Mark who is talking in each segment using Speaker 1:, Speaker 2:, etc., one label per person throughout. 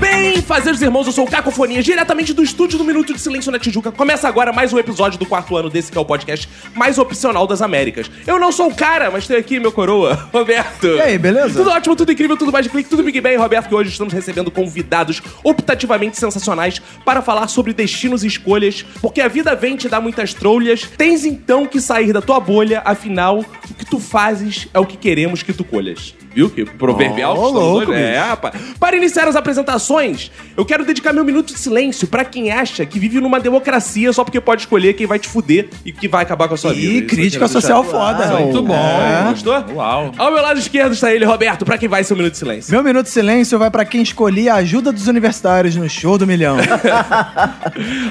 Speaker 1: Bem, fazeres irmãos, eu sou o Cacofonia, diretamente do estúdio do Minuto de Silêncio na Tijuca. Começa agora mais um episódio do quarto ano desse que é o podcast mais opcional das Américas. Eu não sou o cara, mas tenho aqui meu coroa, Roberto. E
Speaker 2: aí, beleza?
Speaker 1: Tudo ótimo, tudo incrível, tudo mais de clique, tudo Big Bang, Roberto, que hoje estamos recebendo convidados optativamente sensacionais para falar sobre destinos e escolhas, porque a vida vem te dar muitas trolhas, tens então que sair da tua bolha, afinal, o que tu fazes é o que queremos que tu colhas. Viu? Que proverbial.
Speaker 2: Ó,
Speaker 1: estamos
Speaker 2: louco,
Speaker 1: hoje. É, rapaz. Para iniciar as apresentações, eu quero dedicar meu minuto de silêncio pra quem acha que vive numa democracia só porque pode escolher quem vai te fuder e que vai acabar com a sua vida.
Speaker 2: Ih,
Speaker 1: Isso é eu
Speaker 2: crítica
Speaker 1: quero deixar
Speaker 2: social
Speaker 1: claro.
Speaker 2: foda.
Speaker 1: Muito bom.
Speaker 2: É.
Speaker 1: Gostou? Uau. Ao meu lado esquerdo está ele, Roberto, pra quem vai seu minuto de silêncio.
Speaker 2: Meu um minuto de silêncio vai pra quem escolhi a ajuda dos universitários no show do milhão.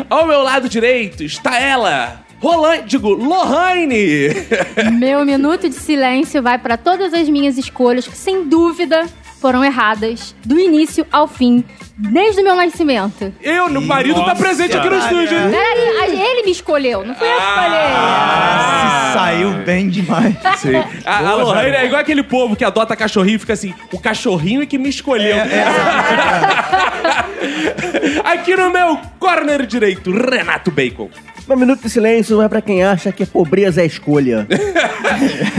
Speaker 1: Ao meu lado direito está ela, Rolan, digo, Lohane.
Speaker 3: Meu minuto de silêncio vai para todas as minhas escolhas que, sem dúvida, foram erradas do início ao fim, desde o meu nascimento.
Speaker 1: Eu, meu marido, tá presente aqui no estúdio. hein?
Speaker 3: Peraí, a- ele me escolheu, não foi eu que
Speaker 1: Ah,
Speaker 2: Se saiu bem demais.
Speaker 1: Sim. A, a Lohane é igual aquele povo que adota cachorrinho e fica assim: o cachorrinho é que me escolheu. Aqui no meu corner direito, Renato Bacon.
Speaker 4: Meu minuto de silêncio não é pra quem acha que a pobreza é escolha.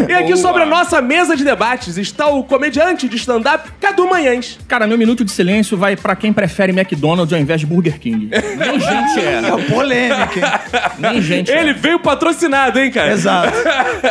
Speaker 1: E aqui sobre a nossa mesa de debates está o comediante de stand-up Cadu Manhães.
Speaker 5: Cara, meu minuto de silêncio vai pra quem prefere McDonald's ao invés de Burger King. Nem gente é.
Speaker 2: Polêmica, hein?
Speaker 5: Nem gente
Speaker 1: Ele
Speaker 5: é.
Speaker 1: veio patrocinado, hein, cara?
Speaker 2: Exato.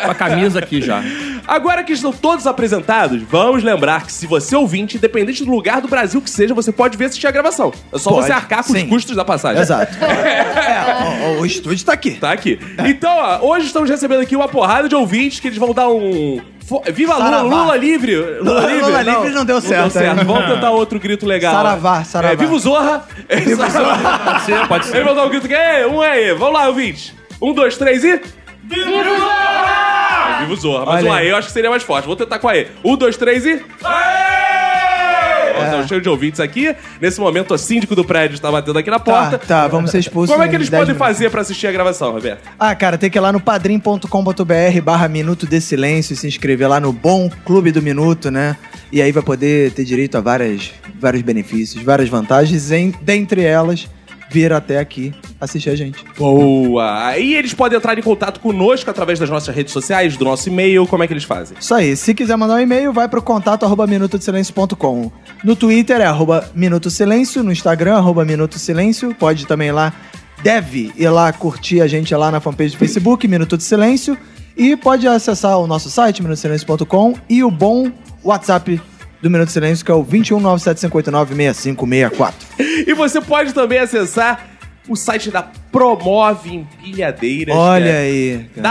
Speaker 5: Com a camisa aqui já.
Speaker 1: Agora que estão todos apresentados, vamos lembrar que se você é ouvinte, independente do lugar do Brasil que seja, você pode ver assistir a gravação. É só
Speaker 2: Pode,
Speaker 1: você arcar com os
Speaker 2: sim.
Speaker 1: custos da passagem.
Speaker 2: Exato. É, o, o- o estúdio tá aqui.
Speaker 1: Tá aqui. Então, ó, hoje estamos recebendo aqui uma porrada de ouvintes que eles vão dar um. fo- Viva Lula,
Speaker 2: Saravá.
Speaker 1: Lula livre!
Speaker 2: Lula livre não deu certo, é.
Speaker 1: Vamos tentar outro grito legal.
Speaker 2: Saravá,
Speaker 1: ó.
Speaker 2: saravá.
Speaker 1: É, viva o Zorra! Viva Zorra!
Speaker 5: Pode ser, pode
Speaker 1: Eles
Speaker 5: ser.
Speaker 1: vão dar um grito que é, um aí. Vamos lá, ouvintes. Um, dois, três e. Viva o Zorra! Viva o Zorra. Mas
Speaker 2: Olha
Speaker 1: um
Speaker 2: aí.
Speaker 1: aí eu acho que seria mais forte. Vou tentar com aí. Um, dois, três e.
Speaker 2: É.
Speaker 1: Aê! Tá cheio de ouvintes aqui. Nesse momento, o síndico do prédio está batendo aqui na porta.
Speaker 2: Tá, tá, vamos ser expulsos.
Speaker 1: Como é
Speaker 2: em
Speaker 1: que eles
Speaker 2: 10
Speaker 1: podem
Speaker 2: minutos.
Speaker 1: fazer pra assistir a gravação, Roberto?
Speaker 2: Ah, cara, tem que ir lá no padrim.com.br barra Minuto de Silêncio e se inscrever lá no Bom Clube do Minuto, né? E aí vai poder ter direito a várias, vários benefícios, várias vantagens, em, dentre elas, vir até aqui assistir a gente.
Speaker 1: Boa! Aí eles podem entrar em contato conosco através das nossas redes sociais, do nosso e-mail, como é que eles fazem?
Speaker 2: Isso aí, se quiser mandar um e-mail, vai pro contato arroba minutodesilêncio.com. No Twitter é arroba Minuto Silêncio, no Instagram é arroba Minuto Silêncio, pode também lá, deve ir lá curtir a gente lá na fanpage do Facebook, Minuto de Silêncio, e pode acessar o nosso site, minutosilêncio.com, e o bom WhatsApp do Minuto de Silêncio, que é o 21975896564.
Speaker 1: E você pode também acessar o site da Promove Empilhadeiras. que
Speaker 2: Olha
Speaker 1: é
Speaker 2: aí. cara.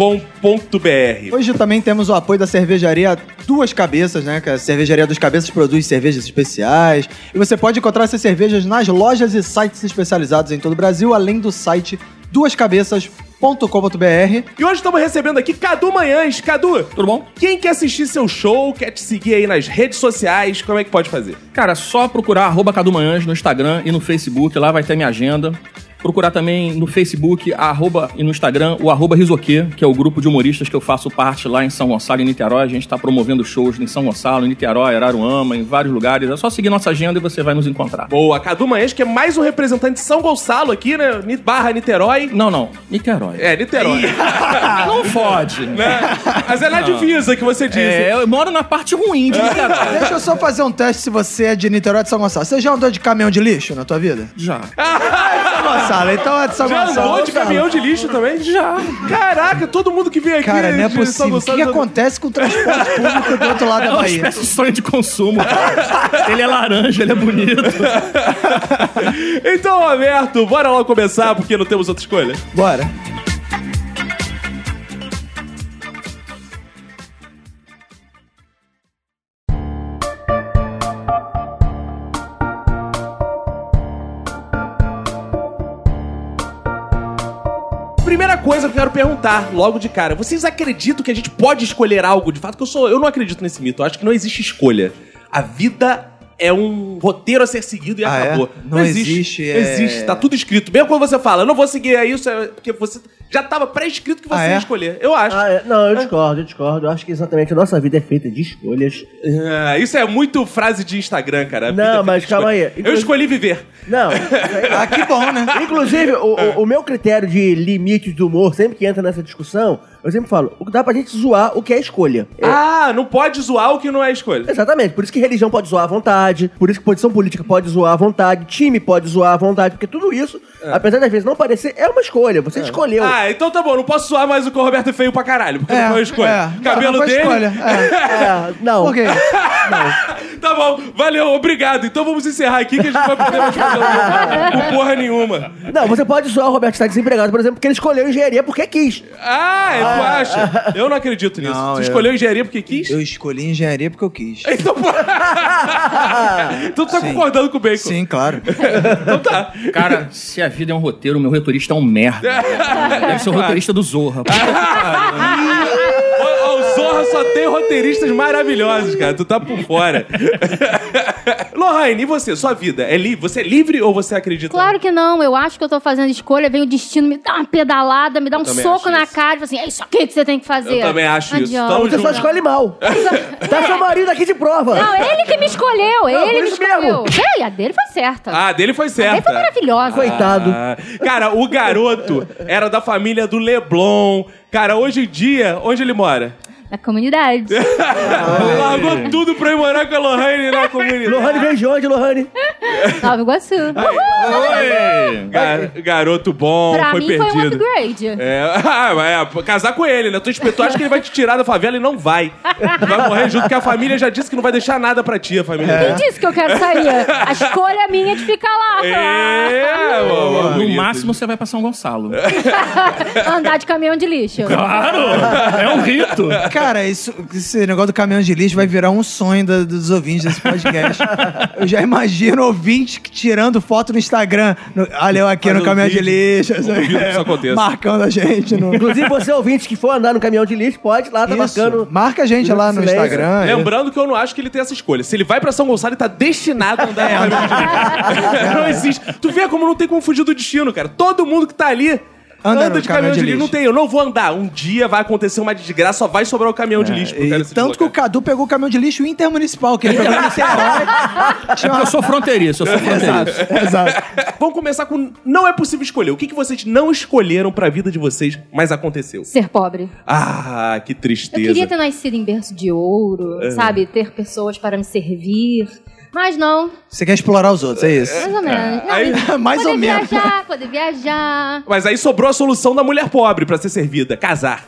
Speaker 1: www.promoveempilhadeiras.com.br
Speaker 2: Hoje também temos o apoio da cervejaria Duas Cabeças, né? Que a cervejaria Duas Cabeças produz cervejas especiais. E você pode encontrar essas cervejas nas lojas e sites especializados em todo o Brasil, além do site duascabeças.com.br.
Speaker 1: E hoje estamos recebendo aqui Cadu Manhães. Cadu,
Speaker 5: Tudo bom?
Speaker 1: quem quer assistir seu show, quer te seguir aí nas redes sociais, como é que pode fazer?
Speaker 5: Cara, só procurar arroba Cadu Manhães no Instagram e no Facebook, lá vai ter minha agenda. Procurar também no Facebook a arroba, e no Instagram o arroba Risoque, que é o grupo de humoristas que eu faço parte lá em São Gonçalo e Niterói. A gente tá promovendo shows em São Gonçalo, em Niterói, Araruama, em vários lugares. É só seguir nossa agenda e você vai nos encontrar.
Speaker 1: Boa, Cadu Manhães, que é mais um representante de São Gonçalo aqui, né? Ni- Barra Niterói.
Speaker 5: Não, não. Niterói.
Speaker 1: É, Niterói.
Speaker 5: Não fode.
Speaker 1: né? Mas é na divisa que você disse.
Speaker 5: É, eu moro na parte ruim de Niterói.
Speaker 2: Deixa eu só fazer um teste se você é de Niterói ou de São Gonçalo. Você já andou de caminhão de lixo na tua vida?
Speaker 5: Já.
Speaker 2: São Gonçalo, então é de São
Speaker 1: Já
Speaker 2: Gonçalo.
Speaker 1: andou de caminhão de lixo também? Já. Caraca, todo mundo que vem aqui.
Speaker 2: Cara, não é
Speaker 1: de São
Speaker 2: possível. O que,
Speaker 1: Gonçalo
Speaker 2: que
Speaker 1: já-
Speaker 2: acontece com o transporte público do outro lado
Speaker 5: É
Speaker 2: da
Speaker 5: uma
Speaker 2: Bahia?
Speaker 5: espécie de sonho de consumo. cara. ele é laranja, ele é bonito.
Speaker 1: Então, Roberto, bora logo começar, porque não temos outra escolha.
Speaker 2: Bora.
Speaker 1: primeira coisa que eu quero perguntar logo de cara, vocês acreditam que a gente pode escolher algo? De fato, que eu sou, eu não acredito nesse mito. Eu acho que não existe escolha. A vida é um roteiro a ser seguido e
Speaker 2: Ah, é?
Speaker 1: acabou.
Speaker 2: Não existe,
Speaker 1: Não
Speaker 2: é-
Speaker 1: existe, tá tudo escrito. Mesmo quando você fala, eu não vou seguir é isso, é porque você já tava pré-escrito que você
Speaker 2: Ah, é?
Speaker 1: ia escolher. Eu acho.
Speaker 4: Ah, é. Não, eu discordo, eu discordo. Eu acho que exatamente a nossa vida é feita de escolhas.
Speaker 1: Ah, isso é muito frase de Instagram, cara. A vida
Speaker 4: Não,
Speaker 1: é feita
Speaker 4: mas
Speaker 1: de
Speaker 4: calma
Speaker 1: escolha.
Speaker 4: aí.
Speaker 1: Eu
Speaker 4: Inclusive-
Speaker 1: escolhi viver.
Speaker 4: Não. isso aí-
Speaker 2: Ah, que bom, né?
Speaker 4: Inclusive, o, o- o meu critério de limites do humor, sempre que entra nessa discussão, eu sempre falo, o que dá pra gente zoar o que é escolha. É-
Speaker 1: Ah, não pode zoar o que não é escolha.
Speaker 4: Exatamente, por isso que religião pode zoar à vontade, por isso que posição política pode zoar à vontade, time pode zoar à vontade, porque tudo isso, apesar das vezes não parecer, é uma escolha, você escolheu.
Speaker 1: Ah, então tá bom, não posso zoar mais o que o Roberto é feio pra caralho, porque não foi escolha.
Speaker 2: é.
Speaker 1: Cabelo
Speaker 2: Não, não foi
Speaker 1: dele.
Speaker 2: escolha, é.
Speaker 4: É, não.
Speaker 2: Ok.
Speaker 1: Tá bom, valeu, obrigado. Então vamos encerrar aqui que a gente não vai poder mais fazer o- o porra nenhuma.
Speaker 4: Não, você pode zoar o Roberto que está desempregado, por exemplo, porque ele escolheu engenharia porque quis.
Speaker 1: Ah, tu acha? Eu não acredito nisso.
Speaker 2: Não,
Speaker 1: tu
Speaker 2: eu-
Speaker 1: escolheu engenharia porque quis?
Speaker 2: Eu escolhi engenharia porque eu quis.
Speaker 1: Então, pô... então tu tá
Speaker 2: Sim.
Speaker 1: concordando com o Bacon.
Speaker 2: Sim, claro.
Speaker 1: Então tá.
Speaker 5: Cara, se a vida é um roteiro, o meu roteirista é um merda. Deve ser o roteirista do Zorra.
Speaker 1: Ó, ó, o Zorra só tem roteiristas maravilhosos, cara. Tu tá por fora. Lohane, e você? Sua vida? É li... Você é livre ou você acredita?
Speaker 3: Claro que não, eu acho que eu tô fazendo escolha, vem o destino, me dá uma pedalada, me dá um
Speaker 1: também
Speaker 3: soco
Speaker 1: acho
Speaker 3: na
Speaker 1: isso.
Speaker 3: cara, tipo assim, é isso aqui que você tem que fazer.
Speaker 1: Eu também acho
Speaker 3: Não
Speaker 1: isso.
Speaker 3: adianta.
Speaker 1: Tamo
Speaker 4: Você só
Speaker 1: junto.
Speaker 4: escolhe mal. tá seu marido aqui de prova.
Speaker 3: Não, é. ele que me escolheu, ele
Speaker 4: por
Speaker 3: me
Speaker 4: isso mesmo.
Speaker 3: escolheu. Ei, a dele foi certa.
Speaker 1: Ah, dele foi
Speaker 3: a dele
Speaker 1: certa.
Speaker 3: foi maravilhosa.
Speaker 4: Coitado.
Speaker 1: Ah, cara, o garoto era da família do Leblon. Cara, hoje em dia, onde ele mora?
Speaker 3: Na comunidade.
Speaker 1: Largou tudo pra ir morar com a Lohane na comunidade.
Speaker 4: Lohane veio de onde, Lohane?
Speaker 3: Nova Iguaçu.
Speaker 1: Tá
Speaker 5: Oi!
Speaker 1: Gar- garoto bom,
Speaker 3: pra
Speaker 1: foi
Speaker 3: mim
Speaker 1: perdido.
Speaker 3: foi um upgrade.
Speaker 1: É, ah, mas é, pô, casar com ele, né? Tu espe- tu acha que ele vai te tirar da favela e não vai. Tu vai morrer junto, porque a família já disse que não vai deixar nada pra ti, a
Speaker 3: Quem
Speaker 1: família.
Speaker 3: disse É que eu quero sair? A escolha minha é de ficar lá.
Speaker 1: É, mano.
Speaker 5: No máximo você vai pra São Gonçalo.
Speaker 3: Andar de caminhão de lixo.
Speaker 5: Claro! É um rito!
Speaker 2: Cara, isso, esse negócio do caminhão de lixo vai virar um sonho da- dos ouvintes desse podcast. eu já imagino ouvinte que tirando foto no Instagram. No, olha eu aqui
Speaker 1: Faz
Speaker 2: no
Speaker 1: um
Speaker 2: caminhão de
Speaker 1: vídeo.
Speaker 2: lixo. sabe?
Speaker 1: vídeo que isso aconteça.
Speaker 2: Marcando a gente no.
Speaker 4: Inclusive, você é ouvinte que for andar no caminhão de lixo, pode lá, tá
Speaker 2: Isso.
Speaker 4: marcando.
Speaker 2: Marca a gente lá no
Speaker 4: Silêncio.
Speaker 2: Instagram.
Speaker 1: Lembrando que eu não acho que ele tem essa escolha. Se ele vai pra São Gonçalo, ele tá destinado a andar na caminhão de lixo. Não existe. Tu vê como não tem como fugir do destino, cara. Todo mundo que tá ali.
Speaker 2: Anda
Speaker 1: Anda,
Speaker 2: no
Speaker 1: de caminhão de, lixo. Não
Speaker 2: lixo.
Speaker 1: tem, eu não vou andar. Um dia vai acontecer uma desgraça, só vai sobrar o caminhão de lixo pro cara
Speaker 2: É, E
Speaker 1: se
Speaker 2: tanto que o
Speaker 1: deslocar.
Speaker 2: Cadu pegou o caminhão de lixo intermunicipal, que ele pegou em Niterói. Tinha uma-
Speaker 5: Eu sou fronteiriço, eu sou fronteiriço.
Speaker 2: Exato.
Speaker 1: Vamos começar com. Não é possível escolher. O que, que vocês não escolheram pra vida de vocês, mas aconteceu?
Speaker 3: Ser pobre.
Speaker 1: Ah, que
Speaker 3: Eu
Speaker 1: tristeza.
Speaker 3: queria ter nascido em berço de ouro, sabe? Ter pessoas para me servir. Mas não,
Speaker 2: Você quer explorar os outros, é isso.
Speaker 3: mais ou menos. Não,
Speaker 1: Aí-
Speaker 3: e-
Speaker 2: mais
Speaker 3: poder
Speaker 2: ou menos.
Speaker 3: viajar, poder viajar.
Speaker 1: Mas aí sobrou a solução da mulher pobre pra ser servida, casar.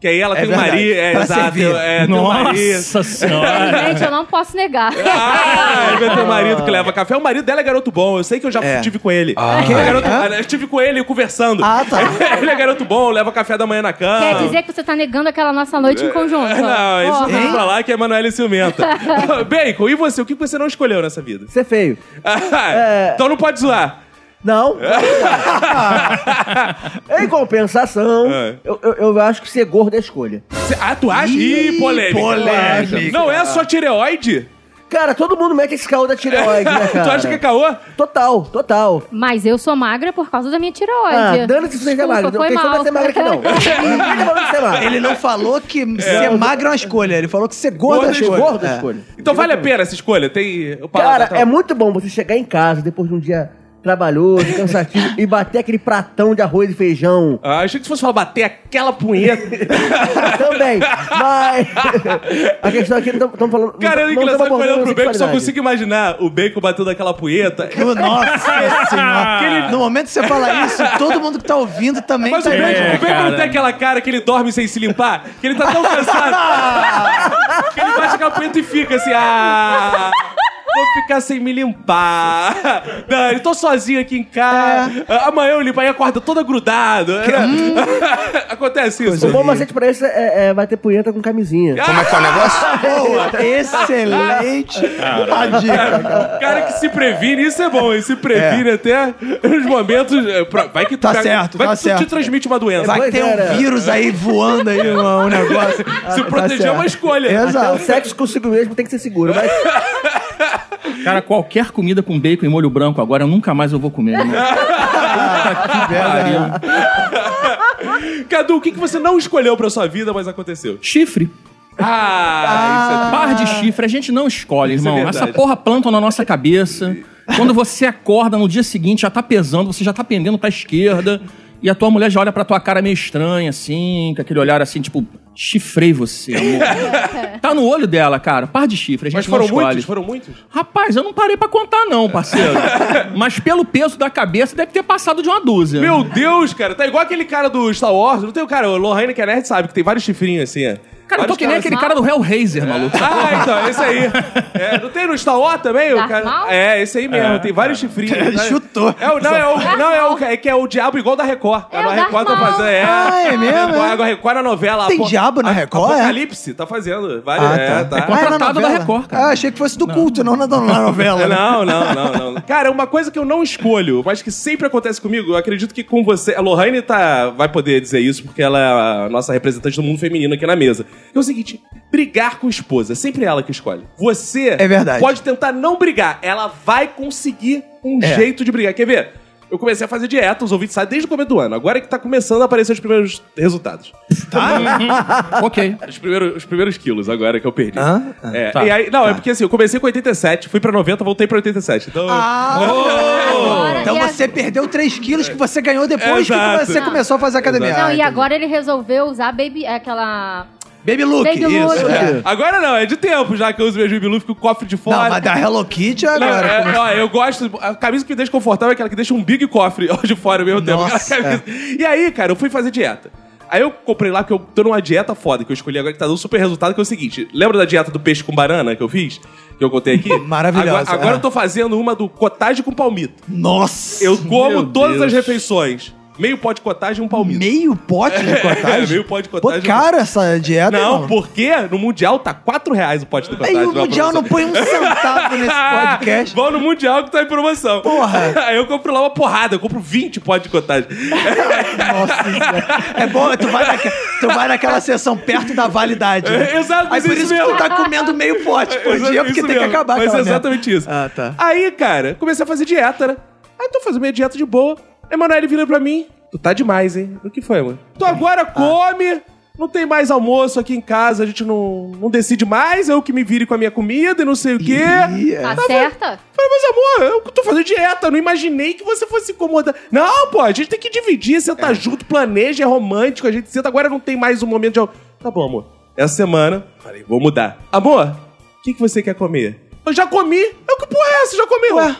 Speaker 1: Que aí ela tem um
Speaker 2: verdade.
Speaker 1: marido, é,
Speaker 2: Pra
Speaker 1: exato,
Speaker 2: servir.
Speaker 1: é, tem um marido.
Speaker 5: Nossa senhora!
Speaker 3: Infelizmente, eu não posso negar.
Speaker 1: Ah, vai ter um marido que leva café. O marido dela é garoto bom, eu sei que eu já
Speaker 2: É.
Speaker 1: estive com ele.
Speaker 2: Quem
Speaker 1: É
Speaker 2: é?
Speaker 1: garoto-
Speaker 2: Hã?
Speaker 1: Eu estive com ele conversando.
Speaker 2: Ah, tá.
Speaker 1: ele é garoto bom, leva café da manhã na cama.
Speaker 3: Quer dizer que você tá negando aquela nossa noite em conjunto.
Speaker 1: É, Não, isso
Speaker 3: Porra.
Speaker 1: não pra lá que é Manuela ciumenta. Bacon, e você? O que você não escolheu nessa vida?
Speaker 4: Você é feio.
Speaker 2: É.
Speaker 1: Então não pode zoar.
Speaker 4: Não.
Speaker 2: Ah.
Speaker 4: em compensação,
Speaker 1: É.
Speaker 4: eu, eu- eu acho que ser gordo é escolha.
Speaker 1: Cê- Ah, tu acha? Ih,
Speaker 2: Ih,
Speaker 1: polêmica.
Speaker 2: polêmica.
Speaker 1: Não é só tireoide?
Speaker 4: Cara, todo mundo mete esse caô da tireoide, né, cara?
Speaker 1: tu acha que é caô?
Speaker 4: Total, total.
Speaker 3: Mas eu sou magra por causa da minha tireoide.
Speaker 4: Ah, dane-se se você é
Speaker 3: Desculpa,
Speaker 4: magro. Não
Speaker 3: foi
Speaker 4: tem
Speaker 3: mal.
Speaker 4: como ser magra aqui, não. Ninguém tá falando de ser
Speaker 1: Ah.
Speaker 4: magro.
Speaker 2: Ele não falou que ser magro é uma escolha, ele falou que ser gordo é
Speaker 1: Gordo é
Speaker 2: escolha.
Speaker 4: Gordo é
Speaker 2: É.
Speaker 4: escolha.
Speaker 1: Então vale a pena essa escolha? Tem. o
Speaker 4: Cara,
Speaker 1: paladar tá-
Speaker 4: é muito bom você chegar em casa depois de um dia trabalhoso, cansativo, e bater aquele pratão de arroz e feijão.
Speaker 1: Ah, achei que você fosse falar bater aquela punheta.
Speaker 4: Também, mas... A questão é aqui, não estamos falando...
Speaker 1: Cara,
Speaker 4: não
Speaker 1: eu
Speaker 4: tamo
Speaker 1: engraçado que
Speaker 4: abordando
Speaker 1: olhando pro Bacon, só
Speaker 4: sexualidade.
Speaker 1: consigo imaginar o Bacon batendo aquela punheta.
Speaker 2: Do- Nossa senhora. Aquele- No momento que você fala isso, todo mundo que tá ouvindo também
Speaker 1: Mas o
Speaker 2: tá
Speaker 1: Bacon,
Speaker 5: É,
Speaker 1: o Bacon não
Speaker 5: cara.
Speaker 1: tem aquela cara que ele dorme sem se limpar, que ele tá tão cansado. que ele bate aquela punheta e fica assim, ah. Vou ficar sem me limpar. Dani, tô sozinho aqui em casa.
Speaker 4: É.
Speaker 1: Amanhã eu limpo, aí acorda toda grudado. Acontece isso.
Speaker 4: O bom macete pra isso é, é bater punheta com camisinha.
Speaker 6: Como é que é o negócio?
Speaker 2: Boa, excelente a dica, cara.
Speaker 1: O cara que se previne, isso é bom, ele se previne até os momentos. é, pra- Vai que tu,
Speaker 2: É. Tá
Speaker 1: pega-
Speaker 2: certo,
Speaker 1: vai
Speaker 2: tá
Speaker 1: que tu te
Speaker 2: certo.
Speaker 1: transmite uma doença.
Speaker 2: Vai
Speaker 4: Pois
Speaker 2: ter
Speaker 4: era.
Speaker 2: um vírus aí voando aí, um, um negócio.
Speaker 1: Se
Speaker 2: Tá
Speaker 1: proteger é uma
Speaker 2: certo.
Speaker 1: escolha.
Speaker 4: Até o
Speaker 2: Exato.
Speaker 4: Então, sexo consigo mesmo tem que ser seguro, mas
Speaker 5: Cara, qualquer comida com bacon e molho branco agora, eu nunca mais eu vou comer. irmão. Puta que pariu.
Speaker 2: É.
Speaker 1: Cadu, o que, que você não escolheu pra sua vida, mas aconteceu?
Speaker 5: Chifre.
Speaker 1: Ah,
Speaker 5: Par de chifre. A gente não escolhe,
Speaker 1: Isso é
Speaker 5: irmão.
Speaker 1: verdade.
Speaker 5: Essa porra planta na nossa cabeça. Quando você acorda no dia seguinte, já tá pesando, você já tá pendendo pra esquerda. E a tua mulher já olha pra tua cara meio estranha, assim, com aquele olhar assim, tipo, chifrei você, amor. tá no olho dela, cara. Par de chifre. A gente
Speaker 1: Mas foram
Speaker 5: não escolhe.
Speaker 1: muitos? Foram muitos?
Speaker 5: Rapaz, eu não parei pra contar, não, parceiro. Mas pelo peso da cabeça, deve ter passado de uma dúzia.
Speaker 1: Meu Deus, cara, tá igual aquele cara do Star Wars. Não tem o cara, o Lohane que é nerd sabe que tem vários chifrinhos assim, é.
Speaker 5: Cara, eu tô
Speaker 1: Vários
Speaker 5: que nem
Speaker 1: caras
Speaker 5: aquele
Speaker 3: assim.
Speaker 5: cara do Hellraiser, maluco.
Speaker 1: Ah, então, esse aí. É, não tem no Star Wars também? O
Speaker 3: Darth
Speaker 1: cara...
Speaker 3: Maul?
Speaker 1: É, esse aí mesmo. Tem vários chifrinhos. Ele
Speaker 2: chutou.
Speaker 1: É o, não, é o, não é, o, é que é o diabo igual da Record.
Speaker 3: É
Speaker 1: a
Speaker 3: o Darth
Speaker 1: Record tá
Speaker 3: Maul.
Speaker 1: fazendo. É,
Speaker 2: Ah, é mesmo, é?
Speaker 1: A Record na novela.
Speaker 2: Tem
Speaker 1: Apo-
Speaker 2: diabo na
Speaker 1: A-
Speaker 2: Record, é?
Speaker 1: Apocalipse, tá fazendo. Vale,
Speaker 2: Ah,
Speaker 1: é, tá.
Speaker 2: Ah, na
Speaker 5: contratado da
Speaker 2: novela?
Speaker 5: Record, cara.
Speaker 2: Ah, achei que fosse do culto, não na da na novela. né?
Speaker 1: Não, não, não, não. Cara, uma coisa que eu não escolho, mas que sempre acontece comigo, eu acredito que com você. A Lohane tá, vai poder dizer isso, porque ela é a nossa representante do mundo feminino aqui na mesa. É o seguinte: brigar com esposa, é sempre ela que escolhe. Você
Speaker 2: É verdade.
Speaker 1: pode tentar não brigar, ela vai conseguir um
Speaker 2: É.
Speaker 1: jeito de brigar. Quer ver? Eu comecei a fazer dieta, os ouvintes saem desde o começo do ano. Agora é que tá começando a aparecer os primeiros resultados.
Speaker 5: ok.
Speaker 1: Os primeiros, os primeiros quilos agora que eu perdi.
Speaker 2: Tá? Hã?
Speaker 1: É,
Speaker 5: Tá.
Speaker 1: e aí, não, é porque assim, eu comecei com 87, fui pra 90, voltei pra 87. Então,
Speaker 2: Ah,
Speaker 3: Agora-
Speaker 2: Então
Speaker 3: e a-
Speaker 2: você perdeu 3 quilos que você ganhou depois
Speaker 1: Exato.
Speaker 2: que você começou a fazer academia.
Speaker 3: Não,
Speaker 2: Ah,
Speaker 3: e
Speaker 2: entendi.
Speaker 3: agora ele resolveu usar baby, é aquela...
Speaker 2: Baby Look,
Speaker 3: Baby
Speaker 2: isso.
Speaker 3: Look.
Speaker 2: é.
Speaker 1: Agora não, é de tempo já que eu uso meu Jubilu, fico com o cofre de fora.
Speaker 2: Não, mas da Hello Kitty
Speaker 1: Não,
Speaker 2: agora.
Speaker 1: é, ó, eu gosto. A camisa que me deixa confortável é aquela que deixa um big cofre de fora ao mesmo tempo.
Speaker 2: Nossa, é.
Speaker 1: Aquela camisa. E aí, cara, eu fui fazer dieta. Aí eu comprei lá, porque eu tô numa dieta foda, que eu escolhi agora, que tá dando super resultado, que é o seguinte. Lembra da dieta do peixe com banana que eu fiz? Que eu contei aqui?
Speaker 2: Maravilhosa,
Speaker 1: Agora, agora
Speaker 2: é.
Speaker 1: eu tô fazendo uma do cottage com palmito.
Speaker 2: Nossa!
Speaker 1: Eu como
Speaker 5: Meu
Speaker 1: todas
Speaker 5: Deus.
Speaker 1: as refeições. Meio pó de cottage e um palmito.
Speaker 2: Meio pote de
Speaker 1: É,
Speaker 2: cottage?
Speaker 1: meio pó de
Speaker 2: Pô,
Speaker 1: cottage.
Speaker 2: cara, essa dieta,
Speaker 1: Não,
Speaker 2: irmão.
Speaker 1: porque no Mundial tá 4 reais o pote do cottage.
Speaker 2: Aí o
Speaker 1: numa
Speaker 2: Mundial não
Speaker 1: promoção.
Speaker 2: põe um centavo nesse podcast.
Speaker 1: Vão no Mundial que tá em promoção.
Speaker 2: Porra.
Speaker 1: Aí eu compro lá uma porrada, eu compro 20 potes de cottage.
Speaker 2: Nossa, isso é é bom, tu vai, naque- tu vai naquela sessão perto da validade. né?
Speaker 1: É, exato,
Speaker 2: Aí
Speaker 1: mas
Speaker 2: por
Speaker 1: isso
Speaker 2: isso, que tu
Speaker 1: mesmo.
Speaker 2: tá comendo meio pote por
Speaker 1: Exa-
Speaker 2: dia, porque
Speaker 1: isso
Speaker 2: tem que
Speaker 1: mesmo.
Speaker 2: acabar
Speaker 1: Mas é
Speaker 2: aquela merda.
Speaker 1: exatamente isso.
Speaker 2: Ah, tá.
Speaker 1: Aí, cara, comecei a fazer dieta, né? Aí tô fazendo minha dieta de boa. Aí, Manoel vira pra mim. Tu tá demais, hein? O que foi, mano?
Speaker 2: Ah.
Speaker 1: Tu agora come, não tem mais almoço aqui em casa, a gente não, não decide mais, eu que me vire com a minha comida e não sei o quê.
Speaker 2: Ih, é.
Speaker 3: Tá certa?
Speaker 1: Falei, mas amor, eu tô fazendo dieta, eu não imaginei que você fosse incomodar. Não, pô, a gente tem que dividir, senta junto, planeja, é romântico, a gente senta, agora não tem mais um momento de... al- Tá bom, amor. Essa semana, falei, vou mudar. Amor, o que, que você quer comer? Eu já comi. Eu, que porra é essa? Já comi, ué.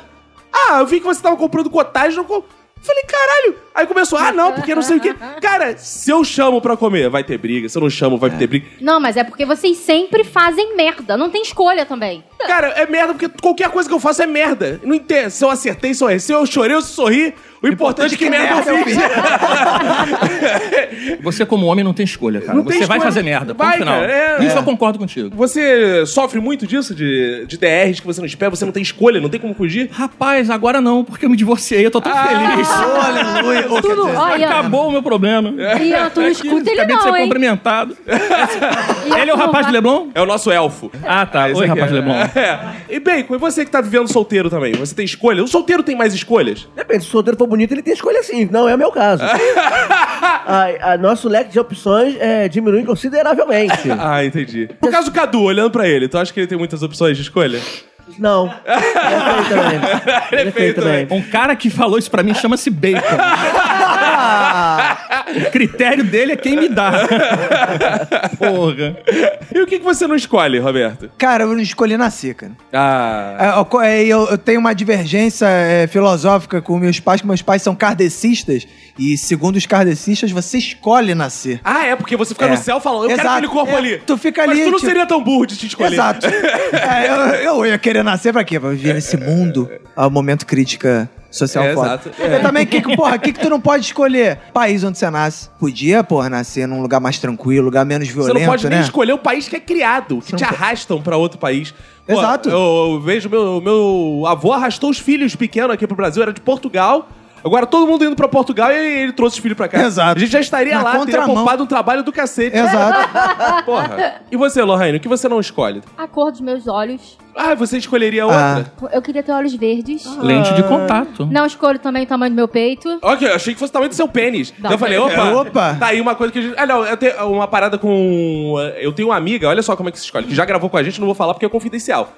Speaker 1: Ah, eu vi que você tava comprando cottage, não com... Falei, caralho. Aí começou, ah, não, porque não sei o quê. Cara, se eu chamo pra comer, vai ter briga. Se eu não chamo, vai ter briga.
Speaker 3: Não, mas é porque vocês sempre fazem merda. Não tem escolha também.
Speaker 1: Cara, é merda porque qualquer coisa que eu faço é merda. Não entendo. Se eu acertei, se eu errei. Se eu chorei, eu sorri. O importante é que, merda eu fiz.
Speaker 5: Você, como homem, não tem escolha, cara.
Speaker 1: Não
Speaker 5: você
Speaker 1: tem
Speaker 5: vai
Speaker 1: escolha.
Speaker 5: fazer merda. Ponto
Speaker 1: Vai,
Speaker 5: final.
Speaker 1: cara, é-
Speaker 5: Isso
Speaker 1: é.
Speaker 5: eu concordo contigo.
Speaker 1: Você sofre muito disso, de, de DRs que você não espera, você não tem escolha, não tem como fugir?
Speaker 5: Rapaz, agora não, porque eu me divorciei, eu tô
Speaker 1: Ah,
Speaker 5: tão feliz.
Speaker 2: Aleluia. Ô, quer
Speaker 3: Tudo,
Speaker 2: dizer,
Speaker 3: olha,
Speaker 5: Acabou o meu problema.
Speaker 1: É.
Speaker 3: Ian, tu não
Speaker 5: Aqui,
Speaker 3: escuta ele
Speaker 5: Acabei de
Speaker 3: não,
Speaker 5: ser
Speaker 3: hein?
Speaker 5: cumprimentado.
Speaker 3: Ian,
Speaker 5: Ele é o
Speaker 3: tu não
Speaker 5: rapaz
Speaker 3: vai-
Speaker 5: do Leblon?
Speaker 1: É o nosso elfo.
Speaker 5: Ah, tá.
Speaker 1: Esse
Speaker 5: Oi,
Speaker 1: aqui
Speaker 5: rapaz
Speaker 1: é.
Speaker 5: do Leblon.
Speaker 1: É. E Bacon, e você que tá vivendo solteiro também? Você tem escolha? O solteiro tem mais escolhas?
Speaker 4: depende, se o solteiro for bonito, ele tem escolha sim. Não é o meu caso. a, a- nosso leque de opções é, diminui consideravelmente.
Speaker 1: Ah, entendi. Por causa do Cadu, olhando pra ele, tu acha que ele tem muitas opções de escolha?
Speaker 4: Não. Ele é feio também. Ele é feio também.
Speaker 5: Um cara que falou isso pra mim chama-se Bacon. o critério dele é quem me dá. Porra.
Speaker 1: E o que, que você não escolhe, Roberto?
Speaker 2: Cara, eu não escolhi nascer, cara.
Speaker 1: Ah.
Speaker 2: É, eu co- é, Eu, eu tenho uma divergência é, filosófica com meus pais, que meus pais são kardecistas, e segundo os kardecistas, você escolhe nascer.
Speaker 1: Ah, é porque você fica
Speaker 2: É.
Speaker 1: no céu falando, eu quero
Speaker 2: Exato.
Speaker 1: aquele corpo
Speaker 2: É,
Speaker 1: ali.
Speaker 2: tu fica
Speaker 1: Mas
Speaker 2: ali,
Speaker 1: tu não
Speaker 2: tipo-
Speaker 1: seria tão burro de te escolher.
Speaker 2: Exato. É, eu, eu eu ia querer nascer pra quê? Pra viver nesse mundo ao momento crítica social
Speaker 1: É,
Speaker 2: foda.
Speaker 1: exato.
Speaker 2: Porque também, que, que- porra, o que, que tu não pode escolher? País onde você nasce. Podia, porra, nascer num lugar mais tranquilo, lugar menos
Speaker 1: Você
Speaker 2: violento,
Speaker 1: não pode
Speaker 2: né?
Speaker 1: nem escolher o país que é criado, que
Speaker 2: não
Speaker 1: te
Speaker 2: pode.
Speaker 1: arrastam pra outro país. Pô,
Speaker 2: Exato.
Speaker 1: Eu, eu vejo meu, meu avô arrastou os filhos pequenos aqui pro Brasil, era de Portugal. Agora todo mundo indo pra Portugal e ele trouxe os filhos pra cá.
Speaker 2: Exato.
Speaker 1: A gente já estaria
Speaker 2: Na
Speaker 1: lá, teria
Speaker 2: contramão. É.
Speaker 1: poupado um trabalho do cacete.
Speaker 2: Exato.
Speaker 1: Porra. E você, Lorraine, o que você não escolhe?
Speaker 3: A cor dos meus olhos.
Speaker 1: Ah, você escolheria outra.
Speaker 3: Eu queria ter olhos verdes.
Speaker 5: Lente de contato.
Speaker 3: Não escolho também o tamanho do meu peito.
Speaker 1: Ok, eu achei que fosse o tamanho do seu pênis.
Speaker 3: Não.
Speaker 1: Então eu falei, opa,
Speaker 2: É, opa.
Speaker 1: tá aí uma coisa que a gente... Ah, não, eu tenho uma parada com... eh, Eu tenho uma amiga, olha só como é que se escolhe, que já gravou com a gente, não vou falar porque é confidencial.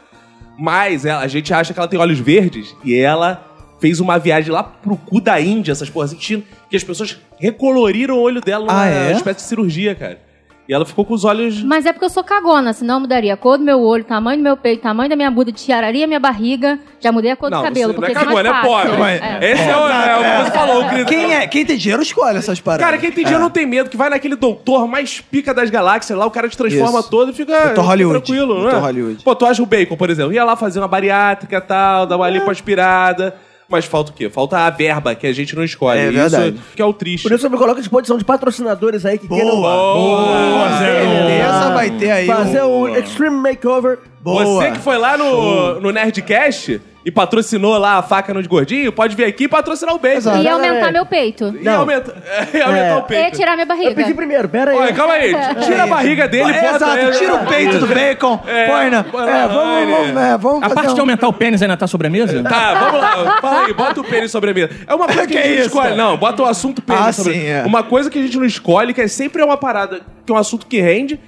Speaker 1: Mas ela- a gente acha que ela tem olhos verdes e ela fez uma viagem lá pro cu da Índia, essas porras assim, China, que as pessoas recoloriram o olho dela numa
Speaker 2: Ah, é?
Speaker 1: espécie de cirurgia, cara. E ela ficou com os olhos...
Speaker 3: Mas é porque eu sou cagona, senão eu mudaria a cor do meu olho, tamanho do meu peito, tamanho da minha bunda, tiraria minha barriga, já mudei a cor
Speaker 1: Não,
Speaker 3: do cabelo,
Speaker 1: você não
Speaker 3: porque
Speaker 1: é
Speaker 3: fica mais
Speaker 1: cagona, é
Speaker 3: fácil.
Speaker 1: pobre.
Speaker 3: É.
Speaker 1: Esse é o, é o que você falou, o grito.
Speaker 2: Quem, é, quem tem dinheiro escolhe essas paradas.
Speaker 1: Cara, quem tem
Speaker 2: É.
Speaker 1: dinheiro não tem medo, que vai naquele doutor mais pica das galáxias lá, o cara te transforma
Speaker 2: Isso.
Speaker 1: todo e fica
Speaker 2: Doutor Hollywood.
Speaker 1: tranquilo, não é?
Speaker 2: Doutor Hollywood.
Speaker 1: Pô, tu acha o Bacon, por exemplo, ia lá fazer uma bariátrica e tal,
Speaker 2: É.
Speaker 1: dar uma lipoaspirada, mas falta o quê? Falta a verba, que a gente não escolhe.
Speaker 2: É verdade.
Speaker 1: Isso que é o triste.
Speaker 4: Por isso eu me coloco à disposição de patrocinadores aí que
Speaker 2: Boa.
Speaker 4: queiram
Speaker 1: Boa,
Speaker 5: um-
Speaker 2: Beleza, vai ter aí.
Speaker 4: fazer
Speaker 2: Ah, um-
Speaker 4: o Extreme Makeover.
Speaker 2: Boa.
Speaker 1: Você que foi lá no, no Nerdcast e patrocinou lá a faca nos gordinhos, pode vir aqui e patrocinar o Bacon.
Speaker 2: Exato.
Speaker 3: E
Speaker 4: Não,
Speaker 3: aumentar
Speaker 4: é.
Speaker 3: meu peito.
Speaker 1: E aumenta- e aumentar
Speaker 4: É.
Speaker 1: o
Speaker 3: E
Speaker 1: peito.
Speaker 3: tirar minha
Speaker 4: Eu
Speaker 3: barriga.
Speaker 4: pedi primeiro, pera aí.
Speaker 1: Olha, calma aí. Tira a barriga dele,
Speaker 2: É,
Speaker 1: bota
Speaker 2: Exato,
Speaker 1: ele-
Speaker 2: tira o peito do bacon,
Speaker 1: É,
Speaker 2: põe na...
Speaker 1: põe na
Speaker 2: É, vamos,
Speaker 1: lasanha.
Speaker 2: vamos, é, vamos
Speaker 5: A
Speaker 2: fazer
Speaker 5: parte de
Speaker 2: um-
Speaker 5: aumentar o pênis ainda tá sobre a mesa?
Speaker 1: Tá, vamos lá. Fala aí, bota o pênis sobre a mesa. É uma coisa que,
Speaker 2: Que
Speaker 1: a gente
Speaker 2: isso,
Speaker 1: escolhe.
Speaker 2: cara?
Speaker 1: Não, bota o assunto pênis
Speaker 2: Ah,
Speaker 1: sobre a
Speaker 2: sim,
Speaker 1: mesa.
Speaker 2: é.
Speaker 1: Uma coisa que a gente não escolhe, que é sempre é uma parada, que é um assunto que rende,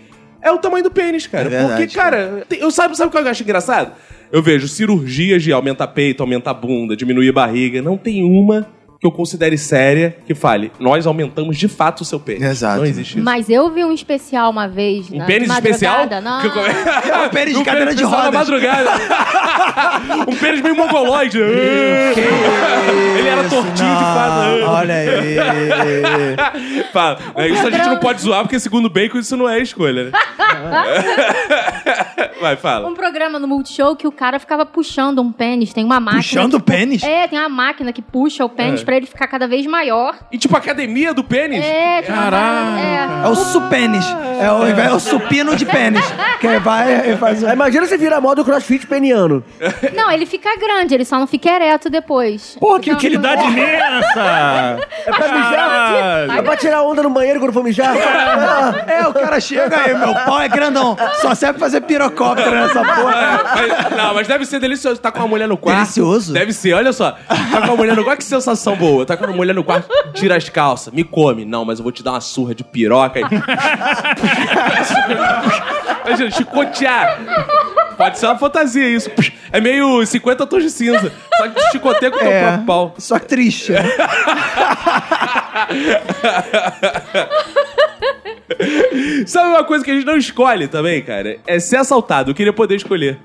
Speaker 1: é o tamanho do pênis, cara.
Speaker 2: É verdade,
Speaker 1: Porque, cara, tem- eu sabe, sabe o que eu acho engraçado? Eu vejo cirurgias de aumentar peito, aumentar bunda, diminuir barriga. Não tem uma que eu considere séria que fale, nós aumentamos de fato o seu pênis.
Speaker 2: Exato.
Speaker 1: Não existe isso.
Speaker 3: Mas eu vi um especial uma vez.
Speaker 1: Um
Speaker 3: na-
Speaker 1: pênis
Speaker 3: de
Speaker 1: especial?
Speaker 3: madrugada, Não.
Speaker 1: Que eu come-
Speaker 2: É um pênis de
Speaker 1: Um
Speaker 2: cadeira de
Speaker 1: especial na
Speaker 2: rodas.
Speaker 1: madrugada. um pênis meio mongoloide. Ele era
Speaker 2: Isso,
Speaker 1: tortinho de
Speaker 2: não,
Speaker 1: fato.
Speaker 2: Olha aí.
Speaker 1: Fala, é, isso a gente não pode zoar, porque segundo o Bacon isso não é escolha, né? Vai, fala.
Speaker 3: Um programa no Multishow que o cara ficava puxando um pênis. Tem uma máquina.
Speaker 2: Puxando
Speaker 3: que
Speaker 2: o pênis?
Speaker 3: É, tem uma máquina que puxa o
Speaker 1: É.
Speaker 3: pênis pra ele ficar cada vez maior.
Speaker 1: E tipo, academia do pênis?
Speaker 3: É, tem uma
Speaker 5: Caralho.
Speaker 3: máquina-
Speaker 2: É o supênis. É o, é o supino de pênis. Que vai e faz. um-
Speaker 4: Aí Imagina você virar moda do crossfit peniano.
Speaker 3: É. Não, ele fica grande, ele só não fica ereto depois.
Speaker 5: Porra, que
Speaker 3: Não,
Speaker 5: utilidade
Speaker 3: não-
Speaker 5: imensa!
Speaker 2: Tá
Speaker 4: É pra mijar? É pra tirar onda no banheiro quando for mijar? Ah,
Speaker 2: É, o cara chega aí, meu pau é grandão. Só serve pra fazer pirocóptero nessa porra.
Speaker 1: Mas- não, mas deve ser delicioso. Tá com uma mulher no quarto.
Speaker 2: Delicioso?
Speaker 1: Deve ser, olha só. Tá com uma mulher no quarto, que sensação boa. Tá com uma mulher no quarto, tira as calças, me come. Não, mas eu vou te dar uma surra de piroca. Imagina, chicotear. Pode ser uma fantasia isso. É meio 50 tons de cinza. Só que tu chicoteia com o teu
Speaker 2: É,
Speaker 1: próprio pau.
Speaker 2: só que triste. né?
Speaker 1: Sabe uma coisa que a gente não escolhe também, cara? É ser assaltado. Eu queria poder escolher.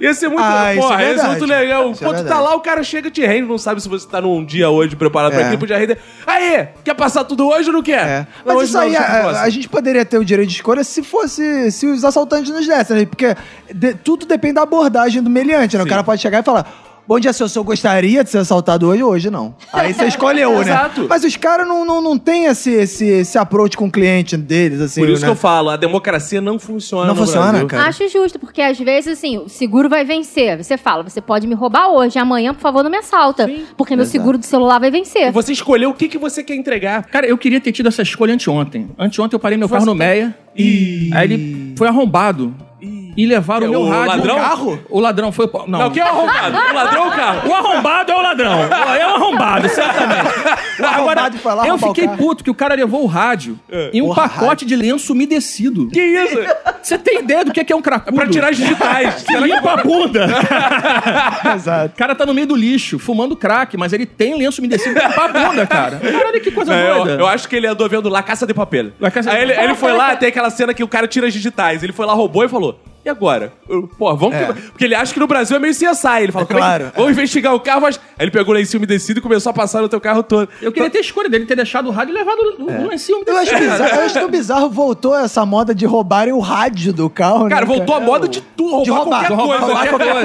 Speaker 1: Ia ser muito,
Speaker 2: Ah, isso
Speaker 1: porra,
Speaker 2: é
Speaker 1: ia ser
Speaker 2: verdade.
Speaker 1: muito legal.
Speaker 2: Isso é
Speaker 1: Pô, tu tá
Speaker 2: verdade.
Speaker 1: lá, o cara chega e te rende, não sabe se você tá num dia hoje preparado pra
Speaker 2: É.
Speaker 1: aquilo, podia render. Aí, quer passar tudo hoje ou não quer?
Speaker 2: É.
Speaker 1: Não,
Speaker 2: Mas
Speaker 1: hoje
Speaker 2: isso
Speaker 1: não, assim.
Speaker 2: aí,
Speaker 1: deixa pro
Speaker 2: a,
Speaker 1: próximo.
Speaker 2: a gente poderia ter o direito de escolha se fosse. Se os assaltantes nos dessem, né? Porque de- tudo depende da abordagem do meliante, né? O cara pode chegar e falar. Bom dia, seu, senhor gostaria de ser assaltado hoje? Hoje não. Aí você escolheu, né?
Speaker 1: Exato.
Speaker 2: Mas os caras não, não, não têm esse, esse, esse approach com o cliente deles, assim,
Speaker 1: Por isso
Speaker 2: né?
Speaker 1: que eu falo, a democracia não funciona.
Speaker 2: Não
Speaker 1: no
Speaker 2: funciona,
Speaker 1: Brasil.
Speaker 2: cara.
Speaker 3: Acho justo, porque às vezes, assim, o seguro vai vencer. Você fala, você pode me roubar hoje, amanhã, por favor, não me assalta. porque meu seguro do celular vai
Speaker 1: E
Speaker 3: vencer.
Speaker 1: você escolheu o que, que você quer entregar.
Speaker 5: Cara, eu queria ter tido essa escolha anteontem. Anteontem eu parei meu carro no Meia. E... Aí ele foi arrombado. E levaram o meu
Speaker 1: O
Speaker 5: rádio.
Speaker 1: ladrão?
Speaker 5: O, carro? o ladrão foi. Não,
Speaker 1: Não, quem é o arrombado? O ladrão ou o carro?
Speaker 5: O arrombado é o ladrão. É o arrombado, certamente. Agora,
Speaker 2: arrombado foi lá
Speaker 5: eu
Speaker 2: arrombar o
Speaker 5: fiquei
Speaker 2: carro.
Speaker 5: puto que o cara levou o rádio e um pacote de lenço umedecido.
Speaker 1: É. Que isso? É
Speaker 5: Você tem ideia do que é, que é um cracudo?
Speaker 1: pra tirar né? as digitais.
Speaker 5: Que
Speaker 1: Será que-
Speaker 5: limpa a bunda.
Speaker 2: Exato.
Speaker 5: O cara tá no meio do lixo, fumando crack, mas ele tem lenço umedecido pra limpar a bunda, cara. Caralho, que coisa
Speaker 1: É, eu,
Speaker 5: doida.
Speaker 1: eu acho que ele andou vendo La Caça de Papel.
Speaker 5: La Casa de
Speaker 1: Aí ele, ele foi lá, tem aquela cena que o cara tira as digitais. Ele foi lá, roubou e falou: E agora? Eu, Pô, vamos.
Speaker 2: É.
Speaker 1: que- Porque ele acha que no Brasil é meio CSI. Ele fala, como
Speaker 2: É
Speaker 1: que-
Speaker 2: claro,
Speaker 1: Vamos investigar o carro, mas. Aí ele pegou lá em cima e descido e começou a passar no teu carro todo. Então,
Speaker 5: Eu queria ter escolha dele, ter deixado o rádio e levado o é. lencinho.
Speaker 2: Eu acho, bizarro, eu acho que o bizarro voltou essa moda de roubarem o rádio do carro.
Speaker 1: Cara,
Speaker 2: né,
Speaker 1: voltou a moda de tu roubar,
Speaker 2: De
Speaker 1: qualquer
Speaker 2: roubar, de roubar
Speaker 1: coisa. né,
Speaker 2: qualquer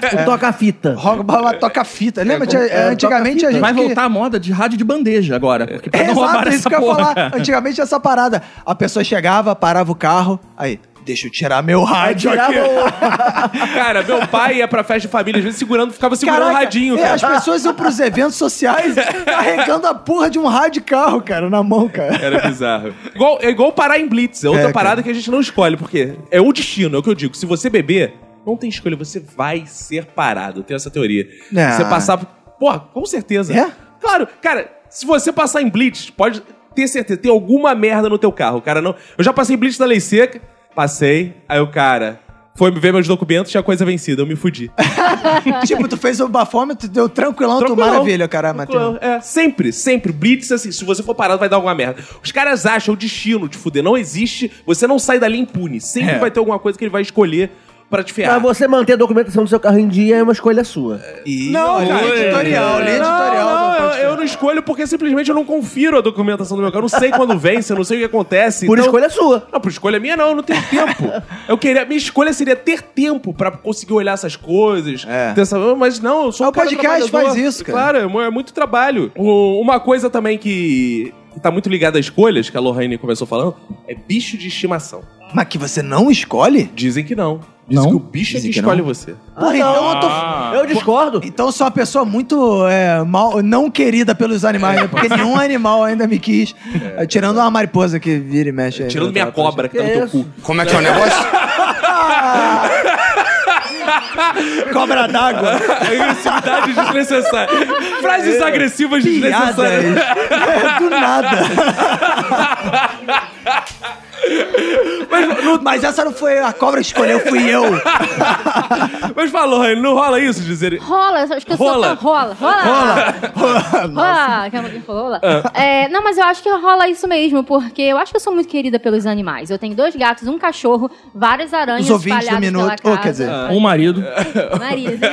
Speaker 2: coisa.
Speaker 4: O toca-fita.
Speaker 2: Roubar uma toca-fita. Lembra? Tinha-
Speaker 4: é,
Speaker 2: antigamente a gente.
Speaker 5: Vai
Speaker 2: que-
Speaker 5: voltar à Tá moda de rádio de bandeja agora. Porque pra
Speaker 2: É,
Speaker 5: não roubar
Speaker 2: exato, isso
Speaker 5: essa
Speaker 2: que eu ia
Speaker 5: porra.
Speaker 2: falar. Antigamente essa parada. A pessoa chegava, parava o carro, aí, deixa eu tirar meu rádio
Speaker 4: Tirava
Speaker 2: aqui.
Speaker 4: o-
Speaker 1: Cara, meu pai ia pra festa de família, às vezes segurando, ficava segurando o radinho.
Speaker 2: é,
Speaker 1: cara.
Speaker 2: as pessoas iam pros eventos sociais carregando a porra de um rádio carro, cara, na mão, cara.
Speaker 1: Era bizarro. igual, é igual parar em Blitz. É outra
Speaker 2: É, cara.
Speaker 1: parada que a gente não escolhe, porque é o destino, é o que eu digo. Se você beber, não tem escolha, você vai ser parado. Eu tenho essa teoria.
Speaker 2: Ah.
Speaker 1: Você passar. por- Porra, com certeza.
Speaker 2: É?
Speaker 1: Claro, cara, se você passar em Blitz, pode ter certeza, tem alguma merda no teu carro, cara. Não... Eu já passei em Blitz da Lei Seca, passei, aí o cara. Foi ver meus documentos, tinha coisa vencida, eu me fudi.
Speaker 2: tipo, tu fez o bafômetro, deu tranquilão,
Speaker 1: Tranquilão.
Speaker 2: tu maravilha, cara, Matheus.
Speaker 1: É, sempre, sempre. Blitz, assim, se você for parado, vai dar alguma merda. Os caras acham o destino de fuder. Não existe, você não sai dali impune. Sempre
Speaker 5: É.
Speaker 1: vai ter alguma coisa que ele vai escolher pra te
Speaker 4: Pra
Speaker 1: ferrar.
Speaker 4: você manter a documentação do seu carro em dia é uma escolha sua.
Speaker 2: Ih,
Speaker 1: Não,
Speaker 2: olha,
Speaker 1: cara.
Speaker 2: editorial,
Speaker 1: Não,
Speaker 2: linha editorial.
Speaker 1: Não,
Speaker 2: do
Speaker 1: eu-
Speaker 2: podcast.
Speaker 1: eu, não escolho porque simplesmente eu não confiro a documentação do meu carro. Eu não sei quando vence, eu não sei o que acontece.
Speaker 4: Por
Speaker 1: então-
Speaker 4: escolha sua.
Speaker 1: Não, por escolha minha não, eu não tenho tempo. Eu queria, minha escolha seria ter tempo pra conseguir olhar essas coisas.
Speaker 2: É.
Speaker 1: ter essa- mas não, eu sou
Speaker 2: É,
Speaker 1: um
Speaker 2: o
Speaker 1: cara
Speaker 2: podcast
Speaker 1: trabalhador.
Speaker 2: faz isso, cara.
Speaker 1: Claro, é mu- é muito trabalho. O- uma coisa também que, que tá muito ligada a escolhas, que a Lorraine começou falando, é bicho de estimação.
Speaker 2: Mas que você não escolhe?
Speaker 1: Dizem que não. Dizem
Speaker 5: Não?
Speaker 1: que o bicho é que,
Speaker 2: Dizem que não.
Speaker 1: escolhe você.
Speaker 2: Porra, então eu tô.
Speaker 4: Eu discordo.
Speaker 2: Então eu sou uma pessoa muito é, mal, não querida pelos animais, né? Porque nenhum animal ainda me quis. Eh, tirando uma mariposa que vira e mexe. aí,
Speaker 1: Tirando
Speaker 2: né?
Speaker 1: minha cobra que tá no teu
Speaker 4: isso?
Speaker 1: cu.
Speaker 6: Como é que é o negócio?
Speaker 2: Cobra d'água.
Speaker 1: Agressividade desnecessária.
Speaker 2: É.
Speaker 1: Frases agressivas
Speaker 2: Piadas.
Speaker 1: desnecessárias.
Speaker 2: É, Do nada. Mas, não- mas essa não foi a cobra que escolheu, fui eu.
Speaker 1: Mas falou, ele não rola isso, dizer.
Speaker 3: Rola, acho que eu
Speaker 1: Rola.
Speaker 3: sou tão- rola. Rola. Rola.
Speaker 1: Ah,
Speaker 3: Rola. Que alguém falou rola. É, não, mas eu acho que rola isso mesmo, porque eu acho que eu sou muito querida pelos animais. Eu tenho dois gatos, um cachorro, várias aranhas
Speaker 2: Os ouvintes do
Speaker 3: espalhadas pela
Speaker 2: Minuto.
Speaker 3: casa.
Speaker 2: Oh, quer dizer,
Speaker 5: Um marido.
Speaker 3: Marido.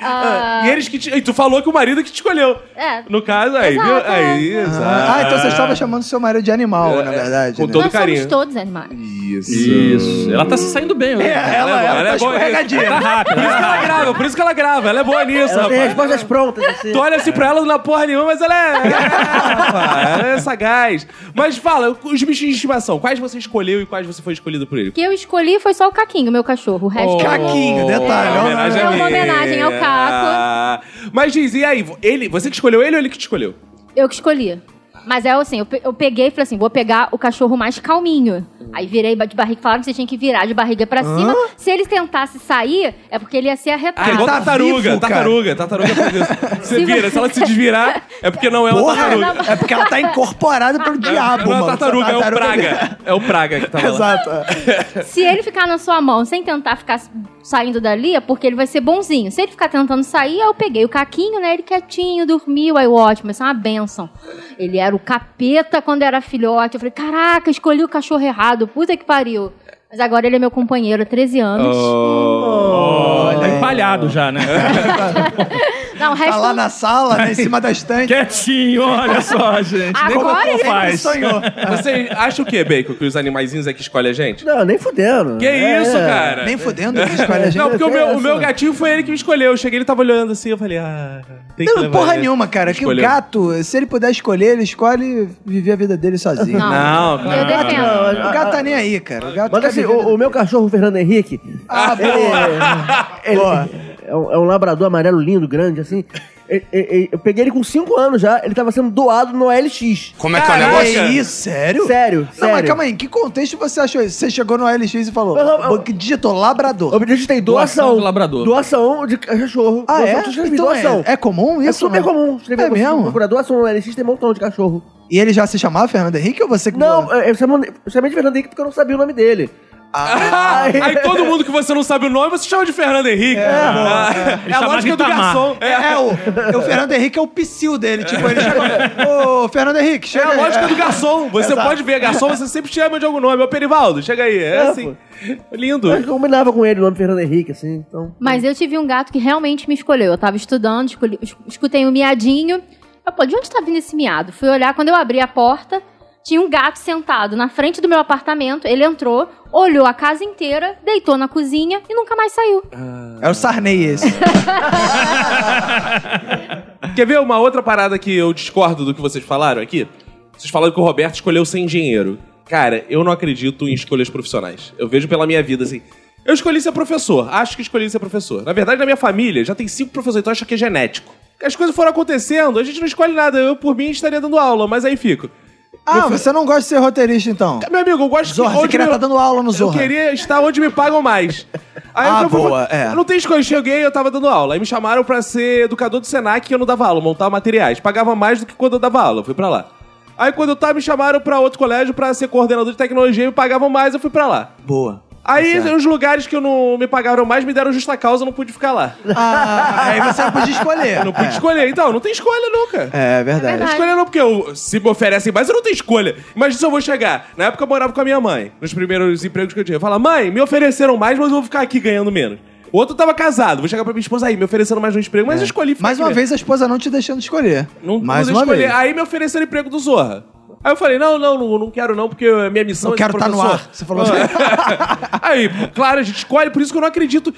Speaker 3: Ah,
Speaker 1: E eles que te... e tu falou que o marido que te escolheu.
Speaker 3: É.
Speaker 1: No caso, aí,
Speaker 3: Exato,
Speaker 1: viu?
Speaker 3: é.
Speaker 1: Aí, exato.
Speaker 2: Ah, então você estava chamando seu marido de animal, na verdade.
Speaker 1: é. com
Speaker 2: né?
Speaker 1: todo
Speaker 3: nós
Speaker 1: carinho.
Speaker 3: somos todos animais.
Speaker 5: Isso. Ela tá se saindo bem hoje.
Speaker 2: É, ela, ela, tá
Speaker 1: boa nisso.
Speaker 2: escorregadinha.
Speaker 1: Tá rápida. Por isso que ela grava, por isso que ela grava. Ela é boa nisso,
Speaker 4: Ela tem
Speaker 1: rapaz.
Speaker 4: respostas prontas, assim.
Speaker 1: Tu olha assim pra ela, não dá porra nenhuma, mas ela é. rapaz, ela é sagaz. Mas fala, os bichinhos de estimação, quais você escolheu e quais você foi escolhido por ele?
Speaker 3: O que eu escolhi foi só o caquinho, meu cachorro. O
Speaker 1: Oh.
Speaker 3: resto.
Speaker 2: Caquinho, detalhe.
Speaker 3: É,
Speaker 2: ó,
Speaker 3: homenagem
Speaker 2: né?
Speaker 3: a mim. uma homenagem ao Caco.
Speaker 1: Ah, mas diz, e aí, ele, você que escolheu ele ou ele que te escolheu?
Speaker 3: Eu que escolhi. Mas é assim, eu, pe- eu peguei e falei assim: vou pegar o cachorro mais calminho. Aí virei ba- de barriga. Falaram que você tinha que virar de barriga pra cima. Se ele tentasse sair, é porque ele ia ser
Speaker 1: Ah,
Speaker 3: arretado.
Speaker 1: igual
Speaker 2: tá
Speaker 1: tartaruga,
Speaker 2: vivo, cara.
Speaker 1: tartaruga, tartaruga faz isso. Você
Speaker 3: Se
Speaker 1: vira,
Speaker 3: você-
Speaker 1: se ela se desvirar, é porque não é uma tartaruga.
Speaker 2: Porra, é porque ela tá incorporada pelo diabo,
Speaker 1: não é
Speaker 2: mano.
Speaker 1: uma tartaruga, é o
Speaker 2: mesmo.
Speaker 1: praga. É o praga que tava lá.
Speaker 2: Exato.
Speaker 3: Se ele ficar na sua mão sem tentar ficar s- saindo dali, é porque ele vai ser bonzinho. Se ele ficar tentando sair, eu peguei o caquinho, né? Ele quietinho, dormiu. Aí, ótimo, isso é uma benção. Ele era o capeta quando era filhote. Eu falei, caraca, escolhi o cachorro errado. Puta que pariu. Mas agora ele é meu companheiro há 13 anos.
Speaker 5: tá empalhado já, né?
Speaker 2: É.
Speaker 3: Não, o resto
Speaker 2: Tá lá na sala, né, em cima da estante.
Speaker 5: Quietinho, olha só, gente. Nem
Speaker 3: Agora
Speaker 1: é
Speaker 5: como
Speaker 3: ele é
Speaker 2: Ele
Speaker 5: faz.
Speaker 2: sonhou.
Speaker 1: Você acha o quê, Bacon? Que os animaizinhos é que escolhem a gente?
Speaker 4: Não, nem fudendo.
Speaker 1: Que isso, cara?
Speaker 2: É. Nem fudendo, ele escolhe a gente.
Speaker 1: Não, porque o meu,
Speaker 2: é
Speaker 1: o meu
Speaker 4: essa.
Speaker 1: gatinho foi ele que me escolheu. Eu cheguei, ele tava olhando assim, eu falei, ah, tem que
Speaker 2: Não,
Speaker 1: levar
Speaker 2: porra
Speaker 1: ele.
Speaker 2: nenhuma, cara. Que o
Speaker 1: Escolheu.
Speaker 2: gato, se ele puder escolher, ele escolhe viver a vida dele sozinho.
Speaker 3: Não.
Speaker 1: Não,
Speaker 3: Eu defendo.
Speaker 2: O gato tá nem aí, cara. O gato
Speaker 4: Mas
Speaker 2: quer
Speaker 4: assim,
Speaker 2: viver a
Speaker 4: o, o
Speaker 2: vida-
Speaker 4: meu cachorro, o Fernando Henrique,
Speaker 2: Ah, boa.
Speaker 4: ele
Speaker 2: Boa.
Speaker 4: é um, é um labrador amarelo lindo, grande, assim. Ele- ele- Eu peguei ele com 5 anos já, ele tava sendo doado no OLX.
Speaker 6: Como é que é o
Speaker 1: Caraca.
Speaker 6: negócio?
Speaker 2: Que isso, sério?
Speaker 4: Sério,
Speaker 2: Não, mas
Speaker 4: sério.
Speaker 2: calma aí, em que contexto você achou isso? Você chegou no LX e falou,
Speaker 4: Eu- eu-
Speaker 2: banco digitou labrador.
Speaker 4: Eu me digitei doação.
Speaker 5: Doação do labrador.
Speaker 4: Doação de cachorro.
Speaker 2: Ah,
Speaker 4: doação,
Speaker 2: é?
Speaker 4: tu escreve
Speaker 2: Então
Speaker 4: doação.
Speaker 2: é, é comum isso?
Speaker 4: É super
Speaker 2: não?
Speaker 4: comum. Escrever
Speaker 2: É
Speaker 4: você
Speaker 2: mesmo?
Speaker 4: Procura doação no LX, tem um montão de cachorro.
Speaker 2: E ele já se chamava Fernando Henrique ou você que
Speaker 4: Não, é,
Speaker 2: doou?
Speaker 4: eu eu chamei eu chamei de Fernando Henrique porque eu não sabia o nome dele.
Speaker 2: Ai.
Speaker 1: Aí todo mundo que você não sabe o nome, você chama de Fernando Henrique. É, é. a
Speaker 6: chamava de
Speaker 1: lógica do
Speaker 6: Itamar.
Speaker 1: garçom. É,
Speaker 2: É, o, o Fernando Henrique é o psil dele. Tipo, ele chega. Ô, Fernando Henrique,
Speaker 1: é
Speaker 2: chega.
Speaker 1: a
Speaker 2: aí.
Speaker 1: lógica do garçom. Você
Speaker 2: Exato.
Speaker 1: pode ver garçom, você sempre chama de algum nome. Ô, Perivaldo, chega aí. É,
Speaker 4: É,
Speaker 1: assim. Lindo.
Speaker 4: Eu combinava com ele o nome Fernando Henrique, assim, então.
Speaker 3: Mas eu tive um gato que realmente me escolheu. Eu tava estudando, escolhi- es- escutei um miadinho. Eu, pô, de onde tá vindo esse miado? Fui olhar, quando eu abri a porta, tinha um gato sentado na frente do meu apartamento. Ele entrou, olhou a casa inteira, deitou na cozinha e nunca mais saiu.
Speaker 2: É o Sarney esse.
Speaker 1: Quer ver uma outra parada que eu discordo do que vocês falaram aqui? Vocês falaram que o Roberto escolheu ser engenheiro. Cara, eu não acredito em escolhas profissionais. Eu vejo pela minha vida, assim. Eu escolhi ser professor. Acho que escolhi ser professor. Na verdade, na minha família, já tem cinco professores, então acho que é genético. As coisas foram acontecendo, a gente não escolhe nada. Eu, por mim, estaria dando aula, mas aí fico.
Speaker 2: Ah, você não gosta de ser roteirista, então?
Speaker 1: Meu amigo, eu gosto
Speaker 2: Zorra, você
Speaker 1: onde
Speaker 2: queria
Speaker 1: me-
Speaker 2: estar dando aula no Zorra.
Speaker 1: Eu queria estar onde me pagam mais. Aí
Speaker 2: Ah,
Speaker 1: eu fui-
Speaker 2: boa, é.
Speaker 1: Eu não tenho escolha. Eu cheguei, eu tava dando aula. Aí me chamaram pra ser educador do Senac e eu não dava aula, eu montava materiais. Pagava mais do que quando eu dava aula. Eu fui pra lá. Aí quando eu tava, me chamaram pra outro colégio pra ser coordenador de tecnologia e me pagavam mais, eu fui pra lá.
Speaker 2: Boa.
Speaker 1: Aí
Speaker 2: Tá
Speaker 1: os lugares que eu não me pagaram mais me deram justa causa, eu não pude ficar lá.
Speaker 2: Ah, aí É. você não podia escolher.
Speaker 1: Eu não pude escolher. Então, não tem escolha nunca.
Speaker 2: É verdade.
Speaker 3: verdade.
Speaker 1: Escolha não, porque eu- se me oferecem mais, eu não tenho escolha. Imagina se eu vou chegar. Na época eu morava com a minha mãe, nos primeiros empregos que eu tinha. Fala, mãe, me ofereceram mais, mas eu vou ficar aqui ganhando menos. O outro tava casado, vou chegar pra minha esposa aí, me ofereceram mais um emprego, mas eu escolhi ficar
Speaker 2: É. Mais
Speaker 1: aqui
Speaker 2: uma
Speaker 1: mesmo.
Speaker 2: vez a esposa não te deixando escolher.
Speaker 1: Não,
Speaker 2: Mais
Speaker 1: não
Speaker 2: uma
Speaker 1: escolher. Ah,
Speaker 2: vez.
Speaker 1: Aí me ofereceram emprego do Zorra. Aí eu falei, não, não, não, não quero não, porque a minha missão
Speaker 2: Não
Speaker 1: é ser
Speaker 2: quero estar no
Speaker 1: professor.
Speaker 2: ar. Você falou assim.
Speaker 1: aí, claro, a gente escolhe, por isso que eu não acredito.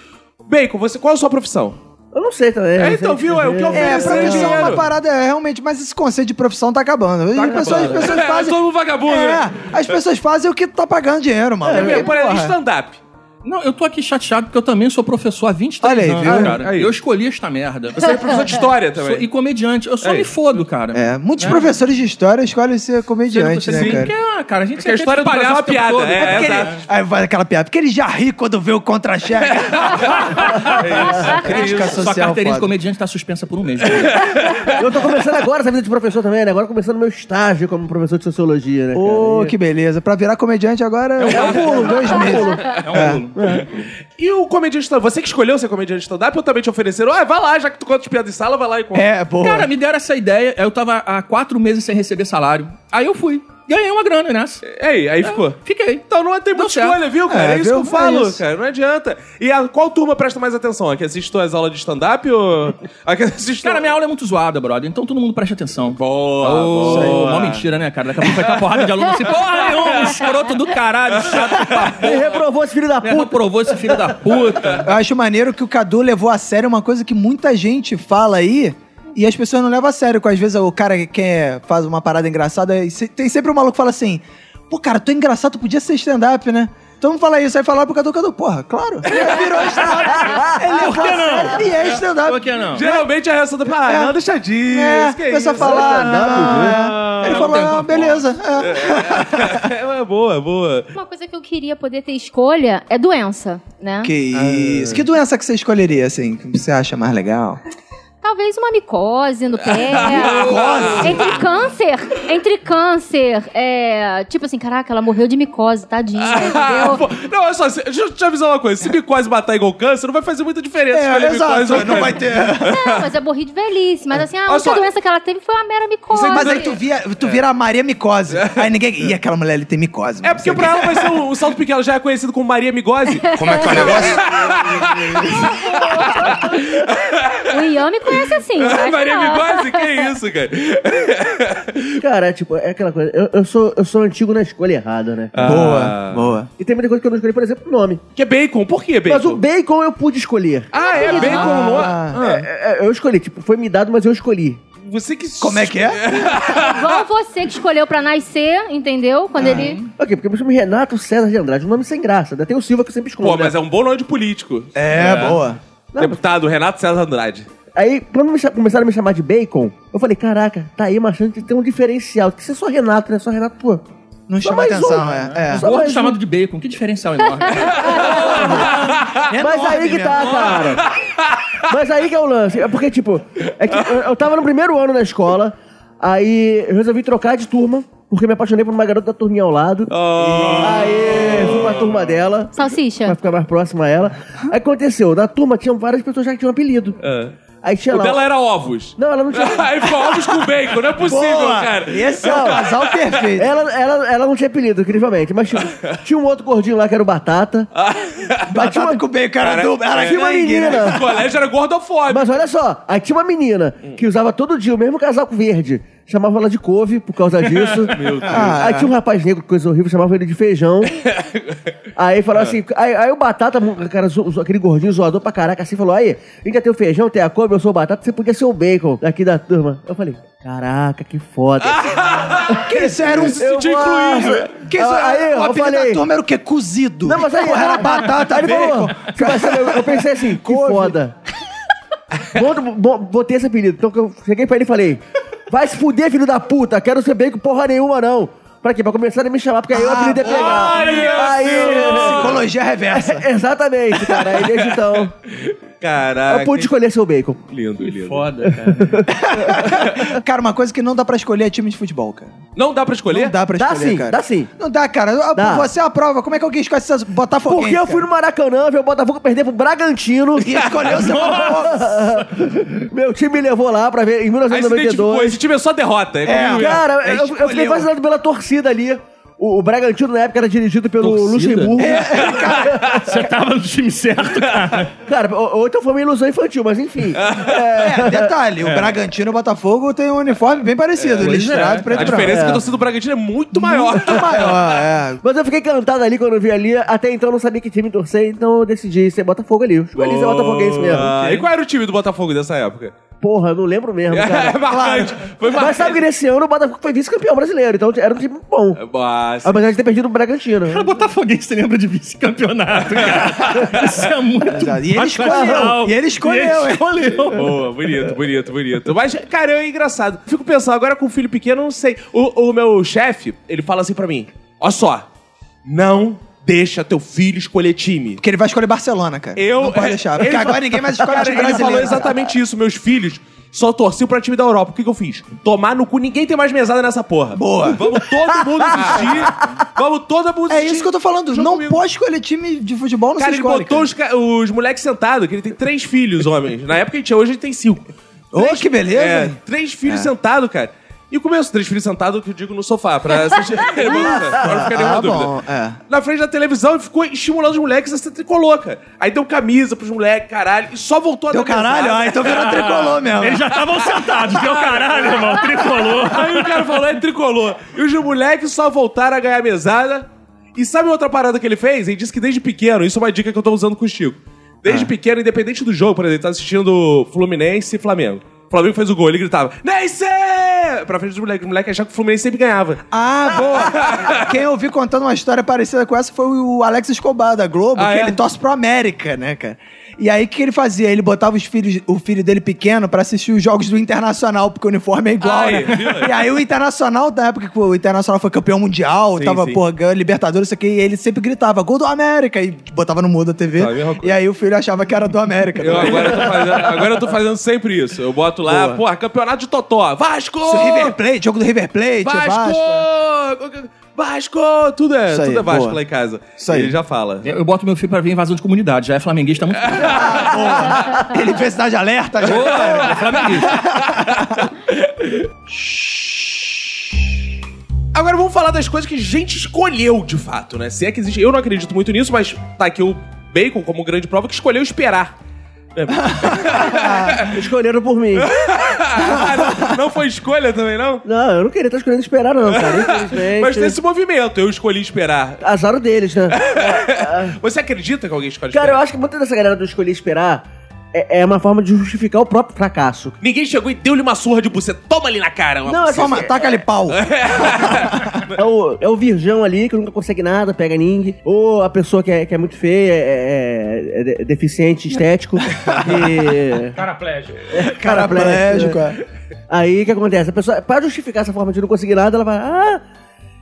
Speaker 1: Bacon, você, qual é a sua profissão?
Speaker 4: Eu não sei também.
Speaker 1: É,
Speaker 4: não sei
Speaker 1: então, viu? É o que eu
Speaker 4: dizer.
Speaker 1: vejo.
Speaker 2: É,
Speaker 1: Oferecer
Speaker 2: profissão é
Speaker 1: dinheiro.
Speaker 2: uma parada, é, realmente, mas esse conceito de profissão tá acabando. as, Pessoas, as pessoas
Speaker 1: É,
Speaker 2: fazem.
Speaker 1: todo mundo vagabundo, né?
Speaker 2: É, as pessoas fazem o que tá pagando dinheiro, mano.
Speaker 1: É,
Speaker 2: Porque,
Speaker 1: por exemplo,
Speaker 2: porra,
Speaker 1: stand-up.
Speaker 5: Não, eu tô aqui chateado porque eu também sou professor há 23
Speaker 2: Olha aí,
Speaker 5: anos,
Speaker 2: viu?
Speaker 5: cara.
Speaker 1: Aí.
Speaker 5: Eu escolhi esta merda.
Speaker 1: Você é professor de história
Speaker 5: Sou-
Speaker 1: também.
Speaker 5: e comediante. Eu só
Speaker 1: Aí.
Speaker 5: me fodo, cara.
Speaker 2: é, muitos professores de história escolhem ser comediante,
Speaker 5: Você
Speaker 2: né,
Speaker 5: não
Speaker 2: cara?
Speaker 5: quer, é, cara. A gente
Speaker 1: Porque a história do
Speaker 5: palhaço
Speaker 1: Brasil é uma
Speaker 5: o tempo
Speaker 1: piada,
Speaker 5: todo.
Speaker 1: é,
Speaker 5: porque ele-
Speaker 1: exato.
Speaker 2: Aí faz aquela piada, porque ele já ri quando vê o contra-cheque. Crítica
Speaker 5: Sua
Speaker 2: social
Speaker 5: carteirinha de
Speaker 2: foda.
Speaker 5: comediante tá suspensa por um mês.
Speaker 4: Eu tô começando agora essa vida de professor também, né? Agora começando meu estágio como professor de sociologia, né? cara?
Speaker 2: Ô,
Speaker 4: E-
Speaker 2: que beleza. Pra virar comediante agora é um pulo, dois meses.
Speaker 5: É um pulo.
Speaker 1: E o comediante stand-up? Você que escolheu ser comediante stand-up ou também te ofereceram? Ah, vai lá, já que tu conta as piadas de sala, vai lá e conta.
Speaker 2: É, boa.
Speaker 5: Cara, me deram essa ideia. Eu tava há quatro meses sem receber salário. Aí eu fui. Ganhei uma grana nessa.
Speaker 1: É, aí, aí ficou.
Speaker 5: Fiquei.
Speaker 1: Então não tem
Speaker 5: Deu
Speaker 1: muita
Speaker 5: certo.
Speaker 1: escolha, viu, cara? É,
Speaker 2: É,
Speaker 1: isso
Speaker 2: viu?
Speaker 1: que eu falo,
Speaker 2: É isso.
Speaker 1: cara. Não adianta. E a, qual turma presta mais atenção? A que assiste as aulas de stand-up ou a que assiste...
Speaker 5: Cara, minha aula é muito zoada, brother. Então todo mundo presta atenção.
Speaker 1: Então, Boa,
Speaker 5: Ô,
Speaker 1: boa.
Speaker 5: Mó mentira, né, cara? Daqui a pouco vai estar porrada de aluno assim. Porra nenhuma, escroto do caralho, chato pra
Speaker 4: Ele reprovou esse filho da
Speaker 5: porra.
Speaker 4: puta.
Speaker 5: Reprovou esse filho da puta.
Speaker 2: Eu acho maneiro que o Cadu levou a sério uma coisa que muita gente fala aí e as pessoas não levam a sério. Que às vezes o cara que é- faz uma parada engraçada e se- tem sempre um maluco que fala assim: pô, cara, tu é engraçado, tu podia ser stand-up, né? Todo mundo fala isso, aí fala pro Cadu, Cadu, porra, claro. Ele virou stand-up. Ele levou a sério e é
Speaker 5: Por
Speaker 2: stand-up.
Speaker 5: que não?
Speaker 1: Geralmente a reação da... Ah,
Speaker 2: É.
Speaker 1: não, deixa disso.
Speaker 2: É,
Speaker 1: que
Speaker 2: a
Speaker 1: isso.
Speaker 2: pessoa fala, ah,
Speaker 1: Ah,
Speaker 2: é. Ele
Speaker 5: não
Speaker 2: falou,
Speaker 5: tem
Speaker 2: ah,
Speaker 5: como.
Speaker 2: beleza. é.
Speaker 1: É, é boa, é boa.
Speaker 3: Uma coisa que eu queria poder ter escolha é doença, né?
Speaker 2: Que isso. Que doença que você escolheria, assim, que você acha mais legal?
Speaker 3: Talvez uma micose no pé. entre câncer. Entre câncer. É, tipo assim, caraca, ela morreu de micose, tadinha,
Speaker 1: Ah, pô,
Speaker 3: entendeu?
Speaker 1: não, olha só, se- deixa eu te avisar uma coisa. Se micose matar igual câncer, não vai fazer muita
Speaker 2: É,
Speaker 1: diferença. escolher micose ou câncer.
Speaker 2: ter.
Speaker 3: Não, mas eu morri de velhice. Mas assim, a
Speaker 1: Olha
Speaker 3: única
Speaker 1: só.
Speaker 3: doença que ela teve foi uma mera micose.
Speaker 2: Mas aí tu, via, tu vira a Maria Micose.
Speaker 4: É.
Speaker 2: Aí ninguém. Ih, aquela mulher ali tem micose.
Speaker 1: É porque pra ela vai ser um, um salto pequeno. Ela já é conhecido como Maria Migose.
Speaker 7: Como é que é o negócio?
Speaker 3: O Ian me conhece assim. acho
Speaker 1: Ah, Maria
Speaker 3: que não.
Speaker 1: Migose? Que isso, cara?
Speaker 4: Cara, é tipo, é aquela coisa. Eu, eu sou, eu sou antigo na escolha errada, né?
Speaker 2: Boa, boa.
Speaker 4: E tem muita coisa que eu não escolhi, por exemplo, o nome.
Speaker 1: Que é Ah. bacon. Por que bacon?
Speaker 4: Mas o bacon eu pude escolher.
Speaker 1: Ah, é bacon. no- Ah.
Speaker 4: É, é, eu escolhi, tipo, foi me dado, mas eu escolhi.
Speaker 1: Você que...
Speaker 2: Como é que é?
Speaker 3: Igual você que escolheu pra nascer, entendeu?
Speaker 2: É.
Speaker 3: Quando ele.
Speaker 4: Ok, porque eu me chamo Renato César de Andrade, um nome sem graça. Ainda tem o Silva que eu sempre escolho.
Speaker 1: Pô,
Speaker 4: né?
Speaker 1: mas é um bom nome de político.
Speaker 2: É, boa.
Speaker 1: Deputado Renato César Andrade.
Speaker 4: Aí, quando me cha- começaram a me chamar de Bacon, eu falei, caraca, tá aí uma chance de ter um diferencial. Porque você é só Renato, né? Só Renato, pô.
Speaker 2: Não
Speaker 4: Só
Speaker 2: chama
Speaker 4: mais
Speaker 2: atenção,
Speaker 4: um.
Speaker 2: é. é.
Speaker 4: Só mais
Speaker 5: Gordo
Speaker 4: um.
Speaker 5: chamado de bacon. Que diferencial enorme.
Speaker 4: Mas aí que tá, cara. Mas aí que é o lance. É porque, tipo, é que eu, eu tava no primeiro ano na escola, aí eu resolvi trocar de turma. porque me apaixonei por uma garota da turminha ao lado.
Speaker 1: Ah.
Speaker 4: Aê, fui pra turma dela. Pra
Speaker 3: Salsicha.
Speaker 4: ficar mais próximo a ela. Aí aconteceu, na turma tinham várias pessoas já que tinham apelido. Aí tinha
Speaker 1: O
Speaker 4: lá. um-
Speaker 1: dela é- era ovos.
Speaker 4: Não, ela não tinha.
Speaker 1: Aí foi ovos com bacon, não é possível,
Speaker 4: Boa!
Speaker 1: cara.
Speaker 2: Esse é o casal perfeito.
Speaker 4: Ela, ela, ela não tinha apelido, incrivelmente. Mas tipo, tinha um outro gordinho lá que era o Batata.
Speaker 1: Ah,
Speaker 4: Mas tinha uma-
Speaker 2: Batata com bacon, cara,
Speaker 1: Cara,
Speaker 2: do... Ela
Speaker 1: é,
Speaker 2: tinha
Speaker 4: tinha uma
Speaker 2: uma menina.
Speaker 1: O colégio era gordofóbico.
Speaker 4: Mas olha só, aí tinha uma menina que usava todo dia o mesmo casaco verde. Chamava ela de couve por causa disso. Meu Deus.
Speaker 2: Ah,
Speaker 4: aí
Speaker 2: é.
Speaker 4: tinha um rapaz negro, coisa horrível, chamava ele de feijão. aí falava assim, aí, aí o Batata, o cara, zo- zo- aquele gordinho zoador pra caraca, assim, falou, aí, a gente já tem o feijão, tem a couve, eu sou o Batata, você podia ser o bacon daqui da turma. Eu falei, caraca, que foda.
Speaker 2: Que isso era um...
Speaker 1: se sentiu incluído.
Speaker 2: Que isso
Speaker 4: Aí,
Speaker 2: era...
Speaker 4: eu
Speaker 2: O apelido da
Speaker 4: falei-
Speaker 2: turma era o quê? Cozido.
Speaker 4: Não, mas é- aí né?
Speaker 2: Porra, era batata,
Speaker 4: Aí ele falou,
Speaker 2: bacon.
Speaker 4: Sebastião, eu, eu pensei assim, que foda. Bom, bom, botei esse apelido. Então que eu cheguei pra ele e falei: Vai se fuder, filho da puta, quero ser bem com porra nenhuma, não. Pra quê? Pra começar a me chamar, porque aí eu apelido é pegar.
Speaker 1: olha
Speaker 4: aí, né,
Speaker 2: Psicologia reversa.
Speaker 4: É. Exatamente, cara. Aí desde então.
Speaker 1: Caraca.
Speaker 4: Eu pude escolher seu bacon.
Speaker 1: Lindo, lindo.
Speaker 5: Foda, cara.
Speaker 2: Cara, uma coisa que não dá pra escolher é time de futebol, cara.
Speaker 1: Não dá pra escolher?
Speaker 2: Não dá pra
Speaker 4: Dá
Speaker 2: escolher,
Speaker 4: sim,
Speaker 2: cara.
Speaker 4: dá sim.
Speaker 2: Não dá, cara. Ah,
Speaker 4: Dá.
Speaker 2: Você é a prova. Como é que alguém escolhe essas Botafoguense,
Speaker 4: Porque eu fui
Speaker 1: é?
Speaker 4: no
Speaker 2: cara?
Speaker 4: Maracanã ver o Botafogo perder pro Bragantino.
Speaker 2: E escolheu seu Botafogo.
Speaker 4: Meu time me levou lá pra ver em
Speaker 1: Aí se identificou,
Speaker 4: 1992.
Speaker 1: esse time é só derrota. É, como-
Speaker 4: Cara,
Speaker 2: É,
Speaker 4: eu, eu fiquei
Speaker 2: escolheu.
Speaker 4: fascinado pela torcida ali. O, o Bragantino na época era dirigido pelo
Speaker 5: Torcida?
Speaker 4: Luxemburgo.
Speaker 1: É.
Speaker 5: Você tava no time certo, cara.
Speaker 4: Cara, ou, ou então foi uma ilusão infantil, mas enfim.
Speaker 2: É, detalhe. O Bragantino e o Botafogo tem um uniforme bem parecido. listrado, preto
Speaker 1: A
Speaker 2: e branco.
Speaker 1: diferença é que
Speaker 2: é.
Speaker 1: a torcida do Bragantino é muito maior.
Speaker 2: Muito maior, é.
Speaker 4: Mas eu fiquei encantado ali quando eu vi ali. Até então eu não sabia que time torcer, então eu decidi ser Botafogo ali. Eu escolhi ser Botafoguense mesmo.
Speaker 1: Ah, E qual era o time do Botafogo dessa época?
Speaker 4: Porra, eu não lembro mesmo,
Speaker 1: É
Speaker 4: cara.
Speaker 1: marcante. Foi marcante.
Speaker 4: Mas sabe que nesse ano o Botafogo foi vice-campeão brasileiro, então era um time bom.
Speaker 1: É, Nossa.
Speaker 4: Apesar de ter perdido o Bragantino. né?
Speaker 5: Cara, Botafoguense você lembra de vice-campeonato, cara. Isso é muito.
Speaker 2: E ele escolheu,
Speaker 5: banal.
Speaker 2: e ele escolheu,
Speaker 5: E ele
Speaker 2: hein?
Speaker 5: escolheu.
Speaker 1: Boa, bonito, bonito, bonito. Mas, cara, é engraçado. Fico pensando, agora com o filho pequeno, eu não sei. O, o meu chefe, ele fala assim pra mim: Ó só, não deixa teu filho escolher time.
Speaker 2: Porque ele vai escolher Barcelona, cara.
Speaker 1: Eu-
Speaker 2: Não pode
Speaker 1: é,
Speaker 2: deixar.
Speaker 1: ele
Speaker 2: Porque
Speaker 1: fa-
Speaker 2: agora ninguém mais escolhe
Speaker 1: Cara,
Speaker 2: time
Speaker 1: ele
Speaker 2: brasileiro.
Speaker 1: falou exatamente isso. Meus filhos só torciam pra time da Europa. O que, que eu fiz? Tomar no cu, ninguém tem mais mesada nessa porra.
Speaker 2: Boa.
Speaker 1: Vamos todo mundo assistir. Vamos todo mundo
Speaker 2: É
Speaker 1: assistir.
Speaker 2: isso que eu tô falando.
Speaker 1: Junto
Speaker 2: Não
Speaker 1: comigo.
Speaker 2: pode escolher time de futebol no
Speaker 1: Cara, ele
Speaker 2: escolhe,
Speaker 1: botou os, ca- os moleques sentados, que ele tem três filhos, homens. Na época que tinha, hoje ele tem cinco.
Speaker 2: Ô,
Speaker 1: Três-
Speaker 2: Oh, que beleza,
Speaker 1: É,
Speaker 2: hein?
Speaker 1: três filhos sentados, cara. E o começo, três filhos sentados, que eu digo no sofá, pra assistir. É, Luta, pra não ficar nenhuma
Speaker 2: Ah,
Speaker 1: dúvida.
Speaker 2: bom, é.
Speaker 1: Na frente da televisão e ficou estimulando os moleques a ser tricolor, cara. Aí deu camisa pros moleques, caralho, e só voltou a
Speaker 2: Deu
Speaker 1: dar
Speaker 2: caralho?
Speaker 1: mesada.
Speaker 2: Ah, então virou tricolor mesmo.
Speaker 5: Eles já estavam sentados, deu caralho, irmão. Tricolor.
Speaker 1: Aí o cara falou, é tricolor. E os moleques só voltaram a ganhar mesada. E sabe outra parada que ele fez? Ele disse que desde pequeno, isso é uma dica que eu tô usando com o Chico. Desde pequeno, independente do jogo, por exemplo, ele tá assistindo Fluminense e Flamengo. O Flamengo fez o gol, ele gritava, Neyce! Pra frente dos moleques. O moleque achava que o Fluminense sempre ganhava.
Speaker 2: Ah, boa! Quem eu ouvi contando uma história parecida com essa foi o Alex Escobar, da Globo,
Speaker 1: Ah,
Speaker 2: que
Speaker 1: é?
Speaker 2: ele torce pro América, né, cara? E aí, o que ele fazia? Ele botava os filhos, o filho dele pequeno pra assistir os jogos do Internacional, porque o uniforme é igual,
Speaker 1: Aí,
Speaker 2: né?
Speaker 1: viu?
Speaker 2: E aí, o Internacional, na época que o Internacional foi campeão mundial,
Speaker 1: Sim,
Speaker 2: tava,
Speaker 1: sim.
Speaker 2: porra, ganhando Libertadores, isso aqui, e ele sempre gritava, gol do América, e botava no mudo a TV.
Speaker 1: Tá, a mesma coisa.
Speaker 2: e aí, o filho achava que era do América.
Speaker 1: Eu
Speaker 2: né?
Speaker 1: Então, agora tô fazendo, agora eu tô fazendo sempre isso. Eu boto lá, porra, campeonato de Totó. Vasco!
Speaker 2: Isso, River Plate, jogo do River Plate,
Speaker 1: Vasco!
Speaker 2: Vasco.
Speaker 1: Vasco! Tudo é,
Speaker 2: Isso aí,
Speaker 1: tudo é Vasco
Speaker 2: boa.
Speaker 1: lá em casa.
Speaker 2: Isso aí.
Speaker 1: Ele já fala.
Speaker 5: Eu boto meu filho pra ver invasão de comunidade, já é flamenguista há muito tempo.
Speaker 2: Ele fez cidade alerta, já.
Speaker 5: É flamenguista.
Speaker 1: Agora vamos falar das coisas que a gente escolheu de fato, né? Se é que existe. Eu não acredito muito nisso, mas tá aqui o Bacon como grande prova que escolheu esperar.
Speaker 4: é. Escolheram por mim.
Speaker 1: Ah, não, não foi escolha também, não?
Speaker 4: Não, eu não queria estar escolhendo esperar, não, cara. Infelizmente.
Speaker 1: Mas tem esse movimento, eu escolhi esperar.
Speaker 4: Azar o deles, né?
Speaker 1: Você acredita que alguém escolhe
Speaker 4: Cara, eu
Speaker 1: esperar?
Speaker 4: acho que muita dessa galera do escolher esperar é, é uma forma de justificar o próprio fracasso.
Speaker 1: Ninguém chegou e deu-lhe uma surra de buceta. Toma ali na cara. Uma
Speaker 4: Não,
Speaker 1: buceta.
Speaker 4: assim,
Speaker 2: Toma, taca-lhe pau.
Speaker 4: é o, é o virgão ali que nunca consegue nada, pega ninguém. Ou a pessoa que é, que é muito feia, é, é- é de- deficiente estético. e...
Speaker 2: Paraplégico, é.
Speaker 4: Aí o que acontece? A pessoa, pra justificar essa forma de não conseguir nada, ela vai. Ah,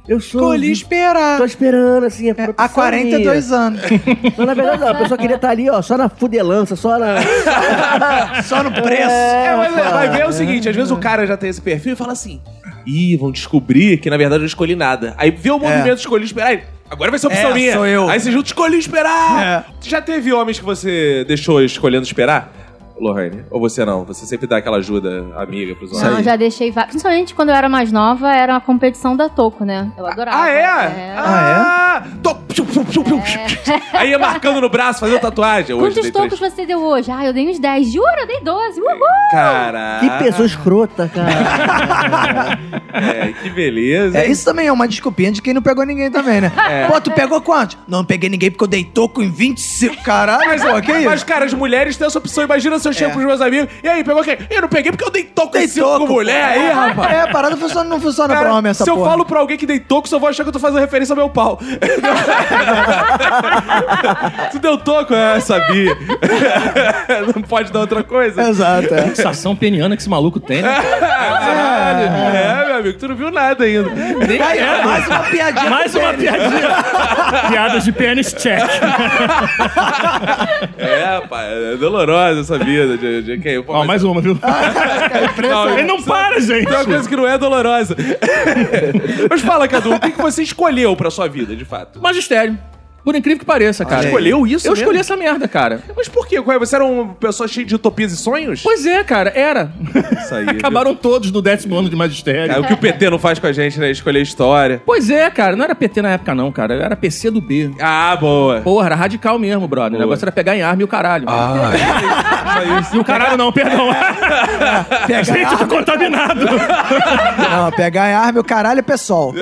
Speaker 4: eu sou.
Speaker 2: Escolhi esperar.
Speaker 4: Tô esperando, assim. a
Speaker 2: É,
Speaker 4: produção
Speaker 2: há 42 anos.
Speaker 4: minha. Mas na verdade, não, a pessoa queria estar ali, ó, só na fudelança, só na.
Speaker 2: Só no preço.
Speaker 1: É, mas é, vai ver é o seguinte, às vezes o cara já tem esse perfil e fala assim: Ih, vão descobrir que na verdade eu não escolhi nada. Aí vê o movimento, escolhi esperar. aí, Agora vai ser opção
Speaker 2: É,
Speaker 1: minha.
Speaker 2: sou eu.
Speaker 1: Aí você junta, escolhi esperar.
Speaker 2: É.
Speaker 1: Já teve homens que você deixou escolhendo esperar? Lohane, ou você não? Você sempre dá aquela ajuda amiga pros homens.
Speaker 3: Não, eu já deixei vários. Principalmente quando eu era mais nova, era uma competição da Toco, né? Eu adorava.
Speaker 1: Ah, é?
Speaker 2: Ah,
Speaker 1: é? Aí ia marcando no braço, fazendo tatuagem. Hoje
Speaker 3: É. Quantos
Speaker 1: dei três.
Speaker 3: tocos você deu hoje? Ah, eu dei uns 10. Juro, eu dei 12. Uhul!
Speaker 4: Que
Speaker 1: Caraca.
Speaker 4: pessoa escrota, cara.
Speaker 1: É, que beleza.
Speaker 2: É, isso também é uma desculpinha de quem não pegou ninguém também, né?
Speaker 1: É.
Speaker 2: Pô, tu pegou quanto? Não peguei ninguém porque eu dei toco em 25. Caralho,
Speaker 1: Mas, é
Speaker 2: pô, que isso?
Speaker 1: mas, cara, as mulheres têm essa opção. Imagina se eu chego
Speaker 2: É.
Speaker 1: pros meus amigos. E aí, pegou quem? Eu não peguei porque eu dei toco em
Speaker 2: Dei
Speaker 1: cinco
Speaker 2: toco,
Speaker 1: mulher
Speaker 2: pô.
Speaker 1: aí, rapaz.
Speaker 2: É, a parada funciona, não funciona
Speaker 1: Cara,
Speaker 2: pra homem essa
Speaker 1: se eu
Speaker 2: porra.
Speaker 1: falo pra alguém que dei toco, só vou achar que eu tô fazendo referência ao meu pau. tu deu toco? É, sabia. não pode dar outra coisa?
Speaker 2: Exato, é.
Speaker 5: Sensação peniana que esse maluco tem, né?
Speaker 1: Caralho. É, meu amigo, tu não viu nada ainda.
Speaker 2: Aí, mais uma piadinha.
Speaker 5: Mais uma piadinha. Piadas de pênis check.
Speaker 1: É, rapaz, é dolorosa essa vida. De, de, quem? Pô,
Speaker 5: Ó,
Speaker 1: mas-
Speaker 5: mais uma, viu? Ele não para, gente.
Speaker 1: Tem uma coisa que não é dolorosa. Mas fala, Cadu, o que, que você escolheu pra sua vida, de fato?
Speaker 5: Magistério. Por incrível que pareça, cara.
Speaker 1: escolheu isso
Speaker 5: Eu
Speaker 1: mesmo?
Speaker 5: escolhi essa merda, cara.
Speaker 1: Mas por quê? Qual é? Você era uma pessoa cheia de utopias e sonhos?
Speaker 5: Pois é, cara, era.
Speaker 1: Isso aí, viu?
Speaker 5: Acabaram todos do décimo ano de magistério.
Speaker 1: É o que o PT não faz com a gente, né? Escolher história.
Speaker 5: Pois é, cara, não era PT na época, não, cara. Era PC do B.
Speaker 1: Ah, boa.
Speaker 5: Porra, era radical mesmo, brother. O negócio era pegar em arma e o caralho.
Speaker 2: Ah.
Speaker 5: E o caralho não, perdão. gente, eu tô contaminado.
Speaker 2: Não, pegar em arma, o caralho é pessoal.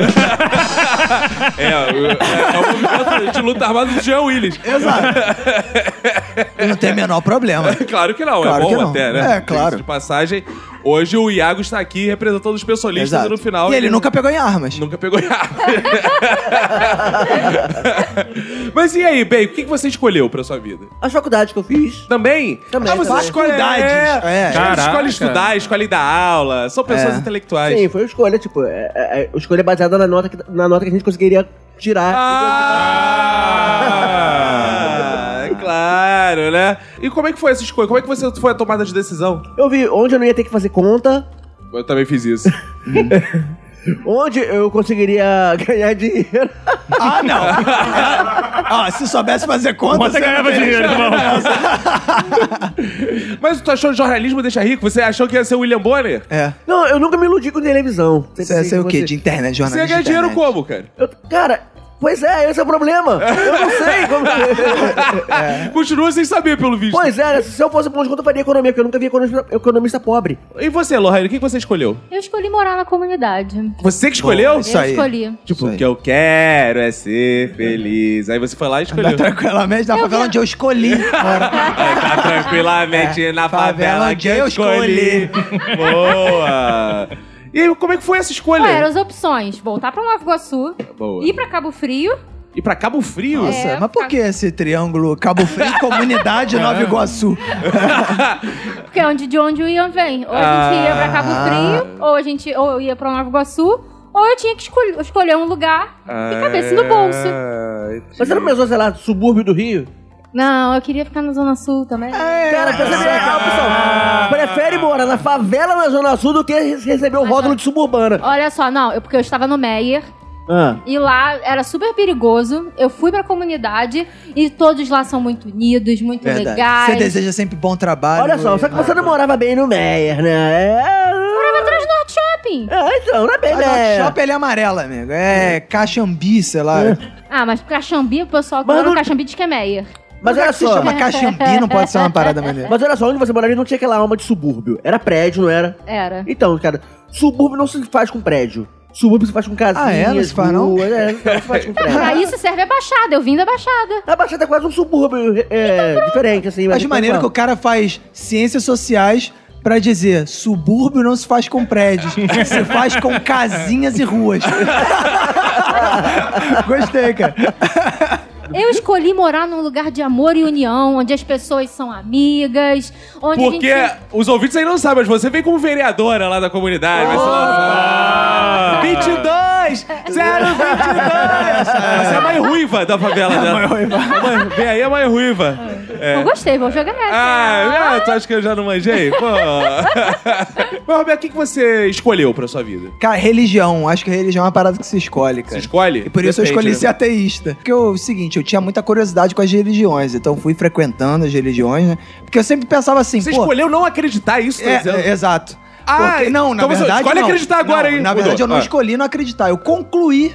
Speaker 1: É, é, é o movimento de luta armada do Jean Willis.
Speaker 2: Exato. Não tem o menor problema.
Speaker 1: Claro que não,
Speaker 2: Claro
Speaker 1: é
Speaker 2: que
Speaker 1: bom
Speaker 2: não.
Speaker 1: até, né?
Speaker 2: É,
Speaker 1: Diga-se
Speaker 2: claro.
Speaker 1: De passagem, hoje o Iago está aqui representando os pessoalistas
Speaker 2: Exato.
Speaker 1: e no tá final...
Speaker 2: e ele nunca pegou em armas.
Speaker 1: Nunca pegou Iago. Mas e aí, bem, o que que você escolheu pra sua vida?
Speaker 4: As faculdades que eu fiz.
Speaker 1: Também?
Speaker 4: Também,
Speaker 1: Ah, você
Speaker 4: também.
Speaker 1: escolhe...
Speaker 2: Faculdades.
Speaker 1: É,
Speaker 2: É.
Speaker 1: Você
Speaker 5: Caraca.
Speaker 1: escolhe estudar, escolhe dar aula. São pessoas
Speaker 2: É.
Speaker 1: intelectuais.
Speaker 4: Sim, foi uma escolha, tipo, é, é, é, escolha baseada na nota, que, na nota que a gente conseguiria tirar.
Speaker 1: Ah, é claro, né? E como é que foi essa escolha? Como é que você foi a tomada de decisão?
Speaker 4: Eu vi onde eu não ia ter que fazer conta,
Speaker 1: Eu também fiz isso.
Speaker 4: onde eu conseguiria ganhar dinheiro.
Speaker 2: Ah, não. ah, se soubesse fazer conta...
Speaker 5: Você
Speaker 2: você
Speaker 5: ganhava
Speaker 2: não teria-
Speaker 5: dinheiro, irmão.
Speaker 1: Mas tu achou jornalismo deixa rico? Você achou que ia ser o William Bonner?
Speaker 2: É.
Speaker 4: Não, eu nunca me iludi com televisão. Sempre
Speaker 2: Você, você
Speaker 4: sei
Speaker 2: é o quê?
Speaker 4: você-
Speaker 2: De internet,
Speaker 1: Você ia
Speaker 2: jornalista
Speaker 1: ganhar
Speaker 2: de
Speaker 1: dinheiro
Speaker 2: internet.
Speaker 1: como, cara?
Speaker 4: Eu- cara, pois é, esse é o problema. Eu não sei como. é.
Speaker 2: É.
Speaker 1: Continua sem saber, pelo visto.
Speaker 4: pois é, se eu fosse bom de conta, eu faria economia, porque eu nunca vi economista, economista pobre.
Speaker 1: E você, Lohane, o que que você escolheu?
Speaker 3: Eu escolhi morar na comunidade.
Speaker 1: Você que escolheu?
Speaker 2: Isso
Speaker 3: eu
Speaker 2: aí.
Speaker 3: escolhi.
Speaker 1: Tipo,
Speaker 2: Isso aí.
Speaker 1: o que eu quero é ser feliz. Aí você foi lá e escolheu.
Speaker 2: Tranquilamente, na favela onde eu escolhi. Bora.
Speaker 1: Tá tranquilamente na favela,
Speaker 2: favela
Speaker 1: que eu
Speaker 2: onde eu
Speaker 1: escolhi. Boa! E aí, como é que foi essa escolha?
Speaker 3: Quais eram as opções? Voltar pra Nova Iguaçu,
Speaker 1: Boa.
Speaker 3: ir pra Cabo Frio.
Speaker 1: E pra Cabo Frio?
Speaker 2: Nossa,
Speaker 3: É,
Speaker 2: mas por que esse triângulo Cabo Frio, Comunidade
Speaker 4: É.
Speaker 2: Nova Iguaçu?
Speaker 3: Porque é onde de onde o Ian vem. Ou a gente ia pra
Speaker 2: Ah.
Speaker 3: Cabo Frio, ou a gente ou eu ia pra Nova Iguaçu, ou eu tinha que escolher, escolher um lugar
Speaker 2: Ah,
Speaker 3: e cabeça
Speaker 1: É.
Speaker 3: no
Speaker 2: é.
Speaker 3: bolso.
Speaker 1: bolso.
Speaker 4: Mas você não pensou, sei lá, subúrbio do Rio?
Speaker 3: Não, eu queria ficar na Zona Sul também.
Speaker 4: Cara, pensa bem,
Speaker 2: Ah.
Speaker 4: aquela opção. Prefere morar na favela na Zona Sul do que re- receber o rótulo de suburbana.
Speaker 3: Olha só, não, eu- porque eu estava no Meyer
Speaker 4: Ah.
Speaker 3: e lá era super perigoso. Eu fui pra comunidade e todos lá são muito unidos, muito
Speaker 2: Você
Speaker 3: legais.
Speaker 2: deseja sempre bom trabalho.
Speaker 4: Olha só, só que você não morava bem no Meyer, né? É...
Speaker 3: Morava atrás do Norte Shopping.
Speaker 4: É, então, não é bem
Speaker 2: Mas
Speaker 4: Meyer.
Speaker 2: o shopping ele é amarelo, amigo. É caxambi, sei
Speaker 4: É.
Speaker 2: lá.
Speaker 3: Ah, mas Caxambi, o pessoal que
Speaker 4: Mas
Speaker 3: mora no
Speaker 4: não-
Speaker 3: Caxambi de que é Meyer.
Speaker 4: Mas olha
Speaker 2: Se
Speaker 4: só.
Speaker 2: chama caxambi, não pode ser uma parada maneira.
Speaker 4: Mas olha só, onde você morava não tinha aquela alma de subúrbio. Era prédio, não era?
Speaker 3: Era.
Speaker 4: Então, cara, subúrbio não se faz com prédio. Subúrbio se faz com casinhas.
Speaker 2: Ah, é? Não se faz, não?
Speaker 4: ruas, É, não se faz com prédio.
Speaker 3: Pra isso serve a Baixada, eu vim da Baixada.
Speaker 4: A Baixada é quase um subúrbio é, diferente, assim. mas
Speaker 2: Acho maneiro que o cara faz ciências sociais pra dizer subúrbio não se faz com prédios, se faz com casinhas e ruas. Gostei, cara.
Speaker 3: Eu escolhi morar num lugar de amor e união, onde as pessoas são amigas, onde
Speaker 1: Porque
Speaker 3: a gente...
Speaker 1: os ouvintes aí não sabem, mas você vem como vereadora lá da comunidade. Vai ser lá. 22! 022! Você é a mãe ruiva da favela dela. A mãe, vem aí a mãe ruiva.
Speaker 3: Não gostei, vou jogar essa.
Speaker 1: Ah, ah, tu acha que eu já não manjei? Pô. Mas, Roberto, o que, que você escolheu pra sua vida?
Speaker 2: Cara, religião. Acho que a religião é uma parada que se escolhe,
Speaker 1: Você
Speaker 2: cara.
Speaker 1: escolhe?
Speaker 2: E por isso eu
Speaker 1: Depende,
Speaker 2: escolhi
Speaker 1: né?
Speaker 2: ser ateísta. Porque eu- é o seguinte, eu tinha muita curiosidade com as religiões, então fui frequentando as religiões, né? Porque eu sempre pensava assim,
Speaker 1: Você
Speaker 2: pô.
Speaker 1: escolheu não acreditar isso, tá
Speaker 2: É,
Speaker 1: dizendo?
Speaker 2: é, exato.
Speaker 1: Ah,
Speaker 2: Porque- não, na
Speaker 1: então você
Speaker 2: verdade.
Speaker 1: escolhe
Speaker 2: não.
Speaker 1: acreditar agora,
Speaker 2: Não,
Speaker 1: hein?
Speaker 2: Na
Speaker 1: Mudou.
Speaker 2: verdade, eu não
Speaker 1: Ah.
Speaker 2: escolhi não acreditar. Eu concluí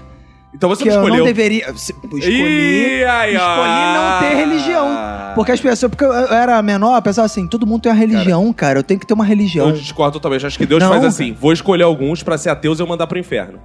Speaker 1: então você
Speaker 2: que
Speaker 1: não
Speaker 2: eu não
Speaker 1: escolheu.
Speaker 2: deveria. se- Escolhi.
Speaker 1: Ih, aí, ó.
Speaker 2: escolhi não ter religião. Porque as pessoas. Porque eu eu era menor, eu pensava assim: todo mundo tem uma religião, cara. eu tenho que ter uma religião.
Speaker 1: Eu discordo totalmente. Acho que Deus
Speaker 2: Não,
Speaker 1: faz assim: vou escolher alguns pra ser ateus e eu mandar pro inferno.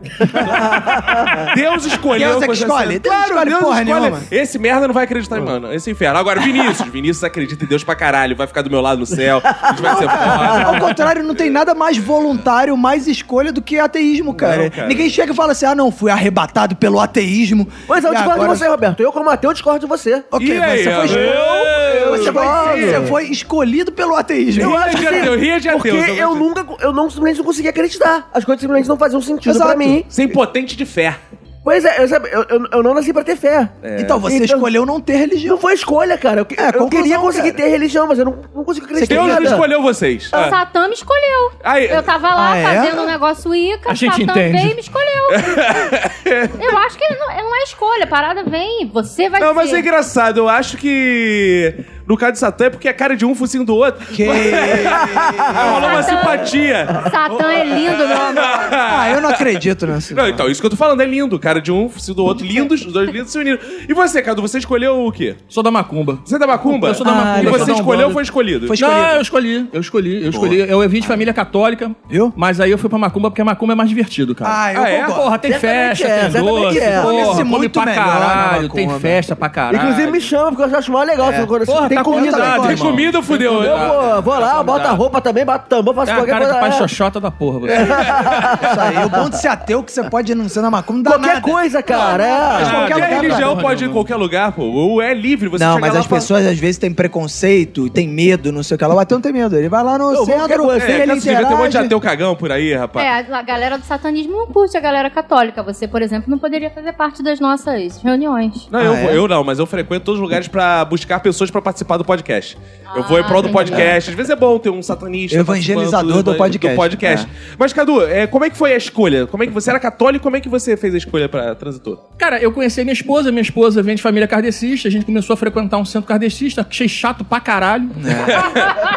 Speaker 1: Deus escolheu.
Speaker 2: Deus é que
Speaker 1: você
Speaker 2: escolhe.
Speaker 1: ser-
Speaker 2: Deus
Speaker 1: claro,
Speaker 2: escolhe
Speaker 1: Deus
Speaker 2: porra
Speaker 1: escolhe.
Speaker 2: nenhuma.
Speaker 1: Esse merda não vai acreditar em mano. Esse inferno. Agora, Vinícius. Vinícius acredita em Deus pra caralho. Vai ficar do meu lado no céu. A gente vai ser foda.
Speaker 2: Ao contrário, não tem nada mais voluntário, mais escolha do que ateísmo, cara.
Speaker 1: Não, cara.
Speaker 2: Ninguém chega e fala assim: ah, não, fui arrebatado pelo ateísmo.
Speaker 4: Mas eu
Speaker 2: e
Speaker 4: discordo
Speaker 2: agora-
Speaker 4: de você, Roberto. Eu, como ateu, discordo de você.
Speaker 2: Ok,
Speaker 1: E
Speaker 2: mas
Speaker 1: aí,
Speaker 2: você foi,
Speaker 1: ó?
Speaker 2: escol-
Speaker 1: Eu-
Speaker 2: você, foi,
Speaker 4: eu-
Speaker 2: você foi escolhido pelo ateísmo.
Speaker 1: Eu acho que ateu, ria de
Speaker 4: Porque
Speaker 1: ateu.
Speaker 4: eu nunca, eu não, simplesmente não conseguia acreditar. As coisas simplesmente não faziam sentido
Speaker 2: Exato.
Speaker 4: pra mim.
Speaker 1: Ser impotente de fé.
Speaker 4: Pois é, eu, sabe, eu, eu- eu não nasci pra ter fé.
Speaker 5: É.
Speaker 2: Então, você
Speaker 4: Então-
Speaker 2: escolheu não ter religião.
Speaker 4: Não foi escolha, cara. Eu, que-
Speaker 2: É,
Speaker 4: eu
Speaker 2: conclusão,
Speaker 4: queria
Speaker 5: um,
Speaker 4: conseguir
Speaker 2: cara.
Speaker 4: ter religião, mas eu não, não consigo acreditar.
Speaker 1: Deus
Speaker 4: em
Speaker 1: não
Speaker 4: nada.
Speaker 1: escolheu vocês.
Speaker 3: O Satã me escolheu.
Speaker 1: ah. Aí-
Speaker 3: eu tava lá
Speaker 2: Ah, é?
Speaker 3: fazendo um negócio Ica,
Speaker 5: A
Speaker 3: o
Speaker 5: gente
Speaker 3: Satã
Speaker 5: entende.
Speaker 3: veio e me escolheu. eu acho que não, não é escolha, a parada vem, você vai
Speaker 1: Não, mas é
Speaker 3: ser.
Speaker 1: engraçado. Eu acho que. No caso de Satã, é porque a cara de um, focinho do outro.
Speaker 2: Que-
Speaker 1: Rolou uma
Speaker 3: Satã.
Speaker 1: simpatia.
Speaker 3: Satã é lindo, meu amor.
Speaker 2: Ah, eu não acredito nessa.
Speaker 1: Não, então, isso que eu tô falando é lindo. Cara de um, focinho do outro, lindos, os dois lindos se uniram. E você, Cadu, você escolheu o quê?
Speaker 5: Sou da Macumba.
Speaker 1: Você é da Macumba?
Speaker 5: Eu sou da
Speaker 2: Ah,
Speaker 5: Macumba.
Speaker 1: E
Speaker 2: eu
Speaker 5: sou
Speaker 1: você
Speaker 5: da Umbanda.
Speaker 1: escolheu ou foi escolhido?
Speaker 2: Foi escolhido.
Speaker 5: Não, eu escolhi, eu escolhi, eu escolhi. Eu vim de família católica,
Speaker 2: Viu?
Speaker 5: mas aí eu fui pra Macumba porque a Macumba é mais divertido, cara.
Speaker 2: Ah, eu
Speaker 1: Ah, é?
Speaker 2: concordo.
Speaker 5: Porra, tem
Speaker 4: Certamente
Speaker 5: festa,
Speaker 4: é,
Speaker 5: tem
Speaker 4: certamente
Speaker 5: doce,
Speaker 4: é.
Speaker 5: porra,
Speaker 2: Come-se
Speaker 5: come
Speaker 2: muito
Speaker 5: pra
Speaker 2: melhor na
Speaker 5: caralho, tem
Speaker 2: Macumba. né?
Speaker 5: festa pra caralho.
Speaker 4: Inclusive, me chama, porque eu acho mais legal. Assim, quando
Speaker 5: Porra,
Speaker 4: tem
Speaker 5: tá
Speaker 4: comida.
Speaker 5: convidado,
Speaker 1: Tem
Speaker 5: irmão.
Speaker 1: comida, fudeu. Ah,
Speaker 4: Eu vou, vou lá,
Speaker 5: Tá
Speaker 4: boto a
Speaker 5: convidado.
Speaker 4: roupa também, bato tambor, faço
Speaker 5: Tem a
Speaker 4: qualquer
Speaker 5: cara
Speaker 4: coisa.
Speaker 5: de pai
Speaker 4: é.
Speaker 5: xoxota da porra, você.
Speaker 2: Isso aí. O bom de ser ateu é que você pode ir não ser na macumba, não dá nada.
Speaker 4: Qualquer coisa, cara.
Speaker 1: Mas
Speaker 4: é.
Speaker 1: qualquer
Speaker 2: Ah, cara,
Speaker 1: religião
Speaker 5: cara.
Speaker 1: pode ir em qualquer lugar, pô. Ou é livre, você
Speaker 2: Não,
Speaker 1: chega
Speaker 2: mas
Speaker 1: lá
Speaker 2: as
Speaker 1: e fala-
Speaker 2: pessoas às vezes têm preconceito, têm medo, não sei o que. Lá, o ateu não tem medo. Ele vai lá no
Speaker 4: Eu vou qualquer
Speaker 2: centro,
Speaker 4: coisa,
Speaker 1: É,
Speaker 2: ele
Speaker 1: cara, você devia ter um monte de
Speaker 2: interage.
Speaker 1: ateu cagão por aí, rapaz.
Speaker 3: É, a galera do satanismo não curte a galera católica. Você, por exemplo, não poderia fazer parte das nossas reuniões.
Speaker 1: Não, eu,
Speaker 2: Ah,
Speaker 1: vou-
Speaker 2: é?
Speaker 1: eu não, mas eu frequento todos os lugares pra buscar pessoas pra participar do podcast. eu vou em
Speaker 3: Ah,
Speaker 1: prol do
Speaker 3: entendi.
Speaker 1: podcast. Às vezes é bom ter um satanista.
Speaker 2: Evangelizador
Speaker 1: participando
Speaker 2: do podcast.
Speaker 1: podcast. Mas, Cadu, é, como é que foi a escolha? Como é que você era católico? Como é que você fez a escolha pra transitor?
Speaker 5: Cara, eu conheci a minha esposa, minha esposa vem de família kardecista, a gente começou a frequentar um centro kardecista, achei chato pra caralho.
Speaker 2: É.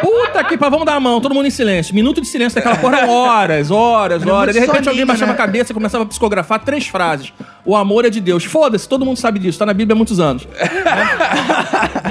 Speaker 5: Puta que pariu, vamos dar a mão, todo mundo em silêncio. Minuto de silêncio daquela porra, horas, horas, horas. De repente
Speaker 2: soninho,
Speaker 5: alguém baixava
Speaker 2: né?
Speaker 5: a cabeça e começava a psicografar três frases. O amor é de Deus. Foda-se, todo mundo sabe disso, tá na Bíblia há muitos anos.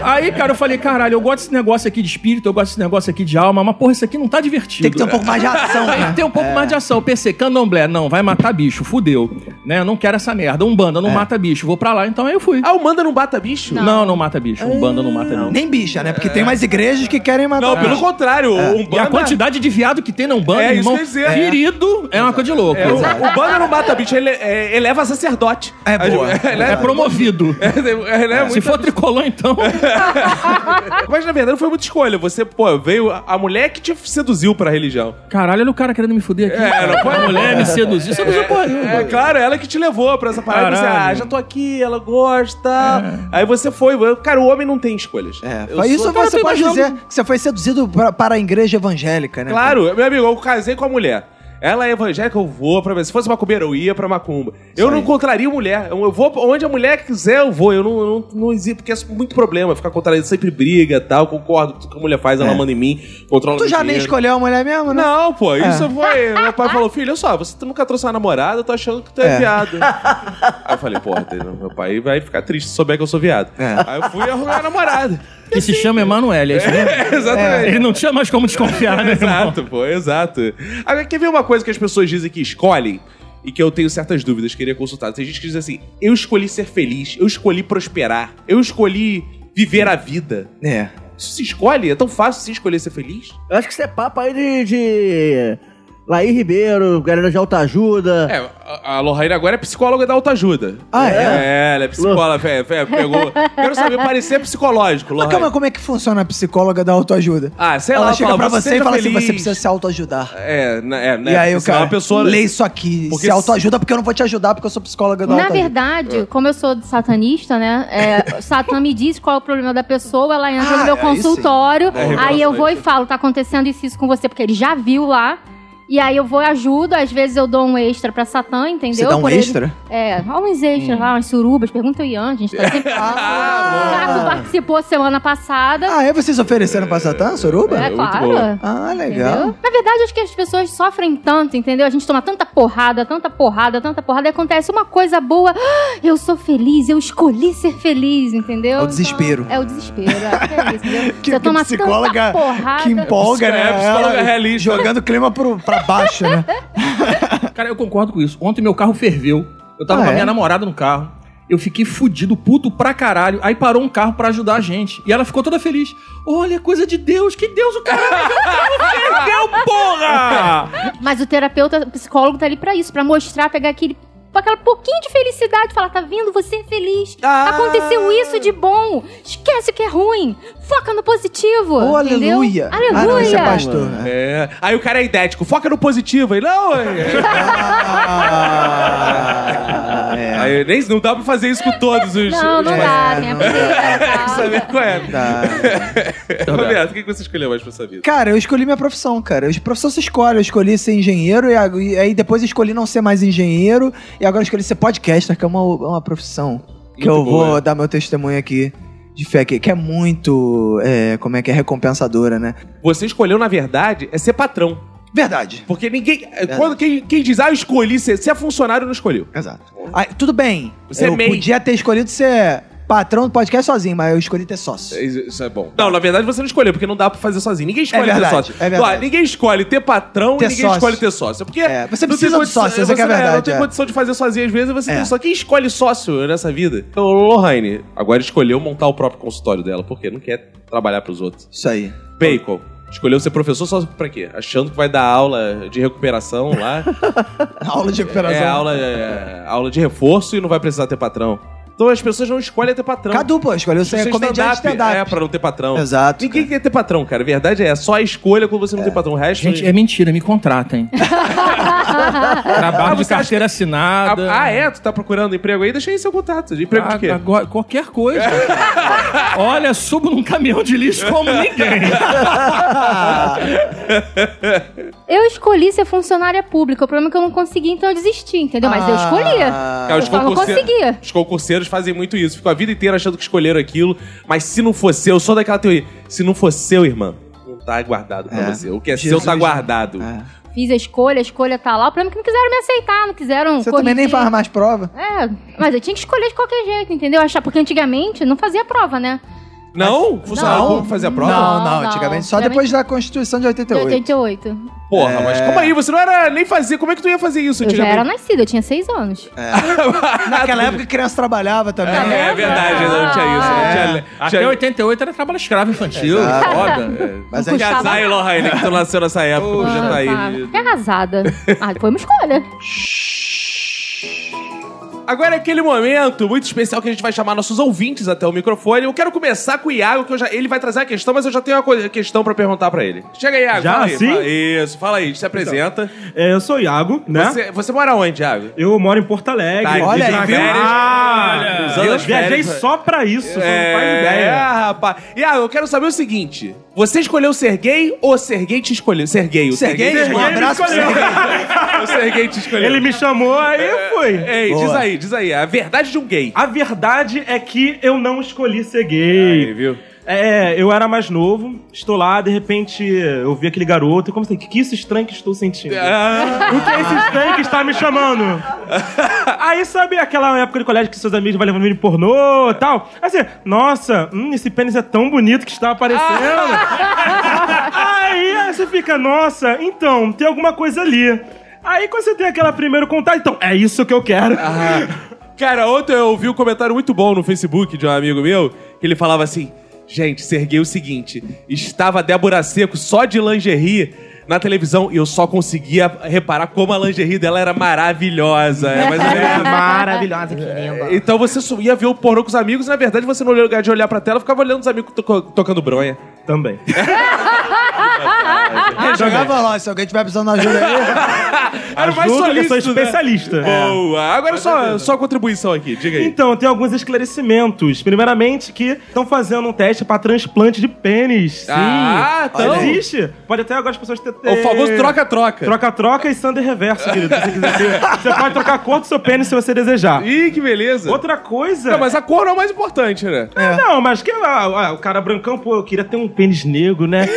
Speaker 5: Aí, cara, eu falei, caralho, eu gosto desse negócio aqui de espírito, eu gosto desse negócio aqui de alma, mas porra, isso aqui não tá divertido.
Speaker 2: Tem que ter um pouco mais de ação,
Speaker 5: Tem que
Speaker 2: né?
Speaker 5: ter um pouco mais de ação. Eu pensei, candomblé, não, vai matar bicho, fudeu. Né? Eu não quero essa merda. Umbanda
Speaker 1: É.
Speaker 5: não mata bicho, vou pra lá. Então aí eu fui.
Speaker 1: Ah, o Manda não bata bicho?
Speaker 5: não. não, mata bicho. Umbanda não mata bicho.
Speaker 2: Nem bicha, né? Porque tem umas igrejas que querem matar.
Speaker 1: Não, pelo contrário. O
Speaker 5: E a
Speaker 1: Umbanda...
Speaker 5: quantidade de viado que tem na Umbanda,
Speaker 1: É, isso
Speaker 5: irmão,
Speaker 1: quer dizer.
Speaker 5: querido, é uma coisa de louco.
Speaker 1: É, o, o Banda não bata bicho, ele é, eleva sacerdote.
Speaker 2: É boa.
Speaker 1: Ele
Speaker 5: É
Speaker 1: é,
Speaker 5: promovido.
Speaker 1: ele é
Speaker 5: Se
Speaker 1: muito-
Speaker 5: for tricolor, então.
Speaker 1: Mas na verdade não foi muita escolha. Você, pô, veio a a mulher que te seduziu pra religião.
Speaker 5: Caralho, olha o cara querendo me fuder aqui.
Speaker 1: É, não foi?
Speaker 5: a mulher me seduziu. Seduziu porra nenhuma.
Speaker 1: É claro, ela que te levou pra essa parada. Você,
Speaker 5: Caralho.
Speaker 1: ah, já tô aqui, ela gosta. Aí você foi. eu- Cara, o homem não tem escolhas.
Speaker 2: É,
Speaker 1: Eu
Speaker 2: foi
Speaker 1: sou-
Speaker 2: isso
Speaker 1: Cara,
Speaker 2: você
Speaker 1: tô
Speaker 2: pode
Speaker 1: imaginando-
Speaker 2: dizer que você foi seduzido pra- para a igreja evangélica, né?
Speaker 1: Claro, meu amigo, eu casei com a mulher. Ela é evangélica, eu vou pra... Se fosse macumbeira, eu ia pra macumba. eu não contraria mulher. Eu eu vou onde a mulher quiser, eu vou. Eu não, eu não, não exijo, porque é muito problema. Ficar contrarido sempre briga e tal. Concordo, tudo que a mulher faz, ela manda em mim. Controla
Speaker 2: É. Tu
Speaker 1: meu
Speaker 2: já nem
Speaker 1: dinheiro.
Speaker 2: escolheu a mulher mesmo, né?
Speaker 1: Não, pô, isso foi. Meu pai falou: filho, olha só, você nunca trouxe uma namorada, eu tô achando que tu é,
Speaker 2: É.
Speaker 1: viado. Aí eu falei: porra, meu pai vai ficar triste se souber que eu sou viado. Aí eu fui arrumar a namorada.
Speaker 5: Que se chama Emanuele. é isso mesmo?
Speaker 1: Exatamente.
Speaker 5: Ele não tinha mais como desconfiar, né? irmão?
Speaker 1: é. Exato, pô, exato. Agora, quer ver uma coisa que as pessoas dizem que escolhem? E que eu tenho certas dúvidas, queria consultar. Tem gente que diz assim: eu escolhi ser feliz, eu escolhi prosperar, eu escolhi viver a vida.
Speaker 2: É.
Speaker 1: Isso se escolhe? É tão fácil se escolher ser feliz?
Speaker 4: Eu acho que isso é papo aí de. de... Laí Ribeiro, galera de Alta Ajuda.
Speaker 1: É, a a Lohane agora é psicóloga da autoajuda.
Speaker 2: Ah, é?
Speaker 1: É, ela é psicóloga, velho, velho, pegou. Quero saber parecer psicológico,
Speaker 2: Mas
Speaker 1: Lohane.
Speaker 2: calma, como é que funciona a psicóloga da autoajuda?
Speaker 1: Ah, sei lá,
Speaker 2: Ela chega
Speaker 1: fala,
Speaker 2: pra você e
Speaker 1: seja
Speaker 2: fala assim,
Speaker 1: feliz.
Speaker 2: você precisa se autoajudar.
Speaker 1: É, né, é, né?
Speaker 2: e aí
Speaker 1: porque
Speaker 2: o
Speaker 1: senão
Speaker 2: cara,
Speaker 1: a pessoa...
Speaker 2: lê isso aqui,
Speaker 1: Porque
Speaker 2: se
Speaker 1: se-
Speaker 2: autoajuda porque eu não vou te ajudar, porque eu sou psicóloga da
Speaker 3: Na
Speaker 2: autoajuda. Ah.
Speaker 3: verdade, como eu sou satanista, né? é, Satã me diz qual é o problema da pessoa, ela entra
Speaker 2: Ah,
Speaker 3: no meu
Speaker 2: aí
Speaker 3: consultório,
Speaker 1: sim. É,
Speaker 3: aí
Speaker 1: revelações.
Speaker 3: eu vou e falo, tá acontecendo isso, e isso com você, porque ele já viu lá. E aí eu vou e ajudo, às vezes eu dou um extra pra Satã, entendeu?
Speaker 2: Você dá um
Speaker 3: Por ele-
Speaker 2: extra? Hum.
Speaker 3: É, há uns extras lá, umas surubas, pergunta o Ian, a gente tá sempre falando.
Speaker 2: Ah,
Speaker 3: o Caco
Speaker 2: boa.
Speaker 3: participou semana passada.
Speaker 2: Ah, é vocês ofereceram pra Satã, Soruba?
Speaker 3: é,
Speaker 1: muito boa.
Speaker 3: claro.
Speaker 2: Ah, legal.
Speaker 3: Entendeu? Na verdade, acho que as pessoas sofrem tanto, entendeu? A gente toma tanta porrada, tanta porrada, tanta porrada, e acontece uma coisa boa. "Ah, Eu sou feliz, eu escolhi ser feliz, entendeu?
Speaker 2: É o
Speaker 3: Então,
Speaker 2: desespero.
Speaker 3: é o desespero, acho que é isso, entendeu?
Speaker 2: Que,
Speaker 3: Você
Speaker 2: que
Speaker 3: toma
Speaker 2: psicóloga
Speaker 3: tanta porrada.
Speaker 2: que empolga, né?
Speaker 1: É, psicóloga
Speaker 2: Ela
Speaker 1: realista.
Speaker 2: Jogando o clima pro, pra baixo, né?
Speaker 5: Cara, eu concordo com isso. Ontem meu carro ferveu. Eu tava
Speaker 2: Ah,
Speaker 5: com a
Speaker 2: é?
Speaker 5: minha namorada no carro. Eu fiquei fudido, puto pra caralho. Aí parou um carro pra ajudar a gente. E ela ficou toda feliz. Olha, coisa de Deus, que Deus o caralho. meu carro ferveu, porra!
Speaker 3: Mas o terapeuta, o psicólogo tá ali pra isso, pra mostrar, pegar aquele aquela pouquinho de felicidade, falar, tá vendo, você é feliz.
Speaker 1: Ah.
Speaker 3: Aconteceu isso de bom. Esquece o que é ruim. Foca no positivo.
Speaker 2: Ô,
Speaker 3: entendeu?
Speaker 2: Oh, aleluia.
Speaker 3: Aleluia.
Speaker 2: Ah, não, esse é pastor. né?
Speaker 1: É. Aí o cara é idético, foca no positivo. Aí, não, é.
Speaker 2: Ah, é.
Speaker 1: aí, nem, não dá pra fazer isso com todos os...
Speaker 3: Não, não dá, né,
Speaker 2: É,
Speaker 3: minha
Speaker 2: não
Speaker 3: filha. tá?
Speaker 1: Saber qual é.
Speaker 2: Tá.
Speaker 1: Roberto, o que que você escolheu mais pra sua vida?
Speaker 2: Cara, eu escolhi minha profissão, cara. A profissão se escolhe. Eu escolhi ser engenheiro e, ag- e aí depois eu escolhi não ser mais engenheiro e agora eu escolhi ser podcaster, que é uma, uma profissão que
Speaker 1: Muito
Speaker 2: eu
Speaker 1: boa.
Speaker 2: vou dar meu testemunho aqui de fé, que, que é muito, é, como é que é, recompensadora, né?
Speaker 1: Você escolheu, na verdade, é ser patrão.
Speaker 2: Verdade.
Speaker 1: Porque ninguém... é,
Speaker 2: É.
Speaker 1: Quando, quem, quem diz, ah, eu escolhi ser... Se é funcionário, não escolheu.
Speaker 2: Exato. Ah, tudo bem,
Speaker 1: Você é
Speaker 2: eu
Speaker 1: MEI.
Speaker 2: podia ter escolhido ser patrão do podcast sozinho, mas eu escolhi ter sócio.
Speaker 1: Isso é bom. Não, na verdade você não escolheu, porque não dá pra fazer sozinho. Ninguém escolhe ter
Speaker 2: verdade,
Speaker 1: sócio.
Speaker 2: é verdade.
Speaker 1: Ó, ninguém escolhe ter patrão
Speaker 2: Ter
Speaker 1: e ninguém
Speaker 2: sócio.
Speaker 1: escolhe ter sócio. Porque
Speaker 2: É, você
Speaker 1: não
Speaker 2: precisa
Speaker 1: tem
Speaker 2: de sócio, essa
Speaker 1: você
Speaker 2: que é a
Speaker 1: não- Não
Speaker 2: verdade,
Speaker 1: tem
Speaker 2: é.
Speaker 1: condição de fazer sozinho, às vezes você
Speaker 2: É.
Speaker 1: tem só. Quem escolhe sócio nessa vida? Então, Lohane agora escolheu montar o próprio consultório dela, porque não quer trabalhar pros outros.
Speaker 2: Isso aí.
Speaker 1: Bacon. Escolheu ser professor só pra quê? Achando que vai dar aula de recuperação lá.
Speaker 2: Aula de recuperação.
Speaker 1: é, aula, é, aula de reforço e não vai precisar ter patrão. Então as pessoas não escolhem ter patrão.
Speaker 2: Cadu, pô, escolheu ser
Speaker 1: Você é
Speaker 2: comediante
Speaker 1: stand-up.
Speaker 2: stand-up.
Speaker 1: É, pra não ter patrão.
Speaker 2: Exato,
Speaker 1: Ninguém quer ter patrão, cara. A verdade é, só a escolha quando você não tem patrão. O resto...
Speaker 5: Gente, é mentira, me contratem.
Speaker 1: Ah,
Speaker 5: Trabalho de
Speaker 1: você acha
Speaker 5: carteira assinada.
Speaker 1: Ah, ah, é? Tu tá procurando emprego aí? Deixa aí seu contato. De emprego
Speaker 5: Ah,
Speaker 1: de quê?
Speaker 5: agora- qualquer coisa. Olha, subo num caminhão de lixo como ninguém.
Speaker 3: Eu escolhi ser funcionária pública. O problema é que eu não consegui, então eu desisti, entendeu? Mas eu escolhi.
Speaker 2: Ah,
Speaker 1: Cara, os
Speaker 3: eu falo,
Speaker 1: concurse-
Speaker 3: consegui.
Speaker 1: Os concurseiros fazem muito isso. Ficam a vida inteira achando que escolheram aquilo. Mas se não fosse eu, sou daquela teoria. Se não fosse eu, irmã, não tá guardado pra
Speaker 2: É.
Speaker 1: você. O que é
Speaker 2: Jesus,
Speaker 1: seu tá
Speaker 2: né?
Speaker 1: guardado.
Speaker 2: é.
Speaker 3: Fiz a escolha, a escolha tá lá. O problema é que não quiseram me aceitar, não quiseram.
Speaker 2: Você também nem
Speaker 3: corrigir.
Speaker 2: faz mais prova?
Speaker 3: É, mas eu tinha que escolher de qualquer jeito, entendeu? Achar, porque antigamente não fazia prova, né?
Speaker 1: Não? Funcionário
Speaker 2: Não.
Speaker 1: público fazia prova?
Speaker 2: Não,
Speaker 3: Não,
Speaker 2: não,
Speaker 3: não.
Speaker 2: antigamente. Só
Speaker 3: Antigamente-
Speaker 2: depois da Constituição de
Speaker 3: De
Speaker 2: 88.
Speaker 3: 88.
Speaker 1: Porra, mas calma aí. Você não era nem fazia. Como é que tu ia fazer isso
Speaker 3: Eu já era
Speaker 1: antigamente?
Speaker 3: nascida, eu tinha seis anos.
Speaker 2: Naquela época que criança trabalhava também.
Speaker 1: É, é
Speaker 3: né?
Speaker 1: verdade, não tinha isso. não tinha-
Speaker 5: Até
Speaker 1: tinha-
Speaker 5: 88 era trabalho escravo infantil.
Speaker 1: É,
Speaker 2: Exato.
Speaker 5: Foda.
Speaker 2: Mas
Speaker 3: Não
Speaker 2: aí,
Speaker 3: custa-
Speaker 1: Casar e Lohane, que tu nasceu nessa época, já tá aí.
Speaker 3: É casada. Ah, foi uma escolha.
Speaker 1: Agora é aquele momento muito especial que a gente vai chamar nossos ouvintes até o microfone. Eu quero começar com o Iago, que eu já, ele vai trazer a questão, mas eu já tenho uma co- questão pra perguntar pra ele. Chega aí, Iago.
Speaker 6: Já
Speaker 1: fala aí,
Speaker 6: assim?
Speaker 1: fala- isso, fala aí, se apresenta.
Speaker 6: É, eu sou o Iago, né?
Speaker 1: Você, você mora onde, Iago?
Speaker 6: Eu moro em Porto Alegre.
Speaker 1: Tá,
Speaker 2: olha
Speaker 6: vivo
Speaker 2: aí,
Speaker 6: na
Speaker 2: viu?
Speaker 6: Gávea.
Speaker 1: Olha, usando
Speaker 6: eu
Speaker 1: as
Speaker 6: viajei
Speaker 1: Ah, férias. né?
Speaker 6: só pra isso, você não faz
Speaker 1: é,
Speaker 6: ideia.
Speaker 1: rapaz. Iago, eu quero saber o seguinte: você escolheu ser gay ou Serguei te escolheu? Serguei, o
Speaker 2: Serguei,
Speaker 1: Serguei te
Speaker 2: um
Speaker 6: Serguei me
Speaker 1: escolheu.
Speaker 2: abraço pro
Speaker 6: escolheu.
Speaker 2: Serguei.
Speaker 1: O Serguei te escolheu.
Speaker 6: Ele me chamou, aí
Speaker 1: É,
Speaker 6: eu fui.
Speaker 1: Ei,
Speaker 2: Boa.
Speaker 1: diz aí, diz aí. A verdade de um gay.
Speaker 6: A verdade é que eu não escolhi ser
Speaker 1: Aí,
Speaker 6: gay.
Speaker 1: viu?
Speaker 6: É, eu era mais novo, estou lá, de repente eu vi aquele garoto e comecei, que, que isso estranho que estou sentindo?
Speaker 1: Ah,
Speaker 6: O que é esse estranho que está me chamando? Aí, sabe aquela época de colégio que seus amigos vão levando vídeo pornô e tal? Aí você, nossa, hum, esse pênis é tão bonito que está aparecendo. aí, aí você fica, nossa, então, tem alguma coisa ali. Aí quando você tem aquela primeiro contato, então, é isso que eu quero.
Speaker 8: Ah,
Speaker 1: Cara, ontem eu ouvi um comentário muito bom no Facebook de um amigo meu, que ele é falava assim: gente, Serguei o seguinte, estava a Débora Seco só de lingerie. na televisão e eu só conseguia reparar como a lingerie dela era maravilhosa. É, mais ou menos.
Speaker 8: Maravilhosa, que linda.
Speaker 1: Então você só ia ver o pornô com os amigos e, na verdade, você no lugar de olhar pra tela, ficava olhando os amigos toco- tocando bronha.
Speaker 6: Também.
Speaker 2: Jogava lá, se alguém tiver precisando de ajuda aí.
Speaker 1: Era o mais
Speaker 6: Ajuda, eu
Speaker 1: solícito,
Speaker 6: sou
Speaker 1: né? É.
Speaker 6: especialista.
Speaker 1: Boa! Agora só, só a contribuição aqui, diga aí.
Speaker 6: Então, tem alguns esclarecimentos. Primeiramente, que estão fazendo um teste pra transplante de pênis. Sim.
Speaker 1: Ah, então.
Speaker 6: Existe. Pode até agora as pessoas ter.
Speaker 1: É O famoso troca-troca.
Speaker 6: Troca-troca e sander reverso, querido. Se você quiser ter. Você pode trocar a cor do seu pênis se você desejar.
Speaker 1: Ih, que beleza.
Speaker 6: Outra coisa.
Speaker 1: Não, mas a cor não é o mais importante, né?
Speaker 6: Ah, Não, mas que ah, ah, o cara brancão, pô, eu queria ter um pênis negro, né?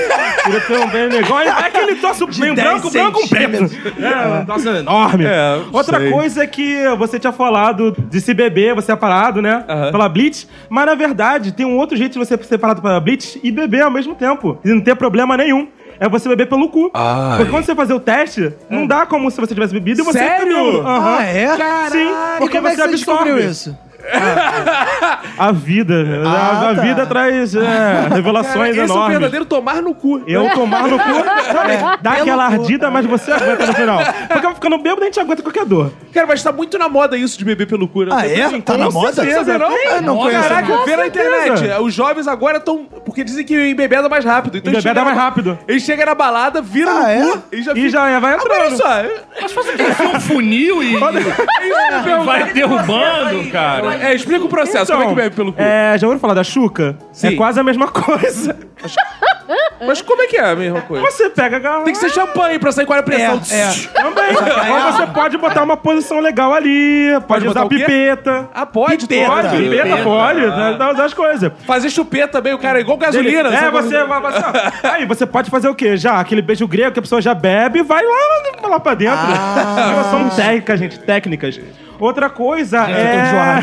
Speaker 6: queria ter um pênis negro. É que ele torce o meio
Speaker 2: 10
Speaker 6: branco, branco, um preto. É, um troço enorme.
Speaker 1: Ah. É,
Speaker 6: Outra
Speaker 1: sei.
Speaker 6: coisa é que você tinha falado de se beber, você é parado, né?
Speaker 1: Aham.
Speaker 6: Pela Blitz. Mas, na verdade, tem um outro jeito de você ser parado pela Blitz e beber ao mesmo tempo. E não ter problema nenhum. É você beber pelo cu. Porque quando você fazer o teste, não dá como se você tivesse bebido e você
Speaker 1: É. Sério?
Speaker 6: bebendo. Aham.
Speaker 2: Ah, é?
Speaker 6: Sim,
Speaker 2: E
Speaker 6: porque
Speaker 2: como é que você descobriu
Speaker 6: absorve.
Speaker 2: isso?
Speaker 6: A vida. né?
Speaker 2: Ah,
Speaker 6: a, a
Speaker 2: tá.
Speaker 6: vida traz é,
Speaker 1: Cara,
Speaker 6: revelações
Speaker 1: esse é o
Speaker 6: enormes.
Speaker 1: verdadeiro tomar no cu.
Speaker 6: eu tomar no cu, sabe?
Speaker 1: É.
Speaker 6: Dá aquela ardida, mas você aguenta no final. Porque ficando bêbado, a gente aguenta qualquer dor.
Speaker 1: Cara, mas tá muito na moda isso de beber pelo cu, né?
Speaker 2: Ah, é?
Speaker 1: Assim,
Speaker 2: Tá
Speaker 1: com
Speaker 2: na moda?
Speaker 1: Certeza, não?
Speaker 2: Eu não conheço,
Speaker 1: Caraca,
Speaker 2: não.
Speaker 1: vê na
Speaker 6: certeza.
Speaker 1: internet. Os jovens agora estão... Porque dizem que embebeda mais rápido. Então
Speaker 6: Embebeda
Speaker 1: chega na-
Speaker 6: mais rápido.
Speaker 1: Ele chega na balada, vira no
Speaker 2: Ah, é?
Speaker 1: cu e já
Speaker 6: E já é, vai
Speaker 1: Ah, mas olha
Speaker 6: entrando.
Speaker 1: só.
Speaker 5: um funil e
Speaker 1: isso,
Speaker 5: vai derrubando, cara.
Speaker 1: É, explica o processo. como é que bebe pelo cu?
Speaker 6: É, já ouviram falar da Xuca?
Speaker 1: Sim.
Speaker 6: É quase a mesma coisa.
Speaker 1: Mas como é que é a mesma coisa?
Speaker 6: Você pega a garrafa.
Speaker 1: Tem que ser champanhe pra sair com a pressão.
Speaker 6: Também. Ou você pode botar uma posição legal ali, pode,
Speaker 1: botar
Speaker 6: usar
Speaker 1: o quê?
Speaker 6: pipeta.
Speaker 1: Ah, pode,
Speaker 6: Pode,
Speaker 1: pode.
Speaker 6: pipeta, pode. né? Dá, dá- dá as coisas.
Speaker 1: Fazer chupeta também, o cara é igual gasolina.
Speaker 6: É,
Speaker 1: sabe?
Speaker 6: você vai. vai- só- Aí você pode fazer o quê? Já aquele beijo grego que a pessoa já bebe e vai lá, lá pra dentro. São técnicas, gente, técnicas. Outra coisa é.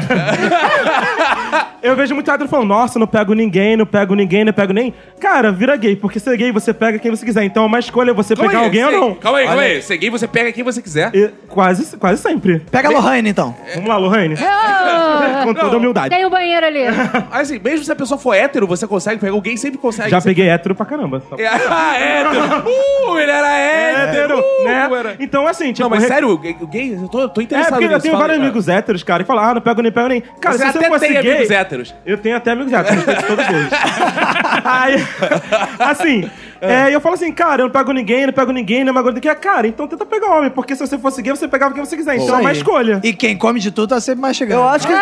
Speaker 6: Eu vejo muito hétero falando, nossa, não pego ninguém, não pego ninguém, não pego nem. Cara, vira gay, porque ser gay você pega quem você quiser. Então é uma escolha você
Speaker 1: Calma
Speaker 6: pegar
Speaker 1: aí,
Speaker 6: alguém ou
Speaker 1: se-
Speaker 6: não.
Speaker 1: Calma aí, calma aí. Se é gay, você pega quem você quiser.
Speaker 6: E quase, quase sempre.
Speaker 2: Pega a Lohane, então.
Speaker 6: Vamos lá, Lohane.
Speaker 1: Ah.
Speaker 6: Com toda humildade.
Speaker 3: Tem o banheiro ali.
Speaker 1: Assim, mesmo se a pessoa for hétero, você consegue pegar. Alguém sempre consegue.
Speaker 6: Já
Speaker 1: Você-
Speaker 6: peguei hétero pra caramba. Só-
Speaker 1: É, ah, hétero. Uh, ele era
Speaker 6: É,
Speaker 1: hétero.
Speaker 6: Hétero,
Speaker 1: Uh,
Speaker 6: né?
Speaker 1: como era.
Speaker 6: Então, assim, tipo,
Speaker 1: Não, mas
Speaker 6: re-
Speaker 1: sério, o gay- o gay, eu tô, eu tô
Speaker 6: É,
Speaker 1: interessado
Speaker 6: porque eu
Speaker 1: nisso,
Speaker 6: tenho
Speaker 1: fala
Speaker 6: vários
Speaker 1: aí,
Speaker 6: amigos héteros, cara, e falam, ah, não pego nem pego nem. Cara,
Speaker 1: Você
Speaker 6: se você
Speaker 1: até
Speaker 6: fosse
Speaker 1: tem
Speaker 6: gay,
Speaker 1: amigos héteros.
Speaker 6: Eu tenho até amigos héteros, tenho todos eles. Aí, assim, é, eu falo assim, cara, eu não pego ninguém, não pego ninguém, não é pego ninguém. Cara, então tenta pegar homem, porque se você fosse gay, você pegava quem você quiser. Então é uma
Speaker 2: Aí.
Speaker 6: escolha.
Speaker 2: E quem come de tudo tá sempre mais chegando.
Speaker 4: Eu acho, que,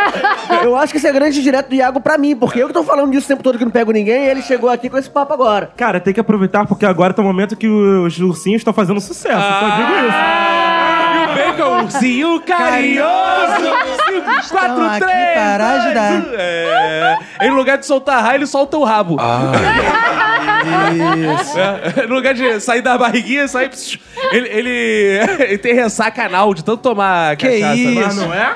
Speaker 4: eu acho que esse é grande direto do Iago pra mim, porque eu que tô falando disso o tempo todo que não pego ninguém e ele chegou aqui com esse papo agora.
Speaker 6: Cara, tem que aproveitar, porque agora tá o momento que os ursinhos estão fazendo sucesso. Só digo isso.
Speaker 1: Ah. cara. E o bacon, um ursinho carinhoso.
Speaker 2: Estão Tá aqui
Speaker 1: 4, 3,
Speaker 2: para ajudar.
Speaker 1: É, em lugar de soltar raio, ele solta o rabo.
Speaker 2: Isso.
Speaker 1: É, no lugar de sair da barriguinha, sai. psiu, Ele, ele, ele tem ressaca anal de tanto tomar
Speaker 2: Que
Speaker 1: cachaça. né?
Speaker 2: isso?
Speaker 6: Não é?